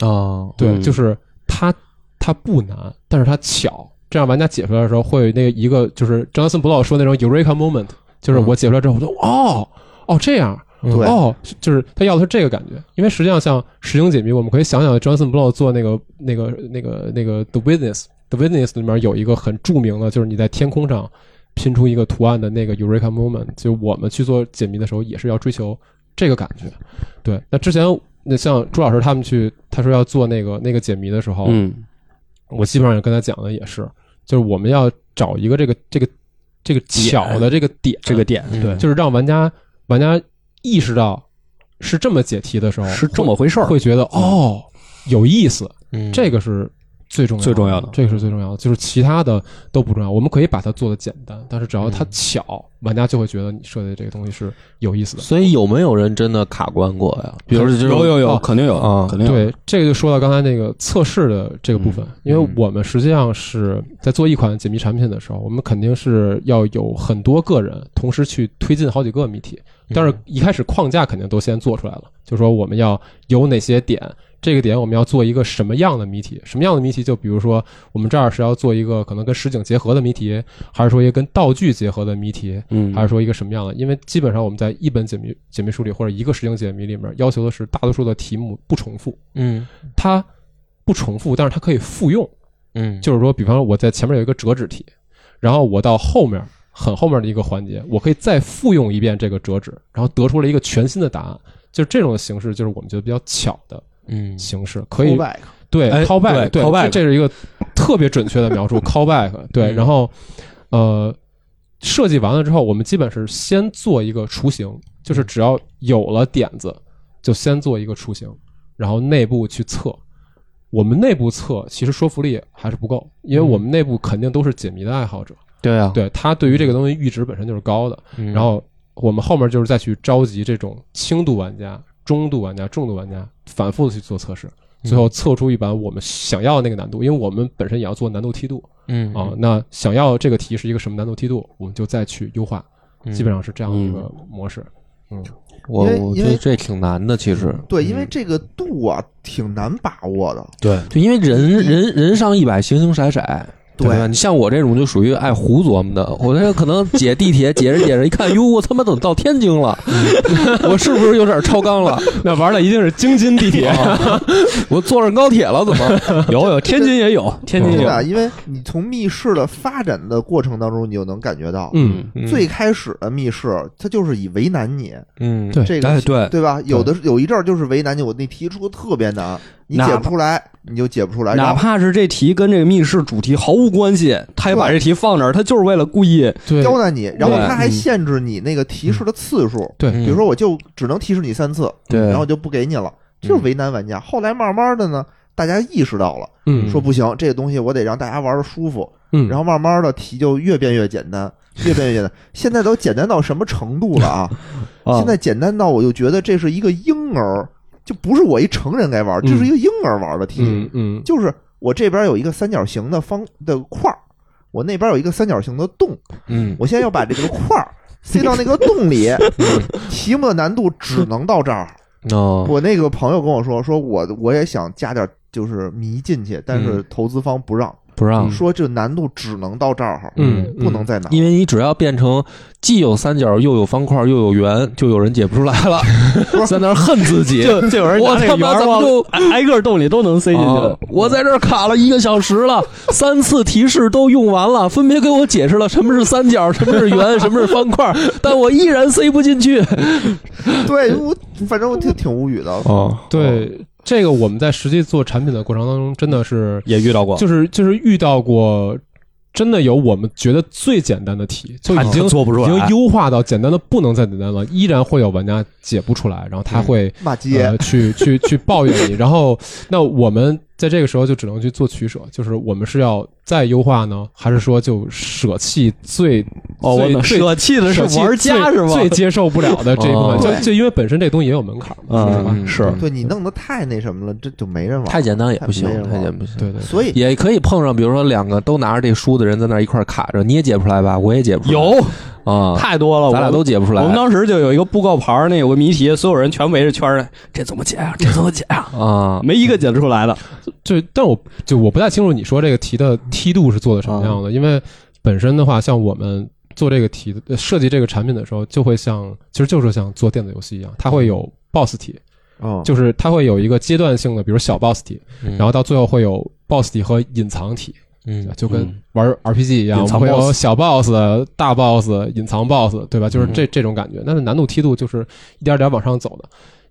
[SPEAKER 1] 哦，
[SPEAKER 4] 对，
[SPEAKER 3] 嗯
[SPEAKER 4] 就是它它不难，但是它巧，这样玩家解出来的时候会有那个一个就是张森不老说那种 eureka moment，就是我解出来之后，我说哦哦这样。
[SPEAKER 2] 对
[SPEAKER 4] 哦，是就是他要的是这个感觉，因为实际上像实景解谜，我们可以想想 Johnson Blow 做那个那个那个那个 The Witness，The Witness 里面有一个很著名的，就是你在天空上拼出一个图案的那个 Eureka moment，就我们去做解谜的时候，也是要追求这个感觉。对，那之前那像朱老师他们去，他说要做那个那个解谜的时候，
[SPEAKER 3] 嗯
[SPEAKER 4] 我基本上跟他讲的也是，就是我们要找一个这个这个这个巧的这个点，
[SPEAKER 3] 这个点
[SPEAKER 4] 对，就是让玩家玩家意识到是这么解题的时候，
[SPEAKER 3] 是这么回事儿，
[SPEAKER 4] 哦
[SPEAKER 3] 嗯
[SPEAKER 4] 会觉得哦有意思，
[SPEAKER 1] 嗯
[SPEAKER 4] 这个是最重要
[SPEAKER 3] 最重要的
[SPEAKER 4] 这个是最重要的，就是其他的都不重要。我们可以把它做的简单，但是只要它
[SPEAKER 3] 嗯
[SPEAKER 4] 巧，玩家就会觉得你设计的这个东西是有意思的。
[SPEAKER 1] 所以有没有人真的卡关过呀？比如就是
[SPEAKER 3] 有有有，
[SPEAKER 4] 哦
[SPEAKER 3] 肯定有，
[SPEAKER 1] 啊
[SPEAKER 3] 肯定有。
[SPEAKER 4] 对，这个就说到刚才那个测试的这个部分，
[SPEAKER 1] 嗯
[SPEAKER 4] 因为我们实际上是在做一款解谜产品的时候，我们肯定是要有很多个人同时去推进好几个谜题，
[SPEAKER 1] 嗯
[SPEAKER 4] 但是一开始框架肯定都先做出来了，就说我们要有哪些点，这个点我们要做一个什么样的谜题？什么样的谜题？就比如说我们这儿是要做一个可能跟实景结合的谜题，还是说一个跟道具结合的谜题，
[SPEAKER 3] 嗯，
[SPEAKER 4] 还是说一个什么样的？因为基本上我们在一本解谜解谜书里或者一个实景解谜里面要求的是大多数的题目不重复，
[SPEAKER 1] 嗯
[SPEAKER 4] 它不重复，但是它可以复用。
[SPEAKER 1] 嗯
[SPEAKER 4] 就是说，比方说我在前面有一个折纸题，然后我到后面很后面的一个环节，我可以再复用一遍这个折纸，然后得出了一个全新的答案。就是这种形式，就是我们觉得比较巧的
[SPEAKER 1] 嗯
[SPEAKER 4] 形式，可以
[SPEAKER 2] Callback
[SPEAKER 4] 对
[SPEAKER 3] 哎
[SPEAKER 4] callback，
[SPEAKER 3] 对
[SPEAKER 4] 对
[SPEAKER 3] callback
[SPEAKER 4] 这这是一个特别准确的
[SPEAKER 3] [laughs]
[SPEAKER 4] 描述 callback。对，
[SPEAKER 1] 嗯
[SPEAKER 4] 然后呃，设计完了之后，我们基本是先做一个雏形，就是
[SPEAKER 3] 嗯
[SPEAKER 4] 只要有了点子，就先做一个雏形，然后内部去测。我们内部测其实说服力还是不够，因为
[SPEAKER 3] 嗯
[SPEAKER 4] 我们内部肯定都是解谜的爱好者，
[SPEAKER 1] 对啊，
[SPEAKER 4] 对他对于这个东西阈值本身就是高的。
[SPEAKER 1] 嗯
[SPEAKER 4] 然后我们后面就是再去召集这种轻度玩家、中度玩家、重度玩家，反复的去做测试，最后测出一版我们想要的那个难度，因为我们本身也要做难度梯度
[SPEAKER 1] 嗯
[SPEAKER 4] 啊、那想要这个题是一个什么难度梯度，我们就再去优化，
[SPEAKER 1] 嗯
[SPEAKER 4] 基本上是这样的一个模式。
[SPEAKER 1] 我
[SPEAKER 2] 因为
[SPEAKER 1] 我觉
[SPEAKER 2] 因
[SPEAKER 1] 得
[SPEAKER 2] 为
[SPEAKER 1] 这挺难的，其实
[SPEAKER 2] 对，因为这个度啊挺难把握的。
[SPEAKER 3] 对，
[SPEAKER 1] 就因为人人人上一百，形形色色。
[SPEAKER 2] 对
[SPEAKER 1] 吧？你像我这种就属于爱胡琢磨的，我这可能解地铁 [laughs] 解着解着，一看，哟，我他妈怎么到天津了？ [laughs] 我是不是有点超纲 [laughs] 了？哦
[SPEAKER 4] 那玩的一定是
[SPEAKER 1] [laughs]
[SPEAKER 4] 京津地铁，
[SPEAKER 1] 我坐上高铁了，怎么？
[SPEAKER 3] 有有，天津也有，天津
[SPEAKER 2] 真
[SPEAKER 3] 也
[SPEAKER 2] 的，
[SPEAKER 3] 嗯
[SPEAKER 2] 因
[SPEAKER 3] 有，
[SPEAKER 2] 为你从密室的发展的过程当中，你就能感觉到，
[SPEAKER 4] 嗯，
[SPEAKER 2] 最开始的密室它就是以为难你，
[SPEAKER 1] 嗯，
[SPEAKER 4] 对
[SPEAKER 2] 这
[SPEAKER 3] 哎
[SPEAKER 2] 个
[SPEAKER 3] 对
[SPEAKER 2] 对吧？有的有一阵儿就是为难你，我那题出特别难，你
[SPEAKER 3] 哪
[SPEAKER 2] 解
[SPEAKER 3] 怕
[SPEAKER 2] 不出来，你就解不出来。
[SPEAKER 3] 哪
[SPEAKER 2] 然后
[SPEAKER 3] 怕是这题跟这个密室主题毫无关系，他也把这题放那儿，他就是为了故意
[SPEAKER 4] 对
[SPEAKER 2] 刁难你，然后
[SPEAKER 3] 对
[SPEAKER 2] 他还限制你那个提示的次数，
[SPEAKER 4] 对，
[SPEAKER 1] 嗯
[SPEAKER 2] 比如说我就只能提示你三次，
[SPEAKER 1] 对
[SPEAKER 3] 嗯
[SPEAKER 2] 然后就不给你了，就是为难玩家。后来慢慢的呢，大家意识到了，
[SPEAKER 4] 嗯，
[SPEAKER 2] 说不行，这个东西我得让大家玩的舒服，
[SPEAKER 4] 嗯，
[SPEAKER 2] 然
[SPEAKER 4] 后
[SPEAKER 2] 后慢慢的题就越变越简单，越变越简单。 [laughs] 现在都简单到什么程度了
[SPEAKER 4] [laughs]
[SPEAKER 2] 啊？
[SPEAKER 3] 啊
[SPEAKER 2] 现在简单到我就觉得这是一个婴儿，就不是我一成人该玩，这是一个婴儿玩的题。
[SPEAKER 4] 嗯嗯
[SPEAKER 2] 就是我这边有一个三角形的方的块儿，我那边有一个三角形的洞，
[SPEAKER 1] 嗯，
[SPEAKER 2] 我现在要把这个块儿塞到那个洞
[SPEAKER 4] [laughs]
[SPEAKER 2] 里，
[SPEAKER 4] 嗯
[SPEAKER 2] 题目的难度只能到这儿。
[SPEAKER 1] 哦，
[SPEAKER 2] 我那个朋友跟我说，说我我也想加点就是迷进去，但是投资方不让，
[SPEAKER 1] 不让
[SPEAKER 4] 嗯，
[SPEAKER 2] 说这难度只能到这儿，
[SPEAKER 4] 嗯
[SPEAKER 2] 不能再难。
[SPEAKER 1] 因为你只要变成既有三角又有方块又有圆，就有人解不出来了，在那儿恨自己。
[SPEAKER 3] 就就有人
[SPEAKER 1] 我
[SPEAKER 3] 拿这
[SPEAKER 1] 他
[SPEAKER 3] 个
[SPEAKER 1] 妈
[SPEAKER 3] 圆儿
[SPEAKER 1] 怎么
[SPEAKER 3] 往
[SPEAKER 1] 就
[SPEAKER 3] 挨挨个洞里都能塞进去
[SPEAKER 1] 啊
[SPEAKER 3] 了。
[SPEAKER 1] 我在这儿卡了一个小时了，三次提示都用完了，分别给我解释了什么是三角，什么是圆，什么是方块，但我依然塞不进去。
[SPEAKER 2] [laughs] 对我反正我挺挺无语的。
[SPEAKER 1] 哦，
[SPEAKER 4] 对这个我们在实际做产品的过程当中，真的是
[SPEAKER 3] 也遇到过，
[SPEAKER 4] 就是就是遇到过，真的有我们觉得最简单的题，就
[SPEAKER 3] 他
[SPEAKER 4] 已经
[SPEAKER 3] 做啊不出
[SPEAKER 4] 已
[SPEAKER 3] 来，
[SPEAKER 4] 经优化到简单的不能再简单了，依然会有玩家解不出来，然后他会、
[SPEAKER 2] 骂
[SPEAKER 3] 嗯
[SPEAKER 2] 街
[SPEAKER 4] 呃、去去去抱怨你，然后那我们在这个时候就只能去做取舍，就是我们是要再优化呢，还是说就舍弃最
[SPEAKER 3] 哦，我
[SPEAKER 4] 最
[SPEAKER 3] 能
[SPEAKER 4] 最
[SPEAKER 3] 舍弃的是
[SPEAKER 4] 舍弃
[SPEAKER 3] 玩家
[SPEAKER 4] 最
[SPEAKER 3] 是吗？
[SPEAKER 4] 最接受不了的这一部分，
[SPEAKER 1] 哦
[SPEAKER 4] 就就因为本身这东西也有门槛嘛，说实话，
[SPEAKER 3] 嗯，是
[SPEAKER 2] 对你弄得太那什么了，这就没人玩。
[SPEAKER 1] 太简单也不行
[SPEAKER 2] 太没，人玩
[SPEAKER 1] 太简单不行。
[SPEAKER 4] 对对，
[SPEAKER 2] 所以
[SPEAKER 1] 也可以碰上，比如说两个都拿着这书的人在那儿一块儿卡着，你也解不出来吧？我也解不出来。
[SPEAKER 3] 有
[SPEAKER 1] 啊，
[SPEAKER 3] 太多了，
[SPEAKER 1] 咱俩
[SPEAKER 3] 我
[SPEAKER 1] 都解不出来。
[SPEAKER 3] 我们当时就有一个布告牌儿，那有个谜题，所有人全围着圈儿来，这怎么解呀、这怎么解呀、
[SPEAKER 1] 啊，
[SPEAKER 3] 没一个解得出来的。
[SPEAKER 4] 就但我就我不太清楚你说这个题的梯度是做的什么样的，因为本身的话，像我们做这个题的呃设计这个产品的时候，就会像其实就是像做电子游戏一样，它会有 BOSS 题，
[SPEAKER 2] 嗯，
[SPEAKER 4] 就是它会有一个阶段性的，比如小 BOSS 题，
[SPEAKER 1] 嗯
[SPEAKER 4] 然后到最后会有 BOSS 题和隐藏题。
[SPEAKER 1] 嗯
[SPEAKER 4] 就跟
[SPEAKER 3] 嗯
[SPEAKER 4] 玩 RPG 一样，
[SPEAKER 3] 隐
[SPEAKER 4] 我
[SPEAKER 3] 藏
[SPEAKER 4] 们会有
[SPEAKER 3] boss 嗯
[SPEAKER 4] 小 boss、大 boss、隐藏 boss，对吧？就是这这种感觉。但是难度梯度就是一点点往上走的。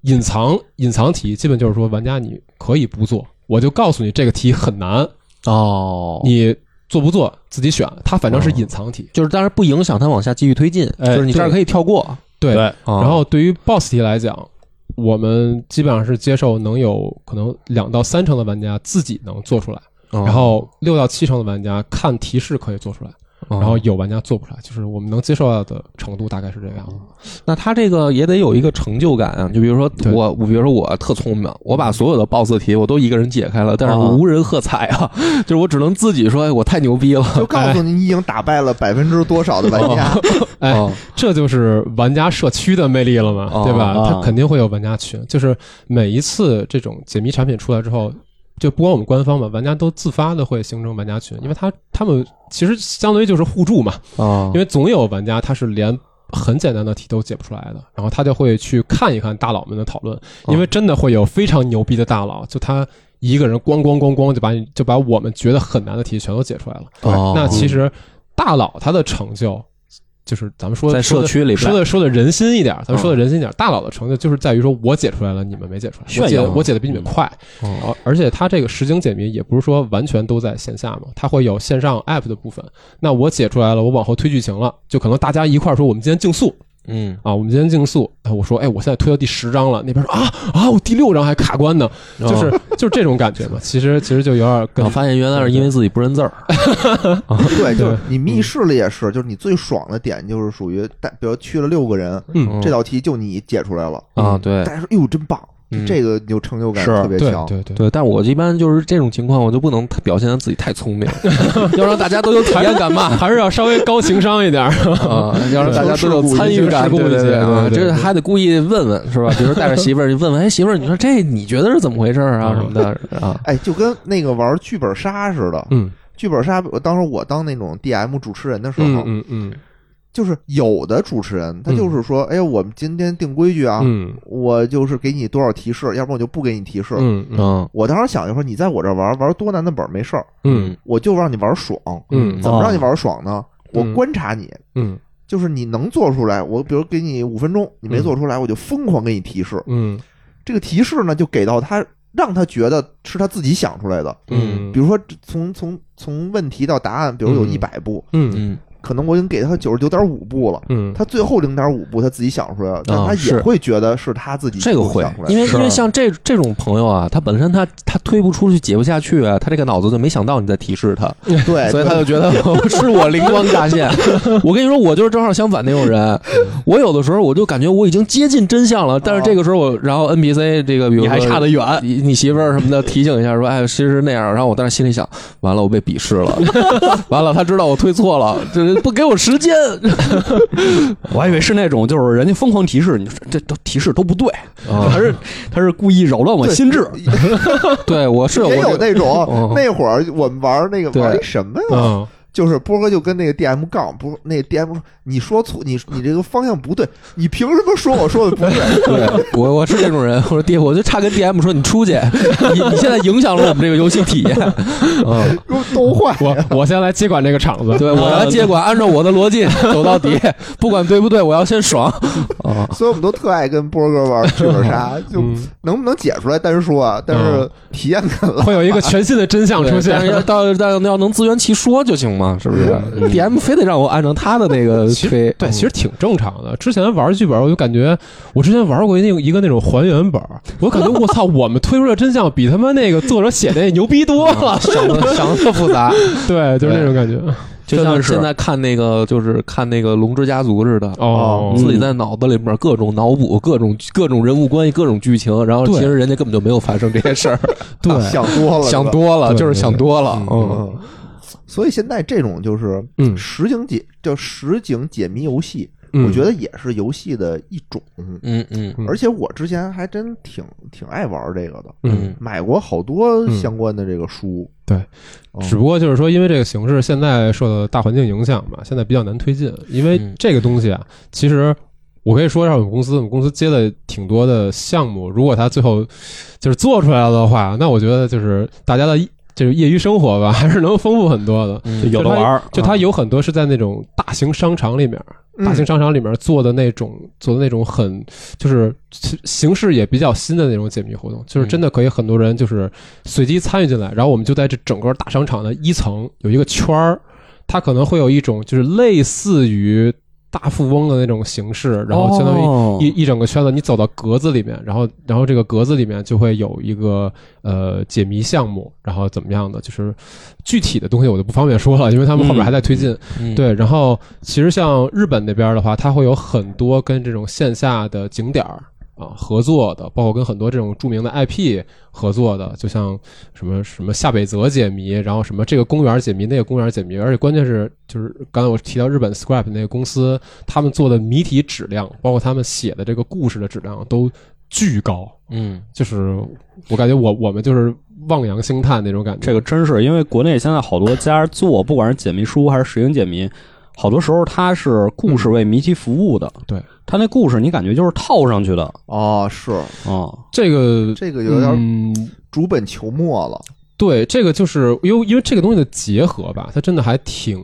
[SPEAKER 4] 隐藏隐藏题基本就是说，玩家你可以不做，我就告诉你这个题很难，
[SPEAKER 1] 哦，
[SPEAKER 4] 你做不做自己选。它反正
[SPEAKER 3] 哦
[SPEAKER 4] 是隐藏题，
[SPEAKER 1] 就是当然不影响它往下继续推进，
[SPEAKER 4] 哎哦
[SPEAKER 1] 就是你这儿可以跳过。
[SPEAKER 4] 对。
[SPEAKER 3] 对
[SPEAKER 1] 然
[SPEAKER 4] 然后对于 boss 题来讲，我们基本上是接受能有可能两到三成的玩家自己能做出来，
[SPEAKER 3] 哦
[SPEAKER 4] 然后六到七成的玩家看提示可以做出来。
[SPEAKER 1] 然
[SPEAKER 4] 然后有玩家做不出来，就是我们能接受到的程度大概是这个
[SPEAKER 1] 哦
[SPEAKER 4] 样子。
[SPEAKER 1] 那他这个也得有一个成就感啊，就比如说
[SPEAKER 4] 对
[SPEAKER 1] 我，我比如说我特聪明，我把所有的 BOSS 题我都一个人解开了，但是
[SPEAKER 3] 啊
[SPEAKER 1] 无人喝彩啊， [laughs] 就是我只能自己说，哎，我太牛逼了。
[SPEAKER 2] 就告诉你，你已经打败了百分之多少的玩家，
[SPEAKER 4] 哎，
[SPEAKER 1] 哦
[SPEAKER 4] 这就是玩家社区的魅力了嘛，
[SPEAKER 1] 哦
[SPEAKER 4] 对吧？
[SPEAKER 3] 啊
[SPEAKER 4] 它肯定会有玩家群，就是每一次这种解谜产品出来之后，就不光我们官方嘛，玩家都自发的会形成玩家群，因为他他们其实相当于就是互助嘛，
[SPEAKER 1] 啊
[SPEAKER 4] 因为总有玩家他是连。很简单的题都解不出来的，然后他就会去看一看大佬们的讨论，
[SPEAKER 1] 哦
[SPEAKER 4] 因为真的会有非常牛逼的大佬，就他一个人咣咣咣咣就把你就把我们觉得很难的题全都解出来了。
[SPEAKER 1] 哦，
[SPEAKER 4] 那其实大佬他的成就，就是咱们说
[SPEAKER 1] 在社区里边
[SPEAKER 4] 说的说的人心一点，咱们
[SPEAKER 1] 嗯
[SPEAKER 4] 说的人心一点，大佬的成就就是在于说我解出来了，你们没解出来，我
[SPEAKER 3] 炫
[SPEAKER 4] 解
[SPEAKER 3] 耀
[SPEAKER 4] 我解的比你们快，
[SPEAKER 1] 嗯
[SPEAKER 4] 而而且他这个实景解谜也不是说完全都在线下嘛，他会有线上 app 的部分。那我解出来了，我往后推剧情了，就可能大家一块儿说我们今天竞速，
[SPEAKER 1] 嗯
[SPEAKER 4] 啊，我们今天竞速，啊我说，哎，我现在推到第十章了，那边说啊啊，我第六章还卡关呢，
[SPEAKER 1] 哦
[SPEAKER 4] 就是就是这种感觉嘛。其实其实就有点跟
[SPEAKER 1] 我发现原来是因为自己不认字儿，
[SPEAKER 2] 对，就是你密室里也是，就是你最爽的点就是属于大，比如去了六个人，
[SPEAKER 4] 嗯
[SPEAKER 2] 这道题就你解出来了，
[SPEAKER 1] 啊，对
[SPEAKER 2] 大家说哎哟真棒，就
[SPEAKER 1] 嗯
[SPEAKER 2] 这个有成就感
[SPEAKER 3] 是
[SPEAKER 2] 特别
[SPEAKER 4] 对
[SPEAKER 2] 强。
[SPEAKER 4] 对对
[SPEAKER 1] 对，但我一般就是这种情况，我就不能太表现得自己太聪
[SPEAKER 4] [laughs]
[SPEAKER 1] 明，要让大家都有体验感嘛，
[SPEAKER 4] 还是要稍微高情商一点儿。
[SPEAKER 1] 啊，要让大家都有参与感，
[SPEAKER 4] 对
[SPEAKER 1] 对对
[SPEAKER 4] 对
[SPEAKER 1] 对
[SPEAKER 4] 对
[SPEAKER 1] 啊，
[SPEAKER 4] 对对
[SPEAKER 1] 这
[SPEAKER 4] 对
[SPEAKER 1] 还得故意问问是吧？比如带着媳妇儿就问问，哎，媳妇儿，你说这你觉得是怎么回事儿啊
[SPEAKER 4] 嗯
[SPEAKER 1] 什么的啊？
[SPEAKER 2] 哎，就跟那个玩剧本杀似的，
[SPEAKER 4] 嗯
[SPEAKER 2] 剧本杀，我当时我当那种 DM 主持人的时候，
[SPEAKER 4] 嗯嗯嗯
[SPEAKER 2] 就是有的主持人他就是说，哎，我们今天定规矩啊，
[SPEAKER 4] 嗯
[SPEAKER 2] 我就是给你多少提示，要不然我就不给你提示。
[SPEAKER 4] 嗯嗯
[SPEAKER 1] 嗯
[SPEAKER 2] 我当时想就说，你在我这玩玩多难的本儿没事儿，
[SPEAKER 4] 嗯
[SPEAKER 2] 我就让你玩爽。
[SPEAKER 4] 嗯
[SPEAKER 1] 哦
[SPEAKER 2] 怎么让你玩爽呢？我
[SPEAKER 4] 嗯
[SPEAKER 2] 观察你，
[SPEAKER 4] 嗯
[SPEAKER 2] 就是你能做出来，我比如给你五分钟，你没
[SPEAKER 4] 嗯
[SPEAKER 2] 做出来，我就疯狂给你提示。
[SPEAKER 4] 嗯
[SPEAKER 2] 这个提示呢，就给到他，让他觉得是他自己想出来的。
[SPEAKER 4] 嗯，
[SPEAKER 2] 比如说，从从从问题到答案，比如有
[SPEAKER 4] 嗯
[SPEAKER 2] 一百步，
[SPEAKER 4] 嗯
[SPEAKER 1] 嗯
[SPEAKER 2] 可能我已经给他九十九点五步了，
[SPEAKER 4] 嗯，
[SPEAKER 2] 他最后零点五步他自己想出来了，但他也
[SPEAKER 1] 啊是
[SPEAKER 2] 会觉得是他自己
[SPEAKER 1] 这个会
[SPEAKER 2] 想出，来的
[SPEAKER 1] 因为
[SPEAKER 3] 是
[SPEAKER 1] 因为像这这种朋友啊，他本身他他推不出去、解不下去啊，他这个脑子就没想到你在提示他，
[SPEAKER 2] 对，
[SPEAKER 1] 所以
[SPEAKER 2] 对
[SPEAKER 1] 他就觉得 [laughs] 是我灵光乍
[SPEAKER 3] [laughs]
[SPEAKER 1] 现。我跟你说，我就是正好相反那种人。我有的时候我就感觉我已经接近真相了，但是这个时候我，然后 NPC 这个，比如
[SPEAKER 3] 你还
[SPEAKER 1] 说
[SPEAKER 3] 差得远，
[SPEAKER 1] 你你媳妇儿什么的提醒一下，说哎，其实那样。然后我当时心里想，完了，我被鄙视了，完了，他 [laughs] 知道我推错了，就是不给我时
[SPEAKER 3] [laughs]
[SPEAKER 1] 间。
[SPEAKER 3] 我还以为是那种就是人家疯狂提示，你说这这都提示都不对，他是他是故意扰乱我
[SPEAKER 2] 对
[SPEAKER 3] 心智，
[SPEAKER 1] 对，我是
[SPEAKER 2] [laughs] 也
[SPEAKER 1] 我
[SPEAKER 2] 有
[SPEAKER 1] 这 [laughs]
[SPEAKER 2] 那种
[SPEAKER 1] 嗯
[SPEAKER 2] 那会儿我们玩那个
[SPEAKER 1] 对
[SPEAKER 2] 玩一什么呀？
[SPEAKER 4] 嗯
[SPEAKER 2] 就是波哥就跟那个 DM 杠，不是那 DM 说你说错，你你这个方向不对，你凭什么说我说的不对？
[SPEAKER 1] [laughs] 对我我是这种人。我说爹，我就差跟 DM 说你出去，你你现在影响了我们这个游戏体验。嗯，
[SPEAKER 2] 给我都坏。
[SPEAKER 4] 我我先来接管这个场子。
[SPEAKER 1] 对我来
[SPEAKER 3] 啊
[SPEAKER 1] 接管，按照我的逻辑走到底，不管对不对，我要先爽。啊，
[SPEAKER 2] 所以我们都特爱跟波哥玩剧本
[SPEAKER 1] [laughs]
[SPEAKER 2] 杀，就
[SPEAKER 4] 嗯
[SPEAKER 2] 能不能解出来单说啊，但
[SPEAKER 1] 嗯
[SPEAKER 2] 是体验感了。
[SPEAKER 4] 会有一个全新的真相出
[SPEAKER 1] 对
[SPEAKER 4] 现
[SPEAKER 3] 哎
[SPEAKER 1] 但。是要到到要能自圆其说就行嘛，是不是
[SPEAKER 3] 嗯
[SPEAKER 1] ？DM 非得让我按照他的那个
[SPEAKER 4] 其
[SPEAKER 1] 推，
[SPEAKER 4] 对，其实挺正常的。之前玩剧本，我就感觉我之前玩过那个一个那种还原本，我感觉我操，我们推出的真相比他妈那个作者写的牛逼多
[SPEAKER 3] [laughs]
[SPEAKER 4] 了。
[SPEAKER 1] [laughs] 想的想的特复杂。
[SPEAKER 4] 对，就是那种感觉。
[SPEAKER 1] 就
[SPEAKER 3] 真
[SPEAKER 1] 像
[SPEAKER 3] 的是
[SPEAKER 1] 现在看那个，就是看那个《龙之家族》似的，啊
[SPEAKER 4] 哦
[SPEAKER 1] 自己在脑子里面各种脑补，各种各种人物关系，各种剧情，然后
[SPEAKER 4] 对
[SPEAKER 1] 其实人家根本就没有发生这些事儿，
[SPEAKER 4] 对，
[SPEAKER 2] 想多了，是吧
[SPEAKER 1] 想多了，
[SPEAKER 4] 对
[SPEAKER 1] 就是想多了。
[SPEAKER 4] 对对
[SPEAKER 1] 嗯
[SPEAKER 2] 嗯。所以现在这种就是
[SPEAKER 4] 嗯
[SPEAKER 2] 实景解叫实景解谜游戏，
[SPEAKER 4] 嗯
[SPEAKER 2] 我觉得也是游戏的一种。
[SPEAKER 1] 嗯嗯
[SPEAKER 4] 嗯
[SPEAKER 2] 而且我之前还真挺挺爱玩这个的，
[SPEAKER 1] 嗯
[SPEAKER 2] 买过好多相关的这个书。
[SPEAKER 4] 嗯对
[SPEAKER 2] 哦，
[SPEAKER 4] 只不过就是说，因为这个形式现在受到大环境影响嘛，现在比较难推进。因为
[SPEAKER 1] 嗯
[SPEAKER 4] 这个东西啊，其实我可以说一下我们公司，我们公司接了挺多的项目。如果它最后就是做出来了的话，那我觉得就是大家的这个业余生活吧，还是能丰富很多的。
[SPEAKER 3] 就有的玩儿，啊
[SPEAKER 4] 就它有很多是在那种大型商场里面，大
[SPEAKER 2] 嗯
[SPEAKER 4] 型商场里面做的那种做的那种很就是形式也比较新的那种解谜活动，就是真的可以很多人就是随机参与进来，然后我们就在这整个大商场的一层有一个圈儿，它可能会有一种就是类似于。大富翁的那种形式，然后相当于
[SPEAKER 3] 哦
[SPEAKER 4] 一一整个圈子，你走到格子里面，然后然后这个格子里面就会有一个呃解谜项目，然后怎么样的，就是具体的东西我就不方便说了，因为他们后边还在推进。
[SPEAKER 1] 嗯，
[SPEAKER 4] 对，然后其实像日本那边的话，它会有很多跟这种线下的景点儿。啊，合作的，包括跟很多这种著名的 IP 合作的，就像什么什么夏北泽解谜，然后什么这个公园解谜，那个公园解谜，而且关键是就是刚才我提到日本 Scrap 那个公司，他们做的谜题质量，包括他们写的这个故事的质量都巨高，
[SPEAKER 1] 嗯，
[SPEAKER 4] 就是我感觉我我们就是望洋兴叹那种感觉。
[SPEAKER 3] 这个真是，因为国内现在好多家做，不管是解谜书还是实景解谜，好多时候它是故事为谜题服务的。
[SPEAKER 4] 对，
[SPEAKER 3] 它那故事你感觉就是套上去的
[SPEAKER 2] 哦，是
[SPEAKER 3] 啊。
[SPEAKER 4] 这个
[SPEAKER 2] 这个有点
[SPEAKER 4] 嗯，
[SPEAKER 2] 逐本求末了。
[SPEAKER 4] 对，这个就是因为因为这个东西的结合吧，它真的还挺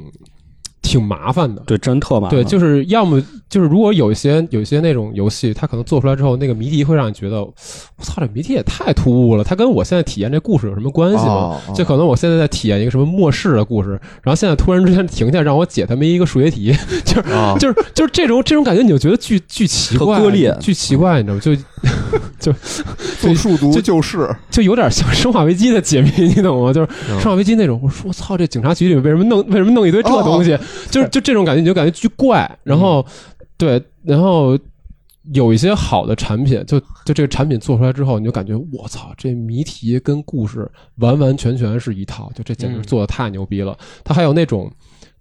[SPEAKER 4] 挺麻烦的。
[SPEAKER 3] 对，真特麻烦。啊
[SPEAKER 4] 对，就是要么就是如果有一些有一些那种游戏，它可能做出来之后，那个谜题会让你觉得，我操，这谜题也太突兀了，它跟我现在体验这故事有什么关系吗？
[SPEAKER 2] 哦哦
[SPEAKER 4] 就可能我现在在体验一个什么末世的故事，然后现在突然之间停下让我解他们一个数学题， [laughs] 就是、
[SPEAKER 2] 啊
[SPEAKER 4] 就是就是这种这种感觉，你就觉得巨巨奇
[SPEAKER 3] 哦特
[SPEAKER 4] 怪，
[SPEAKER 3] 割裂
[SPEAKER 4] 巨奇怪，你知道吗？就
[SPEAKER 2] 做数独就是
[SPEAKER 4] 就有点像《生化危机》的解谜，你
[SPEAKER 1] [laughs]
[SPEAKER 4] 懂吗？就是
[SPEAKER 1] 嗯
[SPEAKER 4] 《生化危机》那种，我说我操，这警察局里为什么弄为什么弄一堆这东
[SPEAKER 1] 嗯
[SPEAKER 4] 西？ [laughs] 就是就这种感觉，你就感觉巨怪。然后，对，然后有一些好的产品，就就这个产品做出来之后，你就感觉我操，这谜题跟故事完完全全是一套，就这简直
[SPEAKER 1] 嗯
[SPEAKER 4] 做的太牛逼了。它还有那种。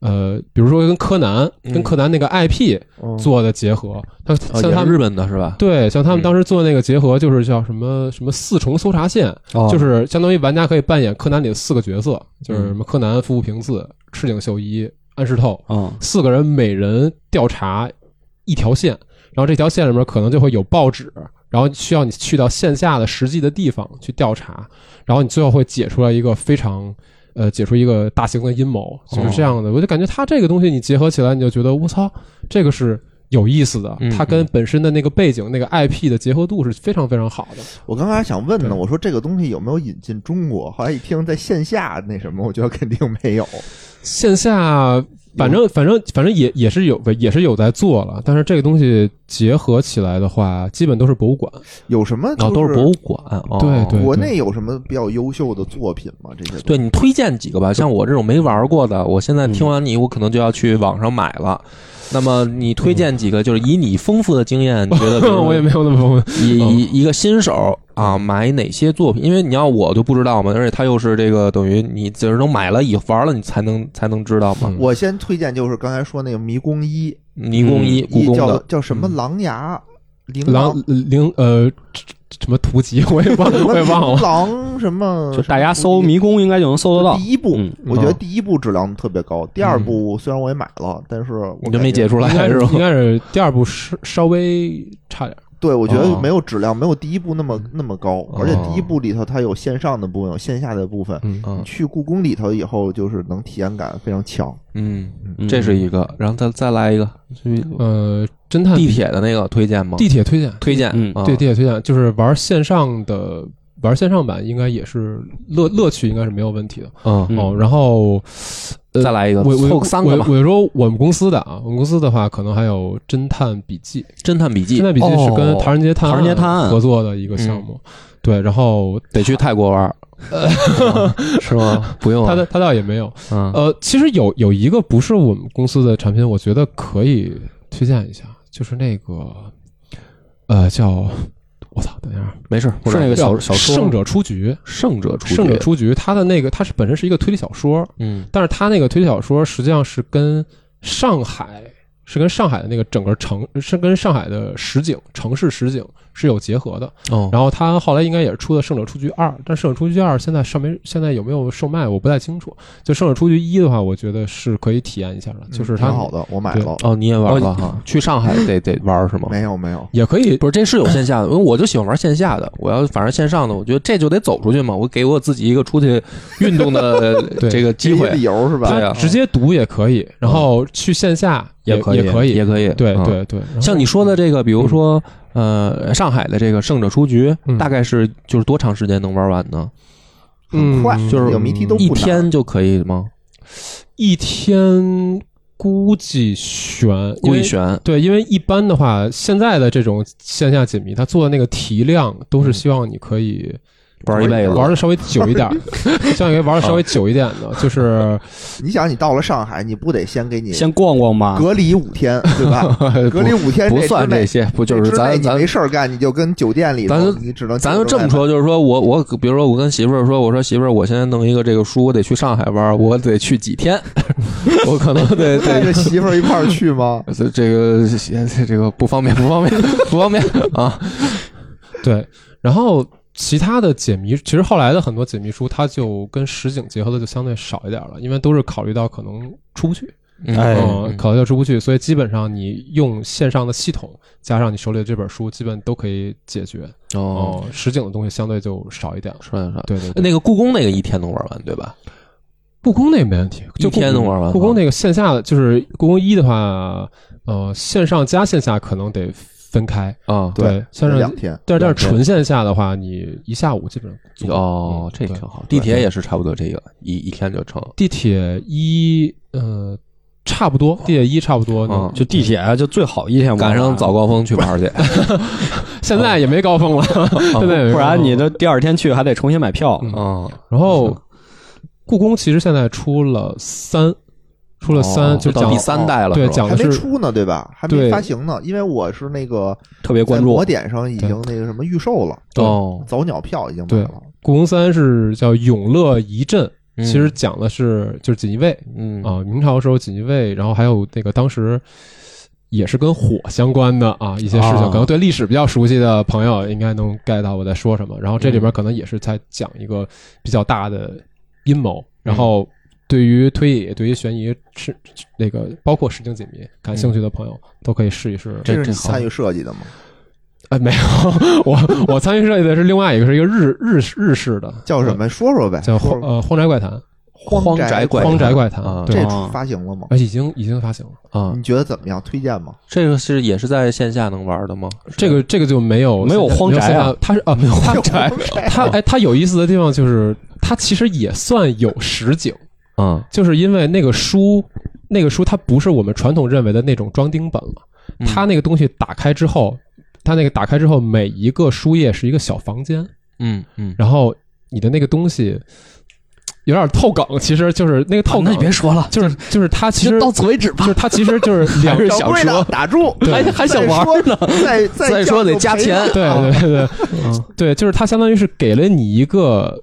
[SPEAKER 4] 呃，比如说跟柯南，跟
[SPEAKER 1] 嗯
[SPEAKER 4] 柯南那个 IP
[SPEAKER 2] 嗯
[SPEAKER 4] 做的结合，它
[SPEAKER 1] 啊也
[SPEAKER 4] 像他
[SPEAKER 1] 是
[SPEAKER 4] 们
[SPEAKER 1] 日本的是吧？
[SPEAKER 4] 对，像他们
[SPEAKER 1] 嗯
[SPEAKER 4] 当时做那个结合，就是叫什么什么四重搜查线，
[SPEAKER 3] 哦
[SPEAKER 4] 就是相当于玩家可以扮演柯南里的四个角色，就是
[SPEAKER 1] 嗯
[SPEAKER 4] 什么柯南、服部平次、赤井秀一、安室透，
[SPEAKER 3] 嗯，
[SPEAKER 4] 四个人每人调查一条线，然后这条线里面可能就会有报纸，然后需要你去到线下的实际的地方去调查，然后你最后会解出来一个非常。呃，解出一个大型的阴
[SPEAKER 1] 哦
[SPEAKER 4] 谋，就是这样的。我就感觉它这个东西你结合起来，你就觉得我操，这个是有意思的。
[SPEAKER 1] 嗯
[SPEAKER 4] 它跟本身的那个背景、那个 IP 的结合度是非常非常好的。
[SPEAKER 2] 我刚才想问呢，
[SPEAKER 4] 对
[SPEAKER 2] 我说这个东西有没有引进中国？后来一听在线下那什么， [laughs] 我觉得肯定没有。
[SPEAKER 4] 线下反正反正反正也也是有也是有在做了，但是这个东西结合起来的话，基本都是博物馆。
[SPEAKER 2] 有什么
[SPEAKER 1] 哦，
[SPEAKER 2] 就
[SPEAKER 1] 都是博物馆，哦
[SPEAKER 4] 对对
[SPEAKER 2] 国内有什么比较优秀的作品吗？这些东西
[SPEAKER 1] 对你推荐几个吧，像我这种没玩过的，我现在
[SPEAKER 4] 嗯
[SPEAKER 1] 听完你，我可能就要去网上买了。那么你推荐几个，就是以你丰富的经验，你觉呃得比如
[SPEAKER 4] 嗯 [laughs] 我也没有那么丰富。
[SPEAKER 1] 以
[SPEAKER 4] 嗯
[SPEAKER 1] 以一个新手啊买哪些作品？因为你要我就不知道嘛，而且它又是这个等于你只能买了以后玩了你才能才能知道嘛。
[SPEAKER 4] 嗯
[SPEAKER 2] 我先推荐就是刚才说那个《迷宫一
[SPEAKER 1] 迷宫一》，故
[SPEAKER 2] 嗯一
[SPEAKER 1] 宫
[SPEAKER 2] 叫
[SPEAKER 1] 的，
[SPEAKER 2] 叫什么狼牙琳
[SPEAKER 4] 狼
[SPEAKER 2] 琅。
[SPEAKER 4] 零呃这这什么图集 [laughs] 我
[SPEAKER 1] [laughs]
[SPEAKER 4] 也忘了，我也忘了。
[SPEAKER 2] 狼什么？
[SPEAKER 3] 就大家
[SPEAKER 2] 什么
[SPEAKER 3] 搜
[SPEAKER 2] 狐狸
[SPEAKER 3] 迷宫应该就能搜得到
[SPEAKER 2] 第。一部
[SPEAKER 3] 嗯，
[SPEAKER 2] 我觉得
[SPEAKER 4] 嗯
[SPEAKER 2] 第一部质量特别高，第二部虽然我也买了，但是我
[SPEAKER 1] 你就没
[SPEAKER 2] 感觉
[SPEAKER 1] 解出来
[SPEAKER 4] 应该
[SPEAKER 1] 是
[SPEAKER 4] 是
[SPEAKER 1] 吧
[SPEAKER 4] 应？该是第二部稍稍微差点儿。
[SPEAKER 2] 对，我觉得
[SPEAKER 1] 哦
[SPEAKER 2] 没有质量，没有第一部那么那么高，而且
[SPEAKER 1] 哦
[SPEAKER 2] 第一部里头它有线上的部分，有线下的部分。
[SPEAKER 4] 嗯
[SPEAKER 1] 嗯
[SPEAKER 2] 去故宫里头以后，就是能体验感非常强。
[SPEAKER 1] 嗯，
[SPEAKER 3] 嗯
[SPEAKER 1] 这是一个，然后再再来一个，是
[SPEAKER 4] 呃，侦探
[SPEAKER 1] 地铁的那个推荐吗？
[SPEAKER 4] 地铁推荐，
[SPEAKER 1] 推荐，
[SPEAKER 3] 嗯
[SPEAKER 1] 啊
[SPEAKER 4] 对地铁推荐就是玩线上的。玩线上版应该也是乐乐趣，应该是没有问题的、
[SPEAKER 1] 嗯，
[SPEAKER 4] 哦。然后呃
[SPEAKER 1] 再来一个，
[SPEAKER 4] 我我
[SPEAKER 1] 凑三个吧。
[SPEAKER 4] 我我说我们公司的啊，我们公司的话可能还有《侦探笔记》，
[SPEAKER 1] 侦探笔
[SPEAKER 4] 《
[SPEAKER 1] 记
[SPEAKER 4] 侦探笔记》是跟《唐人街探
[SPEAKER 3] 哦
[SPEAKER 4] 案
[SPEAKER 3] 唐人街》探案嗯
[SPEAKER 4] 合作的一个项目。对，然后
[SPEAKER 1] 得去泰国玩儿，
[SPEAKER 4] [laughs]
[SPEAKER 1] 是吗？不用啊，
[SPEAKER 4] 他的他倒也没有，
[SPEAKER 1] 嗯
[SPEAKER 4] 呃，其实有有一个不是我们公司的产品，我觉得可以推荐一下，就是那个呃叫我操，等一下，啊
[SPEAKER 1] 没事，不
[SPEAKER 3] 是那个
[SPEAKER 4] 叫
[SPEAKER 3] 小小说吗
[SPEAKER 4] 胜者出局》。
[SPEAKER 1] 胜者出
[SPEAKER 4] 胜者出哦局，它的那个它是本身是一个推理小说，
[SPEAKER 1] 嗯
[SPEAKER 4] 但是它那个推理小说实际上是跟上海是跟上海的那个整个城是跟上海的实景城市实景是有结合的。
[SPEAKER 1] 哦，
[SPEAKER 4] 然后他后来应该也是出的《胜者出局二》，但《胜者出局二》现在上面现在有没有售卖我不太清楚。就《胜者出局一》的话，我觉得是可以体验一下
[SPEAKER 1] 嗯
[SPEAKER 4] 的，就是
[SPEAKER 2] 嗯挺
[SPEAKER 4] 它
[SPEAKER 2] 好的，我买
[SPEAKER 4] 对
[SPEAKER 2] 了。
[SPEAKER 1] 哦，你也玩了哈？去上海得得玩是吗？
[SPEAKER 2] 没有没有，
[SPEAKER 4] 也可以
[SPEAKER 1] 不是，这是有线下的，因为我就喜欢玩线下的。我要反正线上的，我觉得这就得走出去嘛，我给我自己一个出去运动的
[SPEAKER 4] 对
[SPEAKER 1] 这个机
[SPEAKER 2] 这些
[SPEAKER 1] 会。
[SPEAKER 2] 理由是吧？
[SPEAKER 1] 对啊
[SPEAKER 4] 直接读也可以，然后去线下也
[SPEAKER 1] 可以，
[SPEAKER 4] 也
[SPEAKER 1] 嗯也
[SPEAKER 4] 可以，
[SPEAKER 1] 也可以。
[SPEAKER 4] 对
[SPEAKER 1] 嗯，
[SPEAKER 4] 对对，
[SPEAKER 1] 像你说的这个，比如说呃，上海的这个胜者出局，
[SPEAKER 4] 嗯
[SPEAKER 1] 大概是就是多长时间能玩完呢？
[SPEAKER 2] 很快，
[SPEAKER 4] 嗯
[SPEAKER 1] 就是
[SPEAKER 2] 有谜题都不
[SPEAKER 1] 一
[SPEAKER 2] 难
[SPEAKER 1] 天就可以吗？
[SPEAKER 4] 一天估计悬，因
[SPEAKER 1] 故
[SPEAKER 4] 为
[SPEAKER 1] 意选
[SPEAKER 4] 对，因为一般的话，现在的这种线下解谜，他做的那个题量都是希望你可以
[SPEAKER 1] 玩一辈子，
[SPEAKER 4] 玩的稍微久一点儿，希望你可以玩的稍微久一点的，就是
[SPEAKER 2] 你想，你到了上海，你不得先给你
[SPEAKER 3] 先逛逛吧。
[SPEAKER 2] 隔离五天，对吧？隔离五天
[SPEAKER 1] 呃不
[SPEAKER 2] 之
[SPEAKER 1] 算
[SPEAKER 2] 内
[SPEAKER 1] 这些，不就是
[SPEAKER 2] 之内
[SPEAKER 1] 咱
[SPEAKER 2] 你
[SPEAKER 1] 咱
[SPEAKER 2] 没事儿干，你就跟酒店里头，
[SPEAKER 1] 咱就
[SPEAKER 2] 你只能
[SPEAKER 1] 咱就这么，说，就是说我我比如说我跟媳妇儿说，我说媳妇儿，我现在弄一个这个书，我得去上海玩，我得去几天， [laughs] 我可能得
[SPEAKER 2] 带
[SPEAKER 1] 得
[SPEAKER 2] 着 [laughs] 媳妇儿一块儿去
[SPEAKER 4] [laughs]
[SPEAKER 2] 吗？
[SPEAKER 1] [laughs] 这这个这这个不方便，不方便，不方 [laughs] 便啊！
[SPEAKER 4] 对，然后其他的解谜，其实后来的很多解谜书，它就跟实景结合的就相对少一点了，因为都是考虑到可能出不去，
[SPEAKER 1] 嗯
[SPEAKER 3] 哎
[SPEAKER 4] 嗯，考虑到出不去，所以基本上你用线上的系统加上你手里的这本书，基本都可以解决。
[SPEAKER 1] 哦，
[SPEAKER 4] 哦，实景的东西相对就少一点。
[SPEAKER 1] 说来说，
[SPEAKER 4] 对对对，
[SPEAKER 1] 那个故宫那个一天能玩完对吧？
[SPEAKER 4] 故宫那个没问题，就
[SPEAKER 1] 一天能玩完
[SPEAKER 4] 故宫那个线下的就是故宫一的话，呃，线上加线下可能得分开。
[SPEAKER 1] 啊，
[SPEAKER 4] 对，线上
[SPEAKER 2] 两天，
[SPEAKER 4] 但是但是
[SPEAKER 1] 两天
[SPEAKER 4] 纯线下的话，你一下午基本上足够
[SPEAKER 1] 哦
[SPEAKER 4] 嗯，
[SPEAKER 1] 这
[SPEAKER 4] 对
[SPEAKER 1] 挺好。地铁也是差不多这个一一天就成。
[SPEAKER 4] 地铁一呃差不
[SPEAKER 1] 哦
[SPEAKER 4] 多，地铁一差不多，
[SPEAKER 1] 嗯
[SPEAKER 4] 就
[SPEAKER 3] 就地铁啊就最好一天玩完
[SPEAKER 1] 赶上嗯早，高峰去玩 [laughs] 去，
[SPEAKER 4] 现在也没高峰了，
[SPEAKER 1] [laughs]
[SPEAKER 4] 现在也没高
[SPEAKER 3] 不
[SPEAKER 4] 峰
[SPEAKER 3] 然你这第二天去还得重新买票。
[SPEAKER 4] 嗯
[SPEAKER 1] 啊，
[SPEAKER 4] 然后故宫其实现在出了三，出了三，
[SPEAKER 1] 哦
[SPEAKER 4] 就
[SPEAKER 1] 到
[SPEAKER 4] 讲
[SPEAKER 1] 第三代了，
[SPEAKER 4] 对
[SPEAKER 1] 是吧
[SPEAKER 4] 讲
[SPEAKER 2] 还
[SPEAKER 4] 的
[SPEAKER 2] 没
[SPEAKER 4] 是
[SPEAKER 2] 出呢，对吧？还没
[SPEAKER 4] 对
[SPEAKER 2] 发行呢，因为我是那个
[SPEAKER 3] 特别关
[SPEAKER 2] 在
[SPEAKER 3] 注
[SPEAKER 2] 魔，点上已经那个什么预售了，
[SPEAKER 4] 对
[SPEAKER 1] 哦，
[SPEAKER 2] 早鸟票已经买
[SPEAKER 4] 对
[SPEAKER 2] 了。
[SPEAKER 4] 故宫三是叫永乐遗阵，
[SPEAKER 1] 嗯
[SPEAKER 4] 其实讲的是就是锦衣卫
[SPEAKER 1] 嗯
[SPEAKER 4] 啊，明朝时候锦衣卫，然后还有那个当时。也是跟火相关的啊，一些事情
[SPEAKER 1] 啊
[SPEAKER 4] 可能对历史比较熟悉的朋友应该能 get 到我在说什么。然后这里边可能也是在讲一个比较大的阴谋，然后对于推理、对于悬疑是那个包括实景解谜感兴趣的朋友都可以试一试。
[SPEAKER 1] 这
[SPEAKER 2] 是你
[SPEAKER 1] 这好
[SPEAKER 2] 参与设计的吗？
[SPEAKER 4] 哎，没有，我我参与设计的是另外一个，是一个日日日式的，
[SPEAKER 2] 叫什么？说说呗。
[SPEAKER 4] 叫
[SPEAKER 2] 说
[SPEAKER 4] 荒
[SPEAKER 2] 说
[SPEAKER 4] 呃荒宅怪谈，
[SPEAKER 2] 荒宅
[SPEAKER 1] 呃怪
[SPEAKER 4] 荒嗯宅怪谈
[SPEAKER 1] 啊，
[SPEAKER 4] 对
[SPEAKER 2] 这
[SPEAKER 3] 啊
[SPEAKER 2] 发行了吗？
[SPEAKER 4] 哎，已经已经发行了。
[SPEAKER 1] 啊
[SPEAKER 2] 你，觉得怎么样？推荐
[SPEAKER 1] [laughs]
[SPEAKER 2] 吗？
[SPEAKER 1] 这个是也是在线下能玩的吗？
[SPEAKER 4] 这个这个就没有
[SPEAKER 3] 没有荒宅啊
[SPEAKER 4] 没有现在它是啊没有 [laughs] 荒宅，
[SPEAKER 2] 荒宅
[SPEAKER 4] 它哎它有意思的地方就是它其实也算有实景，
[SPEAKER 1] 嗯，
[SPEAKER 4] 就是因为那个书那个书它不是我们传统认为的那种装订本了，
[SPEAKER 1] 嗯
[SPEAKER 4] 它那个东西打开之后，它那个打开之后每一个书页是一个小房间，
[SPEAKER 1] 嗯嗯，
[SPEAKER 4] 然后你的那个东西。有点透梗，其实就是那个透
[SPEAKER 3] 啊那
[SPEAKER 4] 梗，
[SPEAKER 3] 你别说了，
[SPEAKER 4] 就是就是它其实
[SPEAKER 3] 此为止吧
[SPEAKER 4] 就是它其实就是两
[SPEAKER 3] [laughs] 还是
[SPEAKER 4] 种
[SPEAKER 3] 想
[SPEAKER 2] 掌柜的
[SPEAKER 3] 说
[SPEAKER 2] 打住，
[SPEAKER 4] 对
[SPEAKER 3] 还还想玩呢，
[SPEAKER 2] 再再
[SPEAKER 1] 再说
[SPEAKER 2] 叫
[SPEAKER 1] 得
[SPEAKER 2] 就
[SPEAKER 1] 加
[SPEAKER 2] 赔
[SPEAKER 1] 钱
[SPEAKER 2] 了
[SPEAKER 4] [laughs] 对对对
[SPEAKER 1] 嗯
[SPEAKER 4] 对对，就是它相当于是给了你一个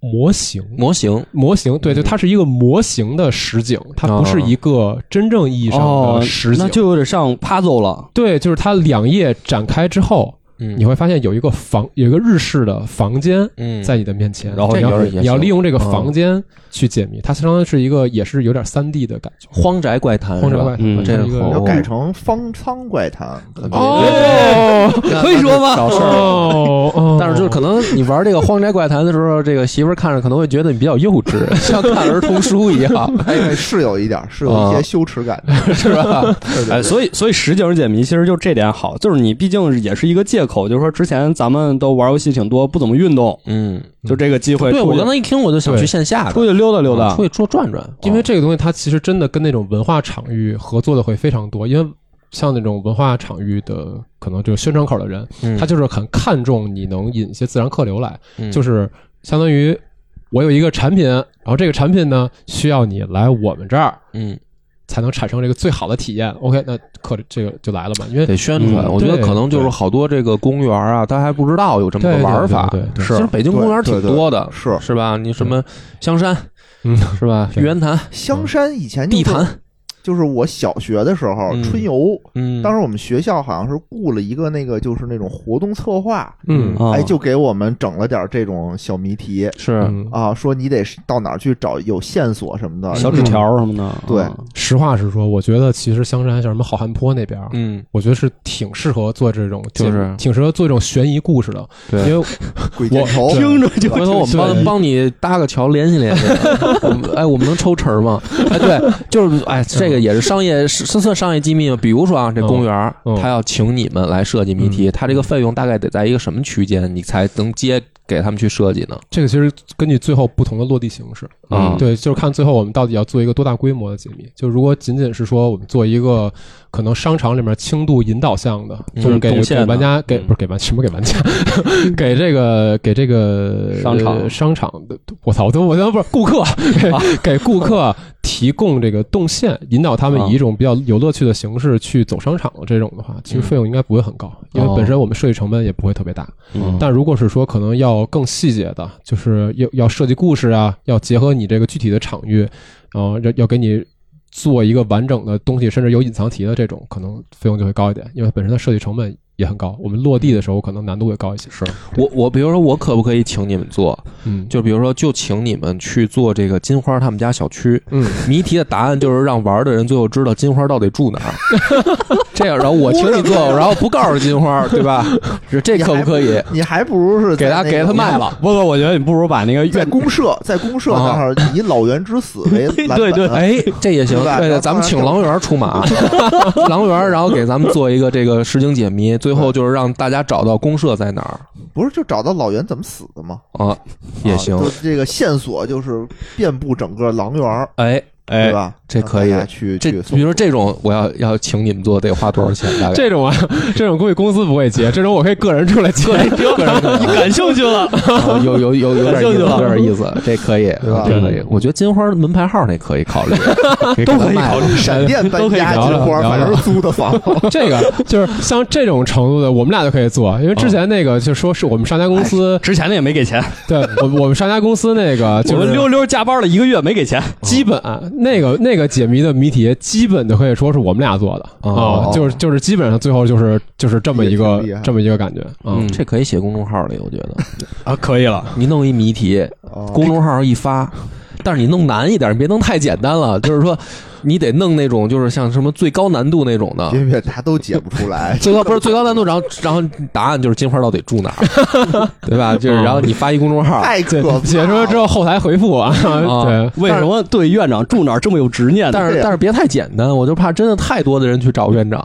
[SPEAKER 4] 模型。
[SPEAKER 1] 模型
[SPEAKER 4] 模型对，就它是一个模型的实景，它不
[SPEAKER 1] 哦
[SPEAKER 4] 是一个真正意义上
[SPEAKER 3] 哦
[SPEAKER 4] 的实，景
[SPEAKER 3] 那。就有点像 puzzle 了。
[SPEAKER 4] 对，就是它两页展开之后，
[SPEAKER 1] 嗯
[SPEAKER 4] 你会发现有一个房，有一个日式的房间
[SPEAKER 1] 嗯
[SPEAKER 4] 在你的面前，
[SPEAKER 1] 然后
[SPEAKER 4] 你
[SPEAKER 1] 这
[SPEAKER 4] 要
[SPEAKER 1] 个也行
[SPEAKER 4] 你要利用这个
[SPEAKER 1] 嗯
[SPEAKER 4] 房间去解谜，它相当于是一个也是有点三 D 的感觉，
[SPEAKER 1] 荒宅怪谈，
[SPEAKER 4] 荒宅
[SPEAKER 1] 谈，
[SPEAKER 4] 怪谈
[SPEAKER 3] 嗯
[SPEAKER 4] 嘛，
[SPEAKER 1] 哎这
[SPEAKER 4] 是
[SPEAKER 1] 个
[SPEAKER 4] 一
[SPEAKER 1] 好
[SPEAKER 2] 要
[SPEAKER 4] 个
[SPEAKER 2] 改成方舱怪谈。
[SPEAKER 1] 哦，
[SPEAKER 3] 可以说吗
[SPEAKER 1] 找事儿。
[SPEAKER 4] 哦哦
[SPEAKER 1] 但是就是可能你玩这个荒宅怪谈的时候，这个媳妇儿看着可能会觉得你比较幼稚， [laughs] 像看儿童书一样，
[SPEAKER 2] [laughs] 哎，是有一点儿，是有
[SPEAKER 1] 啊
[SPEAKER 2] 一些羞耻感
[SPEAKER 1] [laughs]
[SPEAKER 2] 的。
[SPEAKER 1] 是吧？
[SPEAKER 2] 对对
[SPEAKER 3] 哎，所以所以实景解谜其实就这点好，就是你毕竟也是一个借口，就是说之前咱们都玩游戏挺多，不怎么运动，
[SPEAKER 1] 嗯，
[SPEAKER 3] 就这个机会
[SPEAKER 1] 对
[SPEAKER 3] 出
[SPEAKER 1] 我
[SPEAKER 3] 去
[SPEAKER 1] 刚才一听我就想去
[SPEAKER 4] 对
[SPEAKER 1] 线下的嗯
[SPEAKER 3] 出去溜达溜达，
[SPEAKER 1] 出去说转转，
[SPEAKER 4] 因为这个东西它其实真的跟那种文化场域合作的会非常多，因为像那种文化场域的可能就是宣传口的人，
[SPEAKER 1] 嗯
[SPEAKER 4] 他就是很看重你能引一些自然客流来，
[SPEAKER 1] 嗯
[SPEAKER 4] 就是相当于我有一个产品，然后这个产品呢需要你来我们这儿
[SPEAKER 1] 嗯
[SPEAKER 4] 才能产生这个最好的体验。OK，那客这个就来了嘛，因为
[SPEAKER 1] 得宣传。
[SPEAKER 3] 嗯
[SPEAKER 1] 我觉得
[SPEAKER 4] 对
[SPEAKER 1] 可能就是好多这个公园啊，他还不知道有这么个
[SPEAKER 4] 对对
[SPEAKER 1] 玩法。
[SPEAKER 4] 对对对对
[SPEAKER 1] 其实北京公园挺多的，
[SPEAKER 2] 对对对是哎
[SPEAKER 1] 是吧？你什么香山
[SPEAKER 4] 嗯
[SPEAKER 1] 是吧？
[SPEAKER 4] 对
[SPEAKER 1] 玉渊潭、
[SPEAKER 2] 香山以前
[SPEAKER 1] 嗯
[SPEAKER 2] 就
[SPEAKER 1] 地
[SPEAKER 2] 是
[SPEAKER 1] 坛，
[SPEAKER 2] 就是我小学的时候
[SPEAKER 1] 嗯
[SPEAKER 2] 春游，
[SPEAKER 1] 嗯，
[SPEAKER 2] 当时我们学校好像是雇了一个那个就是那种活动策划，
[SPEAKER 1] 嗯
[SPEAKER 3] 啊
[SPEAKER 2] 哎，就给我们整了点这种小谜题
[SPEAKER 1] 是
[SPEAKER 4] 嗯
[SPEAKER 2] 啊，说你得到哪儿去找有线索什么的。
[SPEAKER 3] 小纸条什么的，
[SPEAKER 2] 对
[SPEAKER 3] 嗯
[SPEAKER 4] 实话实说，我觉得其实香山像什么好汉坡那边儿，
[SPEAKER 1] 嗯，
[SPEAKER 4] 我觉得是挺适合做这种，
[SPEAKER 1] 就是
[SPEAKER 4] 挺适合做这种悬疑故事的，
[SPEAKER 1] 对
[SPEAKER 4] 因为
[SPEAKER 2] 鬼见愁，
[SPEAKER 4] 我
[SPEAKER 3] 听着就
[SPEAKER 1] 回头我们
[SPEAKER 4] [laughs] 对
[SPEAKER 1] 帮帮你搭个桥联系联
[SPEAKER 4] [laughs]
[SPEAKER 1] 系。我们哎，我们能抽成儿吗？哎，对，就是哎，这个也是商业，是是算商业机密吗？比如说啊，这公园儿
[SPEAKER 4] 嗯嗯嗯嗯
[SPEAKER 1] 他要请你们来设计谜题，他这个费用大概得在一个什么区间，你才能接给他们去设计呢？
[SPEAKER 4] 这个其实根据最后不同的落地形式，
[SPEAKER 3] 啊
[SPEAKER 1] 嗯
[SPEAKER 4] 对，就是看最后我们到底要做一个多大规模的解密。就如果仅仅是说我们做一个可能商场里面轻度引导项的，
[SPEAKER 1] 嗯
[SPEAKER 4] 就是给
[SPEAKER 3] 动线
[SPEAKER 4] 给
[SPEAKER 3] 的
[SPEAKER 4] 玩家给
[SPEAKER 1] 嗯
[SPEAKER 4] 不是给玩什么给玩
[SPEAKER 3] [laughs]
[SPEAKER 4] 家，给这个给这个
[SPEAKER 3] 商场啊
[SPEAKER 4] 呃商场的，我操，我都我都不是顾客，给给顾客提供这个动线，引导他们
[SPEAKER 3] 啊
[SPEAKER 4] 以一种比较有乐趣的形式去走商场这种的话，其实
[SPEAKER 1] 嗯
[SPEAKER 4] 费用应该不会很高，因
[SPEAKER 3] 哦
[SPEAKER 4] 为本身我们设计成本也不会特别大。
[SPEAKER 3] 嗯
[SPEAKER 4] 但如果是说可能要更细节的，就是要要设计故事啊，要结合你这个具体的场域，呃，要要给你做一个完整的东西，甚至有隐藏题的这种，可能费用就会高一点，因为本身的设计成本也很高。我们落地的时候可能难度会高一些。是，
[SPEAKER 1] 我我比如说，我可不可以请你们做？
[SPEAKER 4] 嗯，
[SPEAKER 1] 就比如说，就请你们去做这个金花他们家小区
[SPEAKER 4] 嗯，
[SPEAKER 1] 谜题的答案，就是让玩的人最后知道金花到底住哪儿。这样，然后我请你做，然后不告诉金花，对吧？是这可不可以？
[SPEAKER 2] 你还不如是
[SPEAKER 1] 给
[SPEAKER 2] 在
[SPEAKER 1] 他
[SPEAKER 2] 那
[SPEAKER 1] 给
[SPEAKER 2] 个
[SPEAKER 1] 他卖了。啊
[SPEAKER 3] 不过我觉得你不如把那个
[SPEAKER 2] 在
[SPEAKER 3] 院
[SPEAKER 2] 公社，在公社那儿以老袁之死为蓝
[SPEAKER 3] 对对
[SPEAKER 2] 本，
[SPEAKER 1] 哎，这也行。
[SPEAKER 2] 对吧
[SPEAKER 1] 对
[SPEAKER 2] 然
[SPEAKER 1] 对，
[SPEAKER 2] 后
[SPEAKER 1] 咱们请狼园出
[SPEAKER 2] [laughs]
[SPEAKER 1] 马，狼园，然后给咱们做一个这个实景解谜，最后就是让大家找到公社在哪儿
[SPEAKER 2] 不是就找到老袁怎么死的吗？
[SPEAKER 1] 啊，也行
[SPEAKER 2] 啊。就这个线索就是遍布整个狼园儿，
[SPEAKER 1] 哎，
[SPEAKER 2] 对
[SPEAKER 3] 哎，
[SPEAKER 2] 吧？
[SPEAKER 1] 这可以
[SPEAKER 2] 让大家去
[SPEAKER 1] 这
[SPEAKER 2] 去搜
[SPEAKER 1] 比如说这种，我要要请你们做，得花多少钱？大概
[SPEAKER 4] 这 [laughs] 种啊，这种估计公司不会接，这种我可以个人出来接。
[SPEAKER 1] 个人可能
[SPEAKER 3] 你感兴趣了？
[SPEAKER 1] 啊有有有 [laughs] 有点意
[SPEAKER 3] 行
[SPEAKER 1] 思，
[SPEAKER 3] 行
[SPEAKER 1] 有点意思，这可以，
[SPEAKER 2] 对吧
[SPEAKER 1] 啊这可以。我觉得金花门牌号那可以考虑， [laughs] 都可以考虑。
[SPEAKER 2] 闪电搬
[SPEAKER 4] 都可以
[SPEAKER 2] 家
[SPEAKER 4] 聊
[SPEAKER 2] 金
[SPEAKER 4] 聊
[SPEAKER 2] 花，
[SPEAKER 4] 聊
[SPEAKER 2] 反正
[SPEAKER 4] 聊
[SPEAKER 2] 是租的房。
[SPEAKER 4] 这个就是像这种程度的，我们俩就可以做，因为之前那个就说是我们上家公司，
[SPEAKER 3] 之前的也没给钱，
[SPEAKER 4] 对我我们上家公司那个
[SPEAKER 3] 我
[SPEAKER 4] 就
[SPEAKER 3] 们
[SPEAKER 4] 是
[SPEAKER 3] 溜溜加班了一个月没给钱，
[SPEAKER 4] 基本啊那个那个解谜的谜题，基本就可以说是我们俩做的啊、
[SPEAKER 1] 哦
[SPEAKER 4] 就是就是基本上最后就是就是这么一
[SPEAKER 2] 也
[SPEAKER 4] 个
[SPEAKER 2] 挺厉害
[SPEAKER 4] 这么一个感觉啊、
[SPEAKER 1] 嗯，这可以写公众号里，我觉得
[SPEAKER 3] 啊，可以了，
[SPEAKER 1] 你弄一谜题，
[SPEAKER 2] 啊
[SPEAKER 1] 公众号一发，但是你弄难一点，别弄太简单了。就是说，你得弄那种就是像什么最高难度那种的，
[SPEAKER 2] 别别，他都解不
[SPEAKER 1] [laughs]。
[SPEAKER 2] 出来
[SPEAKER 1] 最高不是最高难度，然后然后答案就是金花到底住哪儿， [laughs] 对吧？就是然后你发一公众号，
[SPEAKER 2] 太可怕了！
[SPEAKER 4] 写出来之后后台回复啊，对。
[SPEAKER 3] 为什么对院长住哪儿这么有执念呢？
[SPEAKER 1] 但是但是别太简单，我就怕真的太多的人去找院 [laughs] 长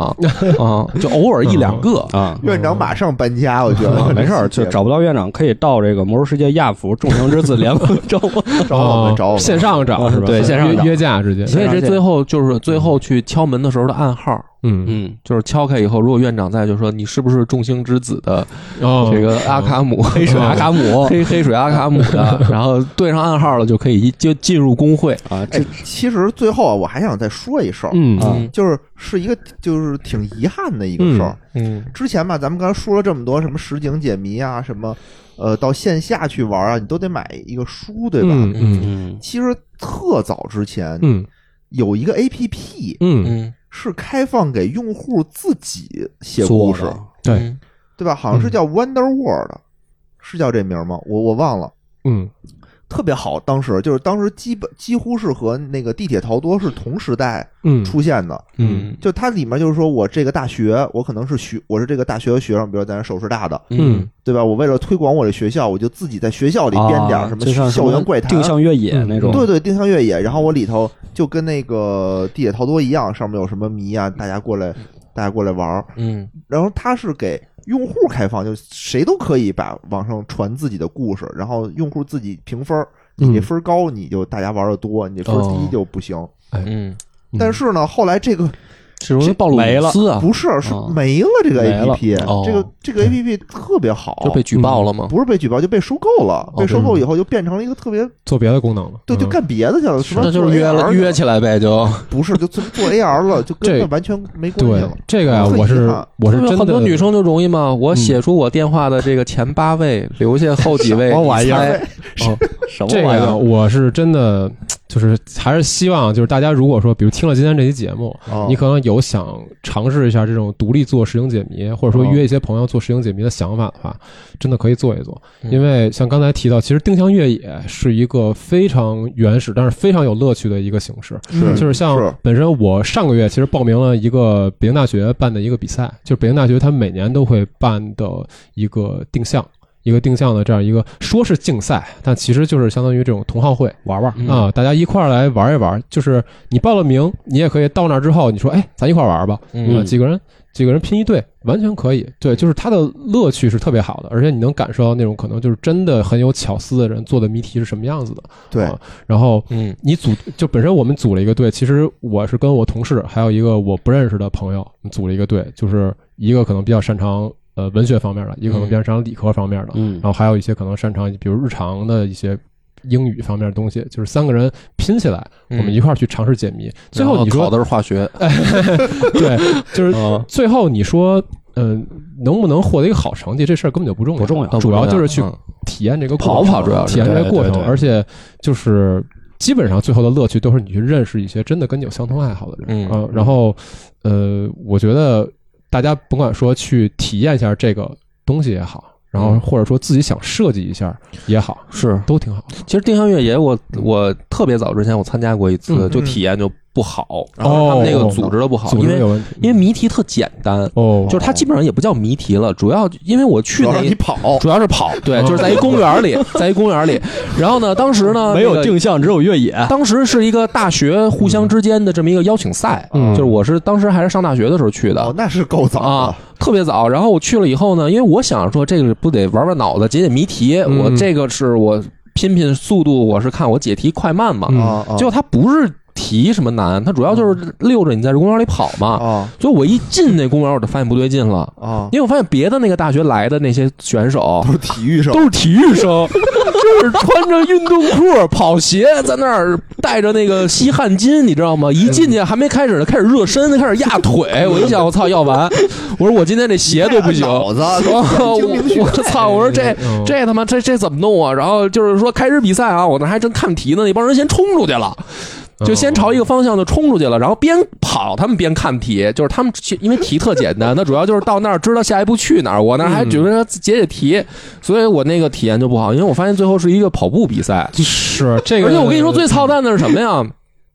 [SPEAKER 1] 啊，就偶尔一两个。
[SPEAKER 3] 啊。
[SPEAKER 2] 院长马上搬家，我觉得
[SPEAKER 3] 啊没事儿，就找不到院长，可以到这个魔兽世界亚服众城之子联盟找我。
[SPEAKER 2] 找我们，找我
[SPEAKER 4] 啊
[SPEAKER 2] 们
[SPEAKER 4] 线上找
[SPEAKER 3] 啊
[SPEAKER 4] 是吧？
[SPEAKER 3] 对线上
[SPEAKER 4] 约
[SPEAKER 3] 找
[SPEAKER 4] 约架直接，
[SPEAKER 1] 所以这最后就是最后去敲门的时候的暗号，
[SPEAKER 4] 嗯，
[SPEAKER 3] 嗯，
[SPEAKER 1] 就是敲开以后，如果院长在，就说你是不是众星之子的
[SPEAKER 4] 哦，
[SPEAKER 1] 这个阿卡姆、
[SPEAKER 3] 黑水阿卡姆
[SPEAKER 1] [laughs] 黑黑水阿卡姆的，然后对上暗号了就可以一就进入工会。
[SPEAKER 3] 啊，这
[SPEAKER 2] 哎，其实最后啊，我还想再说一事儿，
[SPEAKER 4] 嗯
[SPEAKER 3] 啊
[SPEAKER 1] 嗯
[SPEAKER 2] 就是是一个就是挺遗憾的一个事儿。
[SPEAKER 1] 嗯
[SPEAKER 2] 之前吧，咱们刚才说了这么多什么实景解谜啊，什么呃，到线下去玩啊，你都得买一个书，对吧？
[SPEAKER 4] 嗯嗯
[SPEAKER 3] 嗯
[SPEAKER 2] 其实特早之前
[SPEAKER 4] 嗯
[SPEAKER 2] 有一个 A P P
[SPEAKER 4] 嗯
[SPEAKER 1] 嗯，
[SPEAKER 2] 是开放给用户自己写
[SPEAKER 3] 做
[SPEAKER 2] 故
[SPEAKER 3] 的
[SPEAKER 2] 事，
[SPEAKER 4] 对
[SPEAKER 1] 嗯
[SPEAKER 2] 对吧？好像是
[SPEAKER 4] 嗯
[SPEAKER 2] 叫 Wonder World，是叫这名吗？我我忘了。
[SPEAKER 4] 嗯
[SPEAKER 2] 特别好，当时就是当时基本几乎是和那个地铁逃脱是同时代
[SPEAKER 4] 嗯
[SPEAKER 2] 出现的，
[SPEAKER 4] 嗯
[SPEAKER 2] 就它里面就是说我这个大学，我可能是学我是这个大学的学生，比如咱首师大的，
[SPEAKER 4] 嗯
[SPEAKER 2] 对吧？我为了推广我的学校，我就自己在学校里编点儿什
[SPEAKER 3] 啊就像
[SPEAKER 2] 么校园怪谈、
[SPEAKER 3] 定向越野
[SPEAKER 4] 嗯
[SPEAKER 3] 那种，
[SPEAKER 2] 对对，定向越野，然后我里头就跟那个地铁逃脱一样，上面有什么谜啊，大家过来，大家过来玩儿。
[SPEAKER 1] 嗯
[SPEAKER 2] 然后它是给用户开放，就谁都可以把网上传自己的故事，然后用户自己评分儿，你这
[SPEAKER 4] 嗯
[SPEAKER 2] 分儿高你就大家玩的多，你这分儿低就不行。
[SPEAKER 1] 嗯，
[SPEAKER 2] 但是呢，后来这个
[SPEAKER 1] 这容易暴露
[SPEAKER 3] 没了
[SPEAKER 1] 隐私啊，
[SPEAKER 2] 不是是
[SPEAKER 3] 哦
[SPEAKER 2] 没了这个
[SPEAKER 3] 没了
[SPEAKER 2] A P P，
[SPEAKER 1] 哦
[SPEAKER 2] 这个这个 A P P 特别好，
[SPEAKER 1] 就被举报了吗？
[SPEAKER 2] 不是被举报就被收购了，
[SPEAKER 1] 哦
[SPEAKER 2] 被收购以后就变成了一个特别
[SPEAKER 4] 做别的功能了，
[SPEAKER 2] 对，就
[SPEAKER 4] 嗯
[SPEAKER 2] 干别的去了，什么
[SPEAKER 1] 那就是
[SPEAKER 2] 做
[SPEAKER 1] 约
[SPEAKER 2] AR
[SPEAKER 1] 了
[SPEAKER 2] 去
[SPEAKER 1] 约起来呗，就
[SPEAKER 2] 不是，就做做 AR 了，就跟
[SPEAKER 4] 这
[SPEAKER 2] 那完全没关系
[SPEAKER 4] 对
[SPEAKER 2] 了。
[SPEAKER 4] 这个呀，
[SPEAKER 2] 特遗
[SPEAKER 4] 我是
[SPEAKER 2] 憾
[SPEAKER 4] 我是真的
[SPEAKER 1] 很多女生就容易嘛。我写出我电话的这个前八位，留下后几位，
[SPEAKER 3] 什么玩意儿
[SPEAKER 1] 你猜？
[SPEAKER 3] 什么
[SPEAKER 4] 这
[SPEAKER 3] 玩意
[SPEAKER 4] 个
[SPEAKER 3] 儿？
[SPEAKER 4] 我是真的，就是还是希望就是大家如果说，比如听了今天这期节目，
[SPEAKER 2] [laughs] 哦
[SPEAKER 4] 你可能有想尝试一下这种独立做实景解谜，或者说
[SPEAKER 2] 哦
[SPEAKER 4] 约一些朋友做实景解谜的想法的话，真的可以做一做。
[SPEAKER 3] 嗯
[SPEAKER 4] 因为像刚才提到，其实定向越野是一个非常原始，但是非常有乐趣的一个形式。
[SPEAKER 2] 是
[SPEAKER 4] 嗯就是像
[SPEAKER 2] 是
[SPEAKER 4] 本身我上个月其实报名了一个北京大学办的一个比赛，就是北京大学它每年都会办的一个定向。一个定向的这样一个说是竞赛，但其实就是相当于这种同好会
[SPEAKER 3] 玩玩
[SPEAKER 4] 啊、大家一块儿来玩一玩。就是你报了名，你也可以到那儿之后，你说哎，咱一块儿玩吧，
[SPEAKER 1] 嗯
[SPEAKER 4] 啊几个人几个人拼一队，完全可以。对，就是它的乐趣是特别好的，而且你能感受到那种可能就是真的很有巧思的人做的谜题是什么样子的。
[SPEAKER 2] 对
[SPEAKER 1] 哦
[SPEAKER 4] 啊然后
[SPEAKER 1] 嗯
[SPEAKER 4] 你组就本身我们组了一个队，其实我是跟我同事还有一个我不认识的朋友，我们组了一个队，就是一个可能比较擅长呃文学方面的，一个可能比较擅长理科方面的，
[SPEAKER 3] 嗯
[SPEAKER 4] 然后还有一些可能擅长比如日常的一些。英语方面的东西，就是三个人拼起来，我
[SPEAKER 1] 嗯
[SPEAKER 4] 们一块儿去尝试解谜。最后你
[SPEAKER 1] 考
[SPEAKER 4] 说，
[SPEAKER 1] 的是化学，
[SPEAKER 4] 对，就是
[SPEAKER 1] 嗯
[SPEAKER 4] 最后你说，嗯、能不能获得一个好成绩，这事儿根本就不重要，
[SPEAKER 3] 不重要
[SPEAKER 4] 主要就是去
[SPEAKER 1] 嗯
[SPEAKER 4] 体验这个
[SPEAKER 1] 跑
[SPEAKER 4] 过程
[SPEAKER 1] 跑主要是
[SPEAKER 4] 体验这个过程
[SPEAKER 1] 对，对对
[SPEAKER 4] 而且就是基本上最后的乐趣都是你去认识一些真的跟你有相同爱好的人，
[SPEAKER 1] 嗯
[SPEAKER 4] 呃然后呃，我觉得大家甭管说去体验一下这个东西也好，然后
[SPEAKER 1] 嗯
[SPEAKER 4] 或者说自己想设计一下也好，
[SPEAKER 1] 是。
[SPEAKER 4] 都挺好的。
[SPEAKER 1] 其实定向越野我，我特别早之前我参加过一次，
[SPEAKER 4] 嗯
[SPEAKER 1] 就体验就不好，他
[SPEAKER 4] 哦
[SPEAKER 1] 们那个组织的不好，
[SPEAKER 4] 组
[SPEAKER 1] 因
[SPEAKER 4] 织
[SPEAKER 1] 为
[SPEAKER 4] 有问题，
[SPEAKER 1] 因为谜题特简单，
[SPEAKER 4] 哦，
[SPEAKER 1] 就是它基本上也不叫谜题了，主要因为我去
[SPEAKER 2] 主要
[SPEAKER 1] 那
[SPEAKER 2] 让你跑，
[SPEAKER 1] 主要是跑，对，就是在一公园里，在一公园里。然后呢，当时呢
[SPEAKER 3] 没有
[SPEAKER 1] 那个
[SPEAKER 3] 定向，只有越
[SPEAKER 2] 啊
[SPEAKER 3] 野。
[SPEAKER 1] 当时是一个大学互相之间的这么一个邀请赛，
[SPEAKER 4] 嗯
[SPEAKER 1] 就是我是当时还是上大学的时候去的
[SPEAKER 2] 哦，那是够早
[SPEAKER 1] 啊
[SPEAKER 2] 的，，
[SPEAKER 1] 特别早。然后我去了以后呢，因为我想说这个不得玩玩脑子，解解谜题，
[SPEAKER 4] 嗯
[SPEAKER 1] 我这个是我拼拼速度，我是看我解题快慢嘛。
[SPEAKER 4] 嗯
[SPEAKER 2] 啊啊
[SPEAKER 1] 结果它不是题什么难，它主要就是溜着你在这公园里跑嘛。
[SPEAKER 2] 啊
[SPEAKER 1] 所以我一进那公园，我就发现不对劲了，
[SPEAKER 2] 啊，
[SPEAKER 1] 因为我发现别的那个大学来的那些选手
[SPEAKER 2] 都，是体育生
[SPEAKER 1] 都是体育生， [laughs] 就是穿着运动裤、跑鞋，在那儿带着那个吸汗巾，你知道
[SPEAKER 2] 嗯
[SPEAKER 1] 吗？一进去还没开始呢，开始热身，开始压
[SPEAKER 2] [laughs]
[SPEAKER 1] 腿。我一想，我操，要完！我说我今天这鞋都不行。
[SPEAKER 2] 脑子，
[SPEAKER 1] 哦，
[SPEAKER 2] [laughs] 精明
[SPEAKER 1] [laughs] 我
[SPEAKER 2] 去
[SPEAKER 1] 我操！我说这
[SPEAKER 4] 嗯
[SPEAKER 1] 这他妈这这怎么弄啊？然后就是说开始比赛啊，我那还真看题呢，那帮人先冲出去了，就先朝一个方向就冲出去了，然后边跑他们边看题，就是他们其因为题特简单，那主要就是到那儿知道下一步去哪儿。我那还觉得解解题，所以我那个体验就不好，因为我发现最后是一个跑步比赛。
[SPEAKER 4] 是这个，
[SPEAKER 1] 而且我跟你说最操蛋的是什么呀？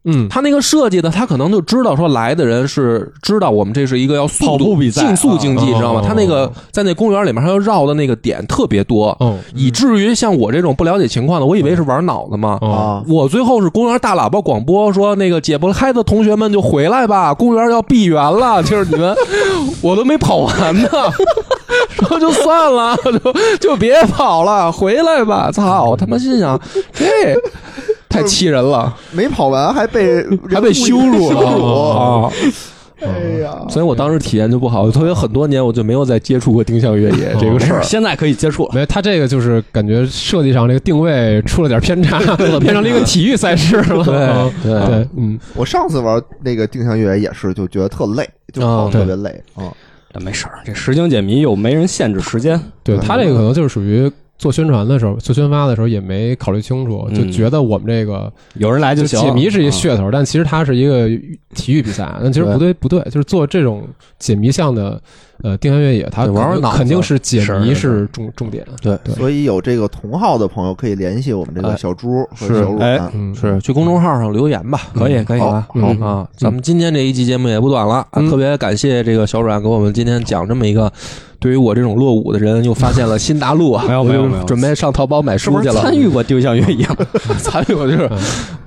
[SPEAKER 4] 嗯
[SPEAKER 1] 他那个设计的，他可能就知道说来的人是知道我们这是一个要速
[SPEAKER 3] 跑
[SPEAKER 1] 度
[SPEAKER 3] 步比赛
[SPEAKER 1] 竞速竞技，
[SPEAKER 4] 啊
[SPEAKER 1] 你知道吗？
[SPEAKER 4] 哦
[SPEAKER 1] 他那个在那公园里面，他要绕的那个点特别多，
[SPEAKER 4] 哦
[SPEAKER 1] 以至于像我这种不了解情况的，我以为是玩脑子嘛。
[SPEAKER 4] 哦
[SPEAKER 2] 啊，
[SPEAKER 1] 我最后是公园大喇叭广播说，那个解不开的同学们就回来吧，公园要闭园了。就是你们，我都没跑完呢， [laughs] 说就算了，就就别跑了，回来吧。操，我他妈心想，这太气人了，
[SPEAKER 2] 没跑完还被
[SPEAKER 1] 还被羞辱
[SPEAKER 2] 羞辱，
[SPEAKER 1] 了啊！
[SPEAKER 2] 哎呀，
[SPEAKER 1] 所以我当时体验就不好，所以很多年我就没有再接触过定向越
[SPEAKER 4] 哦
[SPEAKER 1] 野这个事儿。
[SPEAKER 3] 现在可以接触了。
[SPEAKER 4] 没有，他这个就是感觉设计上这个定位出了点偏
[SPEAKER 1] [laughs]
[SPEAKER 4] 差，变成了一个体育赛事了。嗯
[SPEAKER 1] 对对
[SPEAKER 4] 对，嗯，
[SPEAKER 2] 我上次玩那个定向越野也是，就觉得特累，就跑得特别累啊。
[SPEAKER 3] 没事儿，这实景解谜又没人限制时间，
[SPEAKER 4] 对
[SPEAKER 2] 嗯
[SPEAKER 4] 他这个可能就是属于做宣传的时候，做宣发的时候也没考虑清楚，
[SPEAKER 3] 嗯
[SPEAKER 4] 就觉得我们这个
[SPEAKER 3] 有人来
[SPEAKER 4] 就
[SPEAKER 3] 行。
[SPEAKER 4] 解谜是一噱头，但其实它是一个体育比
[SPEAKER 1] 嗯
[SPEAKER 4] 赛，但其实不对不对，就是做这种解谜项的呃定向越野，它
[SPEAKER 1] 对玩玩
[SPEAKER 4] 肯定
[SPEAKER 1] 脑子
[SPEAKER 4] 肯定是解谜
[SPEAKER 3] 是
[SPEAKER 4] 是重重点。
[SPEAKER 1] 对哎
[SPEAKER 4] 对
[SPEAKER 2] 所以有这个同号的朋友可以联系我们这个小猪和小鲁
[SPEAKER 3] 哎
[SPEAKER 2] 啊
[SPEAKER 4] 嗯，
[SPEAKER 1] 是去公众号上留言吧，
[SPEAKER 3] 可以可以
[SPEAKER 1] 好
[SPEAKER 3] 啊
[SPEAKER 1] 好
[SPEAKER 3] 嗯
[SPEAKER 1] 啊！咱们今天这一期节目也不短了，啊
[SPEAKER 4] 嗯
[SPEAKER 1] 特别感谢这个小阮给我们今天讲这么一个，对于我这种落伍的人又发现了新大陆啊！
[SPEAKER 3] 没有没有没有
[SPEAKER 1] 准备上淘宝买
[SPEAKER 3] 是
[SPEAKER 1] 书
[SPEAKER 3] 不
[SPEAKER 1] 去
[SPEAKER 3] 啊是
[SPEAKER 1] 了。
[SPEAKER 3] 参与过定向越野？
[SPEAKER 1] 参与我就是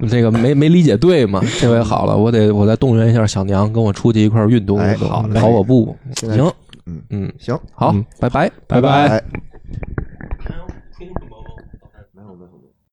[SPEAKER 1] 这个没没理解对嘛？这回好了，我得我再动员一下小娘跟我出去一块儿运动
[SPEAKER 2] 哎
[SPEAKER 1] 运动
[SPEAKER 2] 好，嘞
[SPEAKER 1] 跑跑步，
[SPEAKER 2] 现在
[SPEAKER 1] 行，
[SPEAKER 2] 嗯
[SPEAKER 1] 嗯，
[SPEAKER 2] 行，
[SPEAKER 1] 好
[SPEAKER 4] 嗯，
[SPEAKER 1] 拜拜。
[SPEAKER 3] 拜拜
[SPEAKER 2] 拜。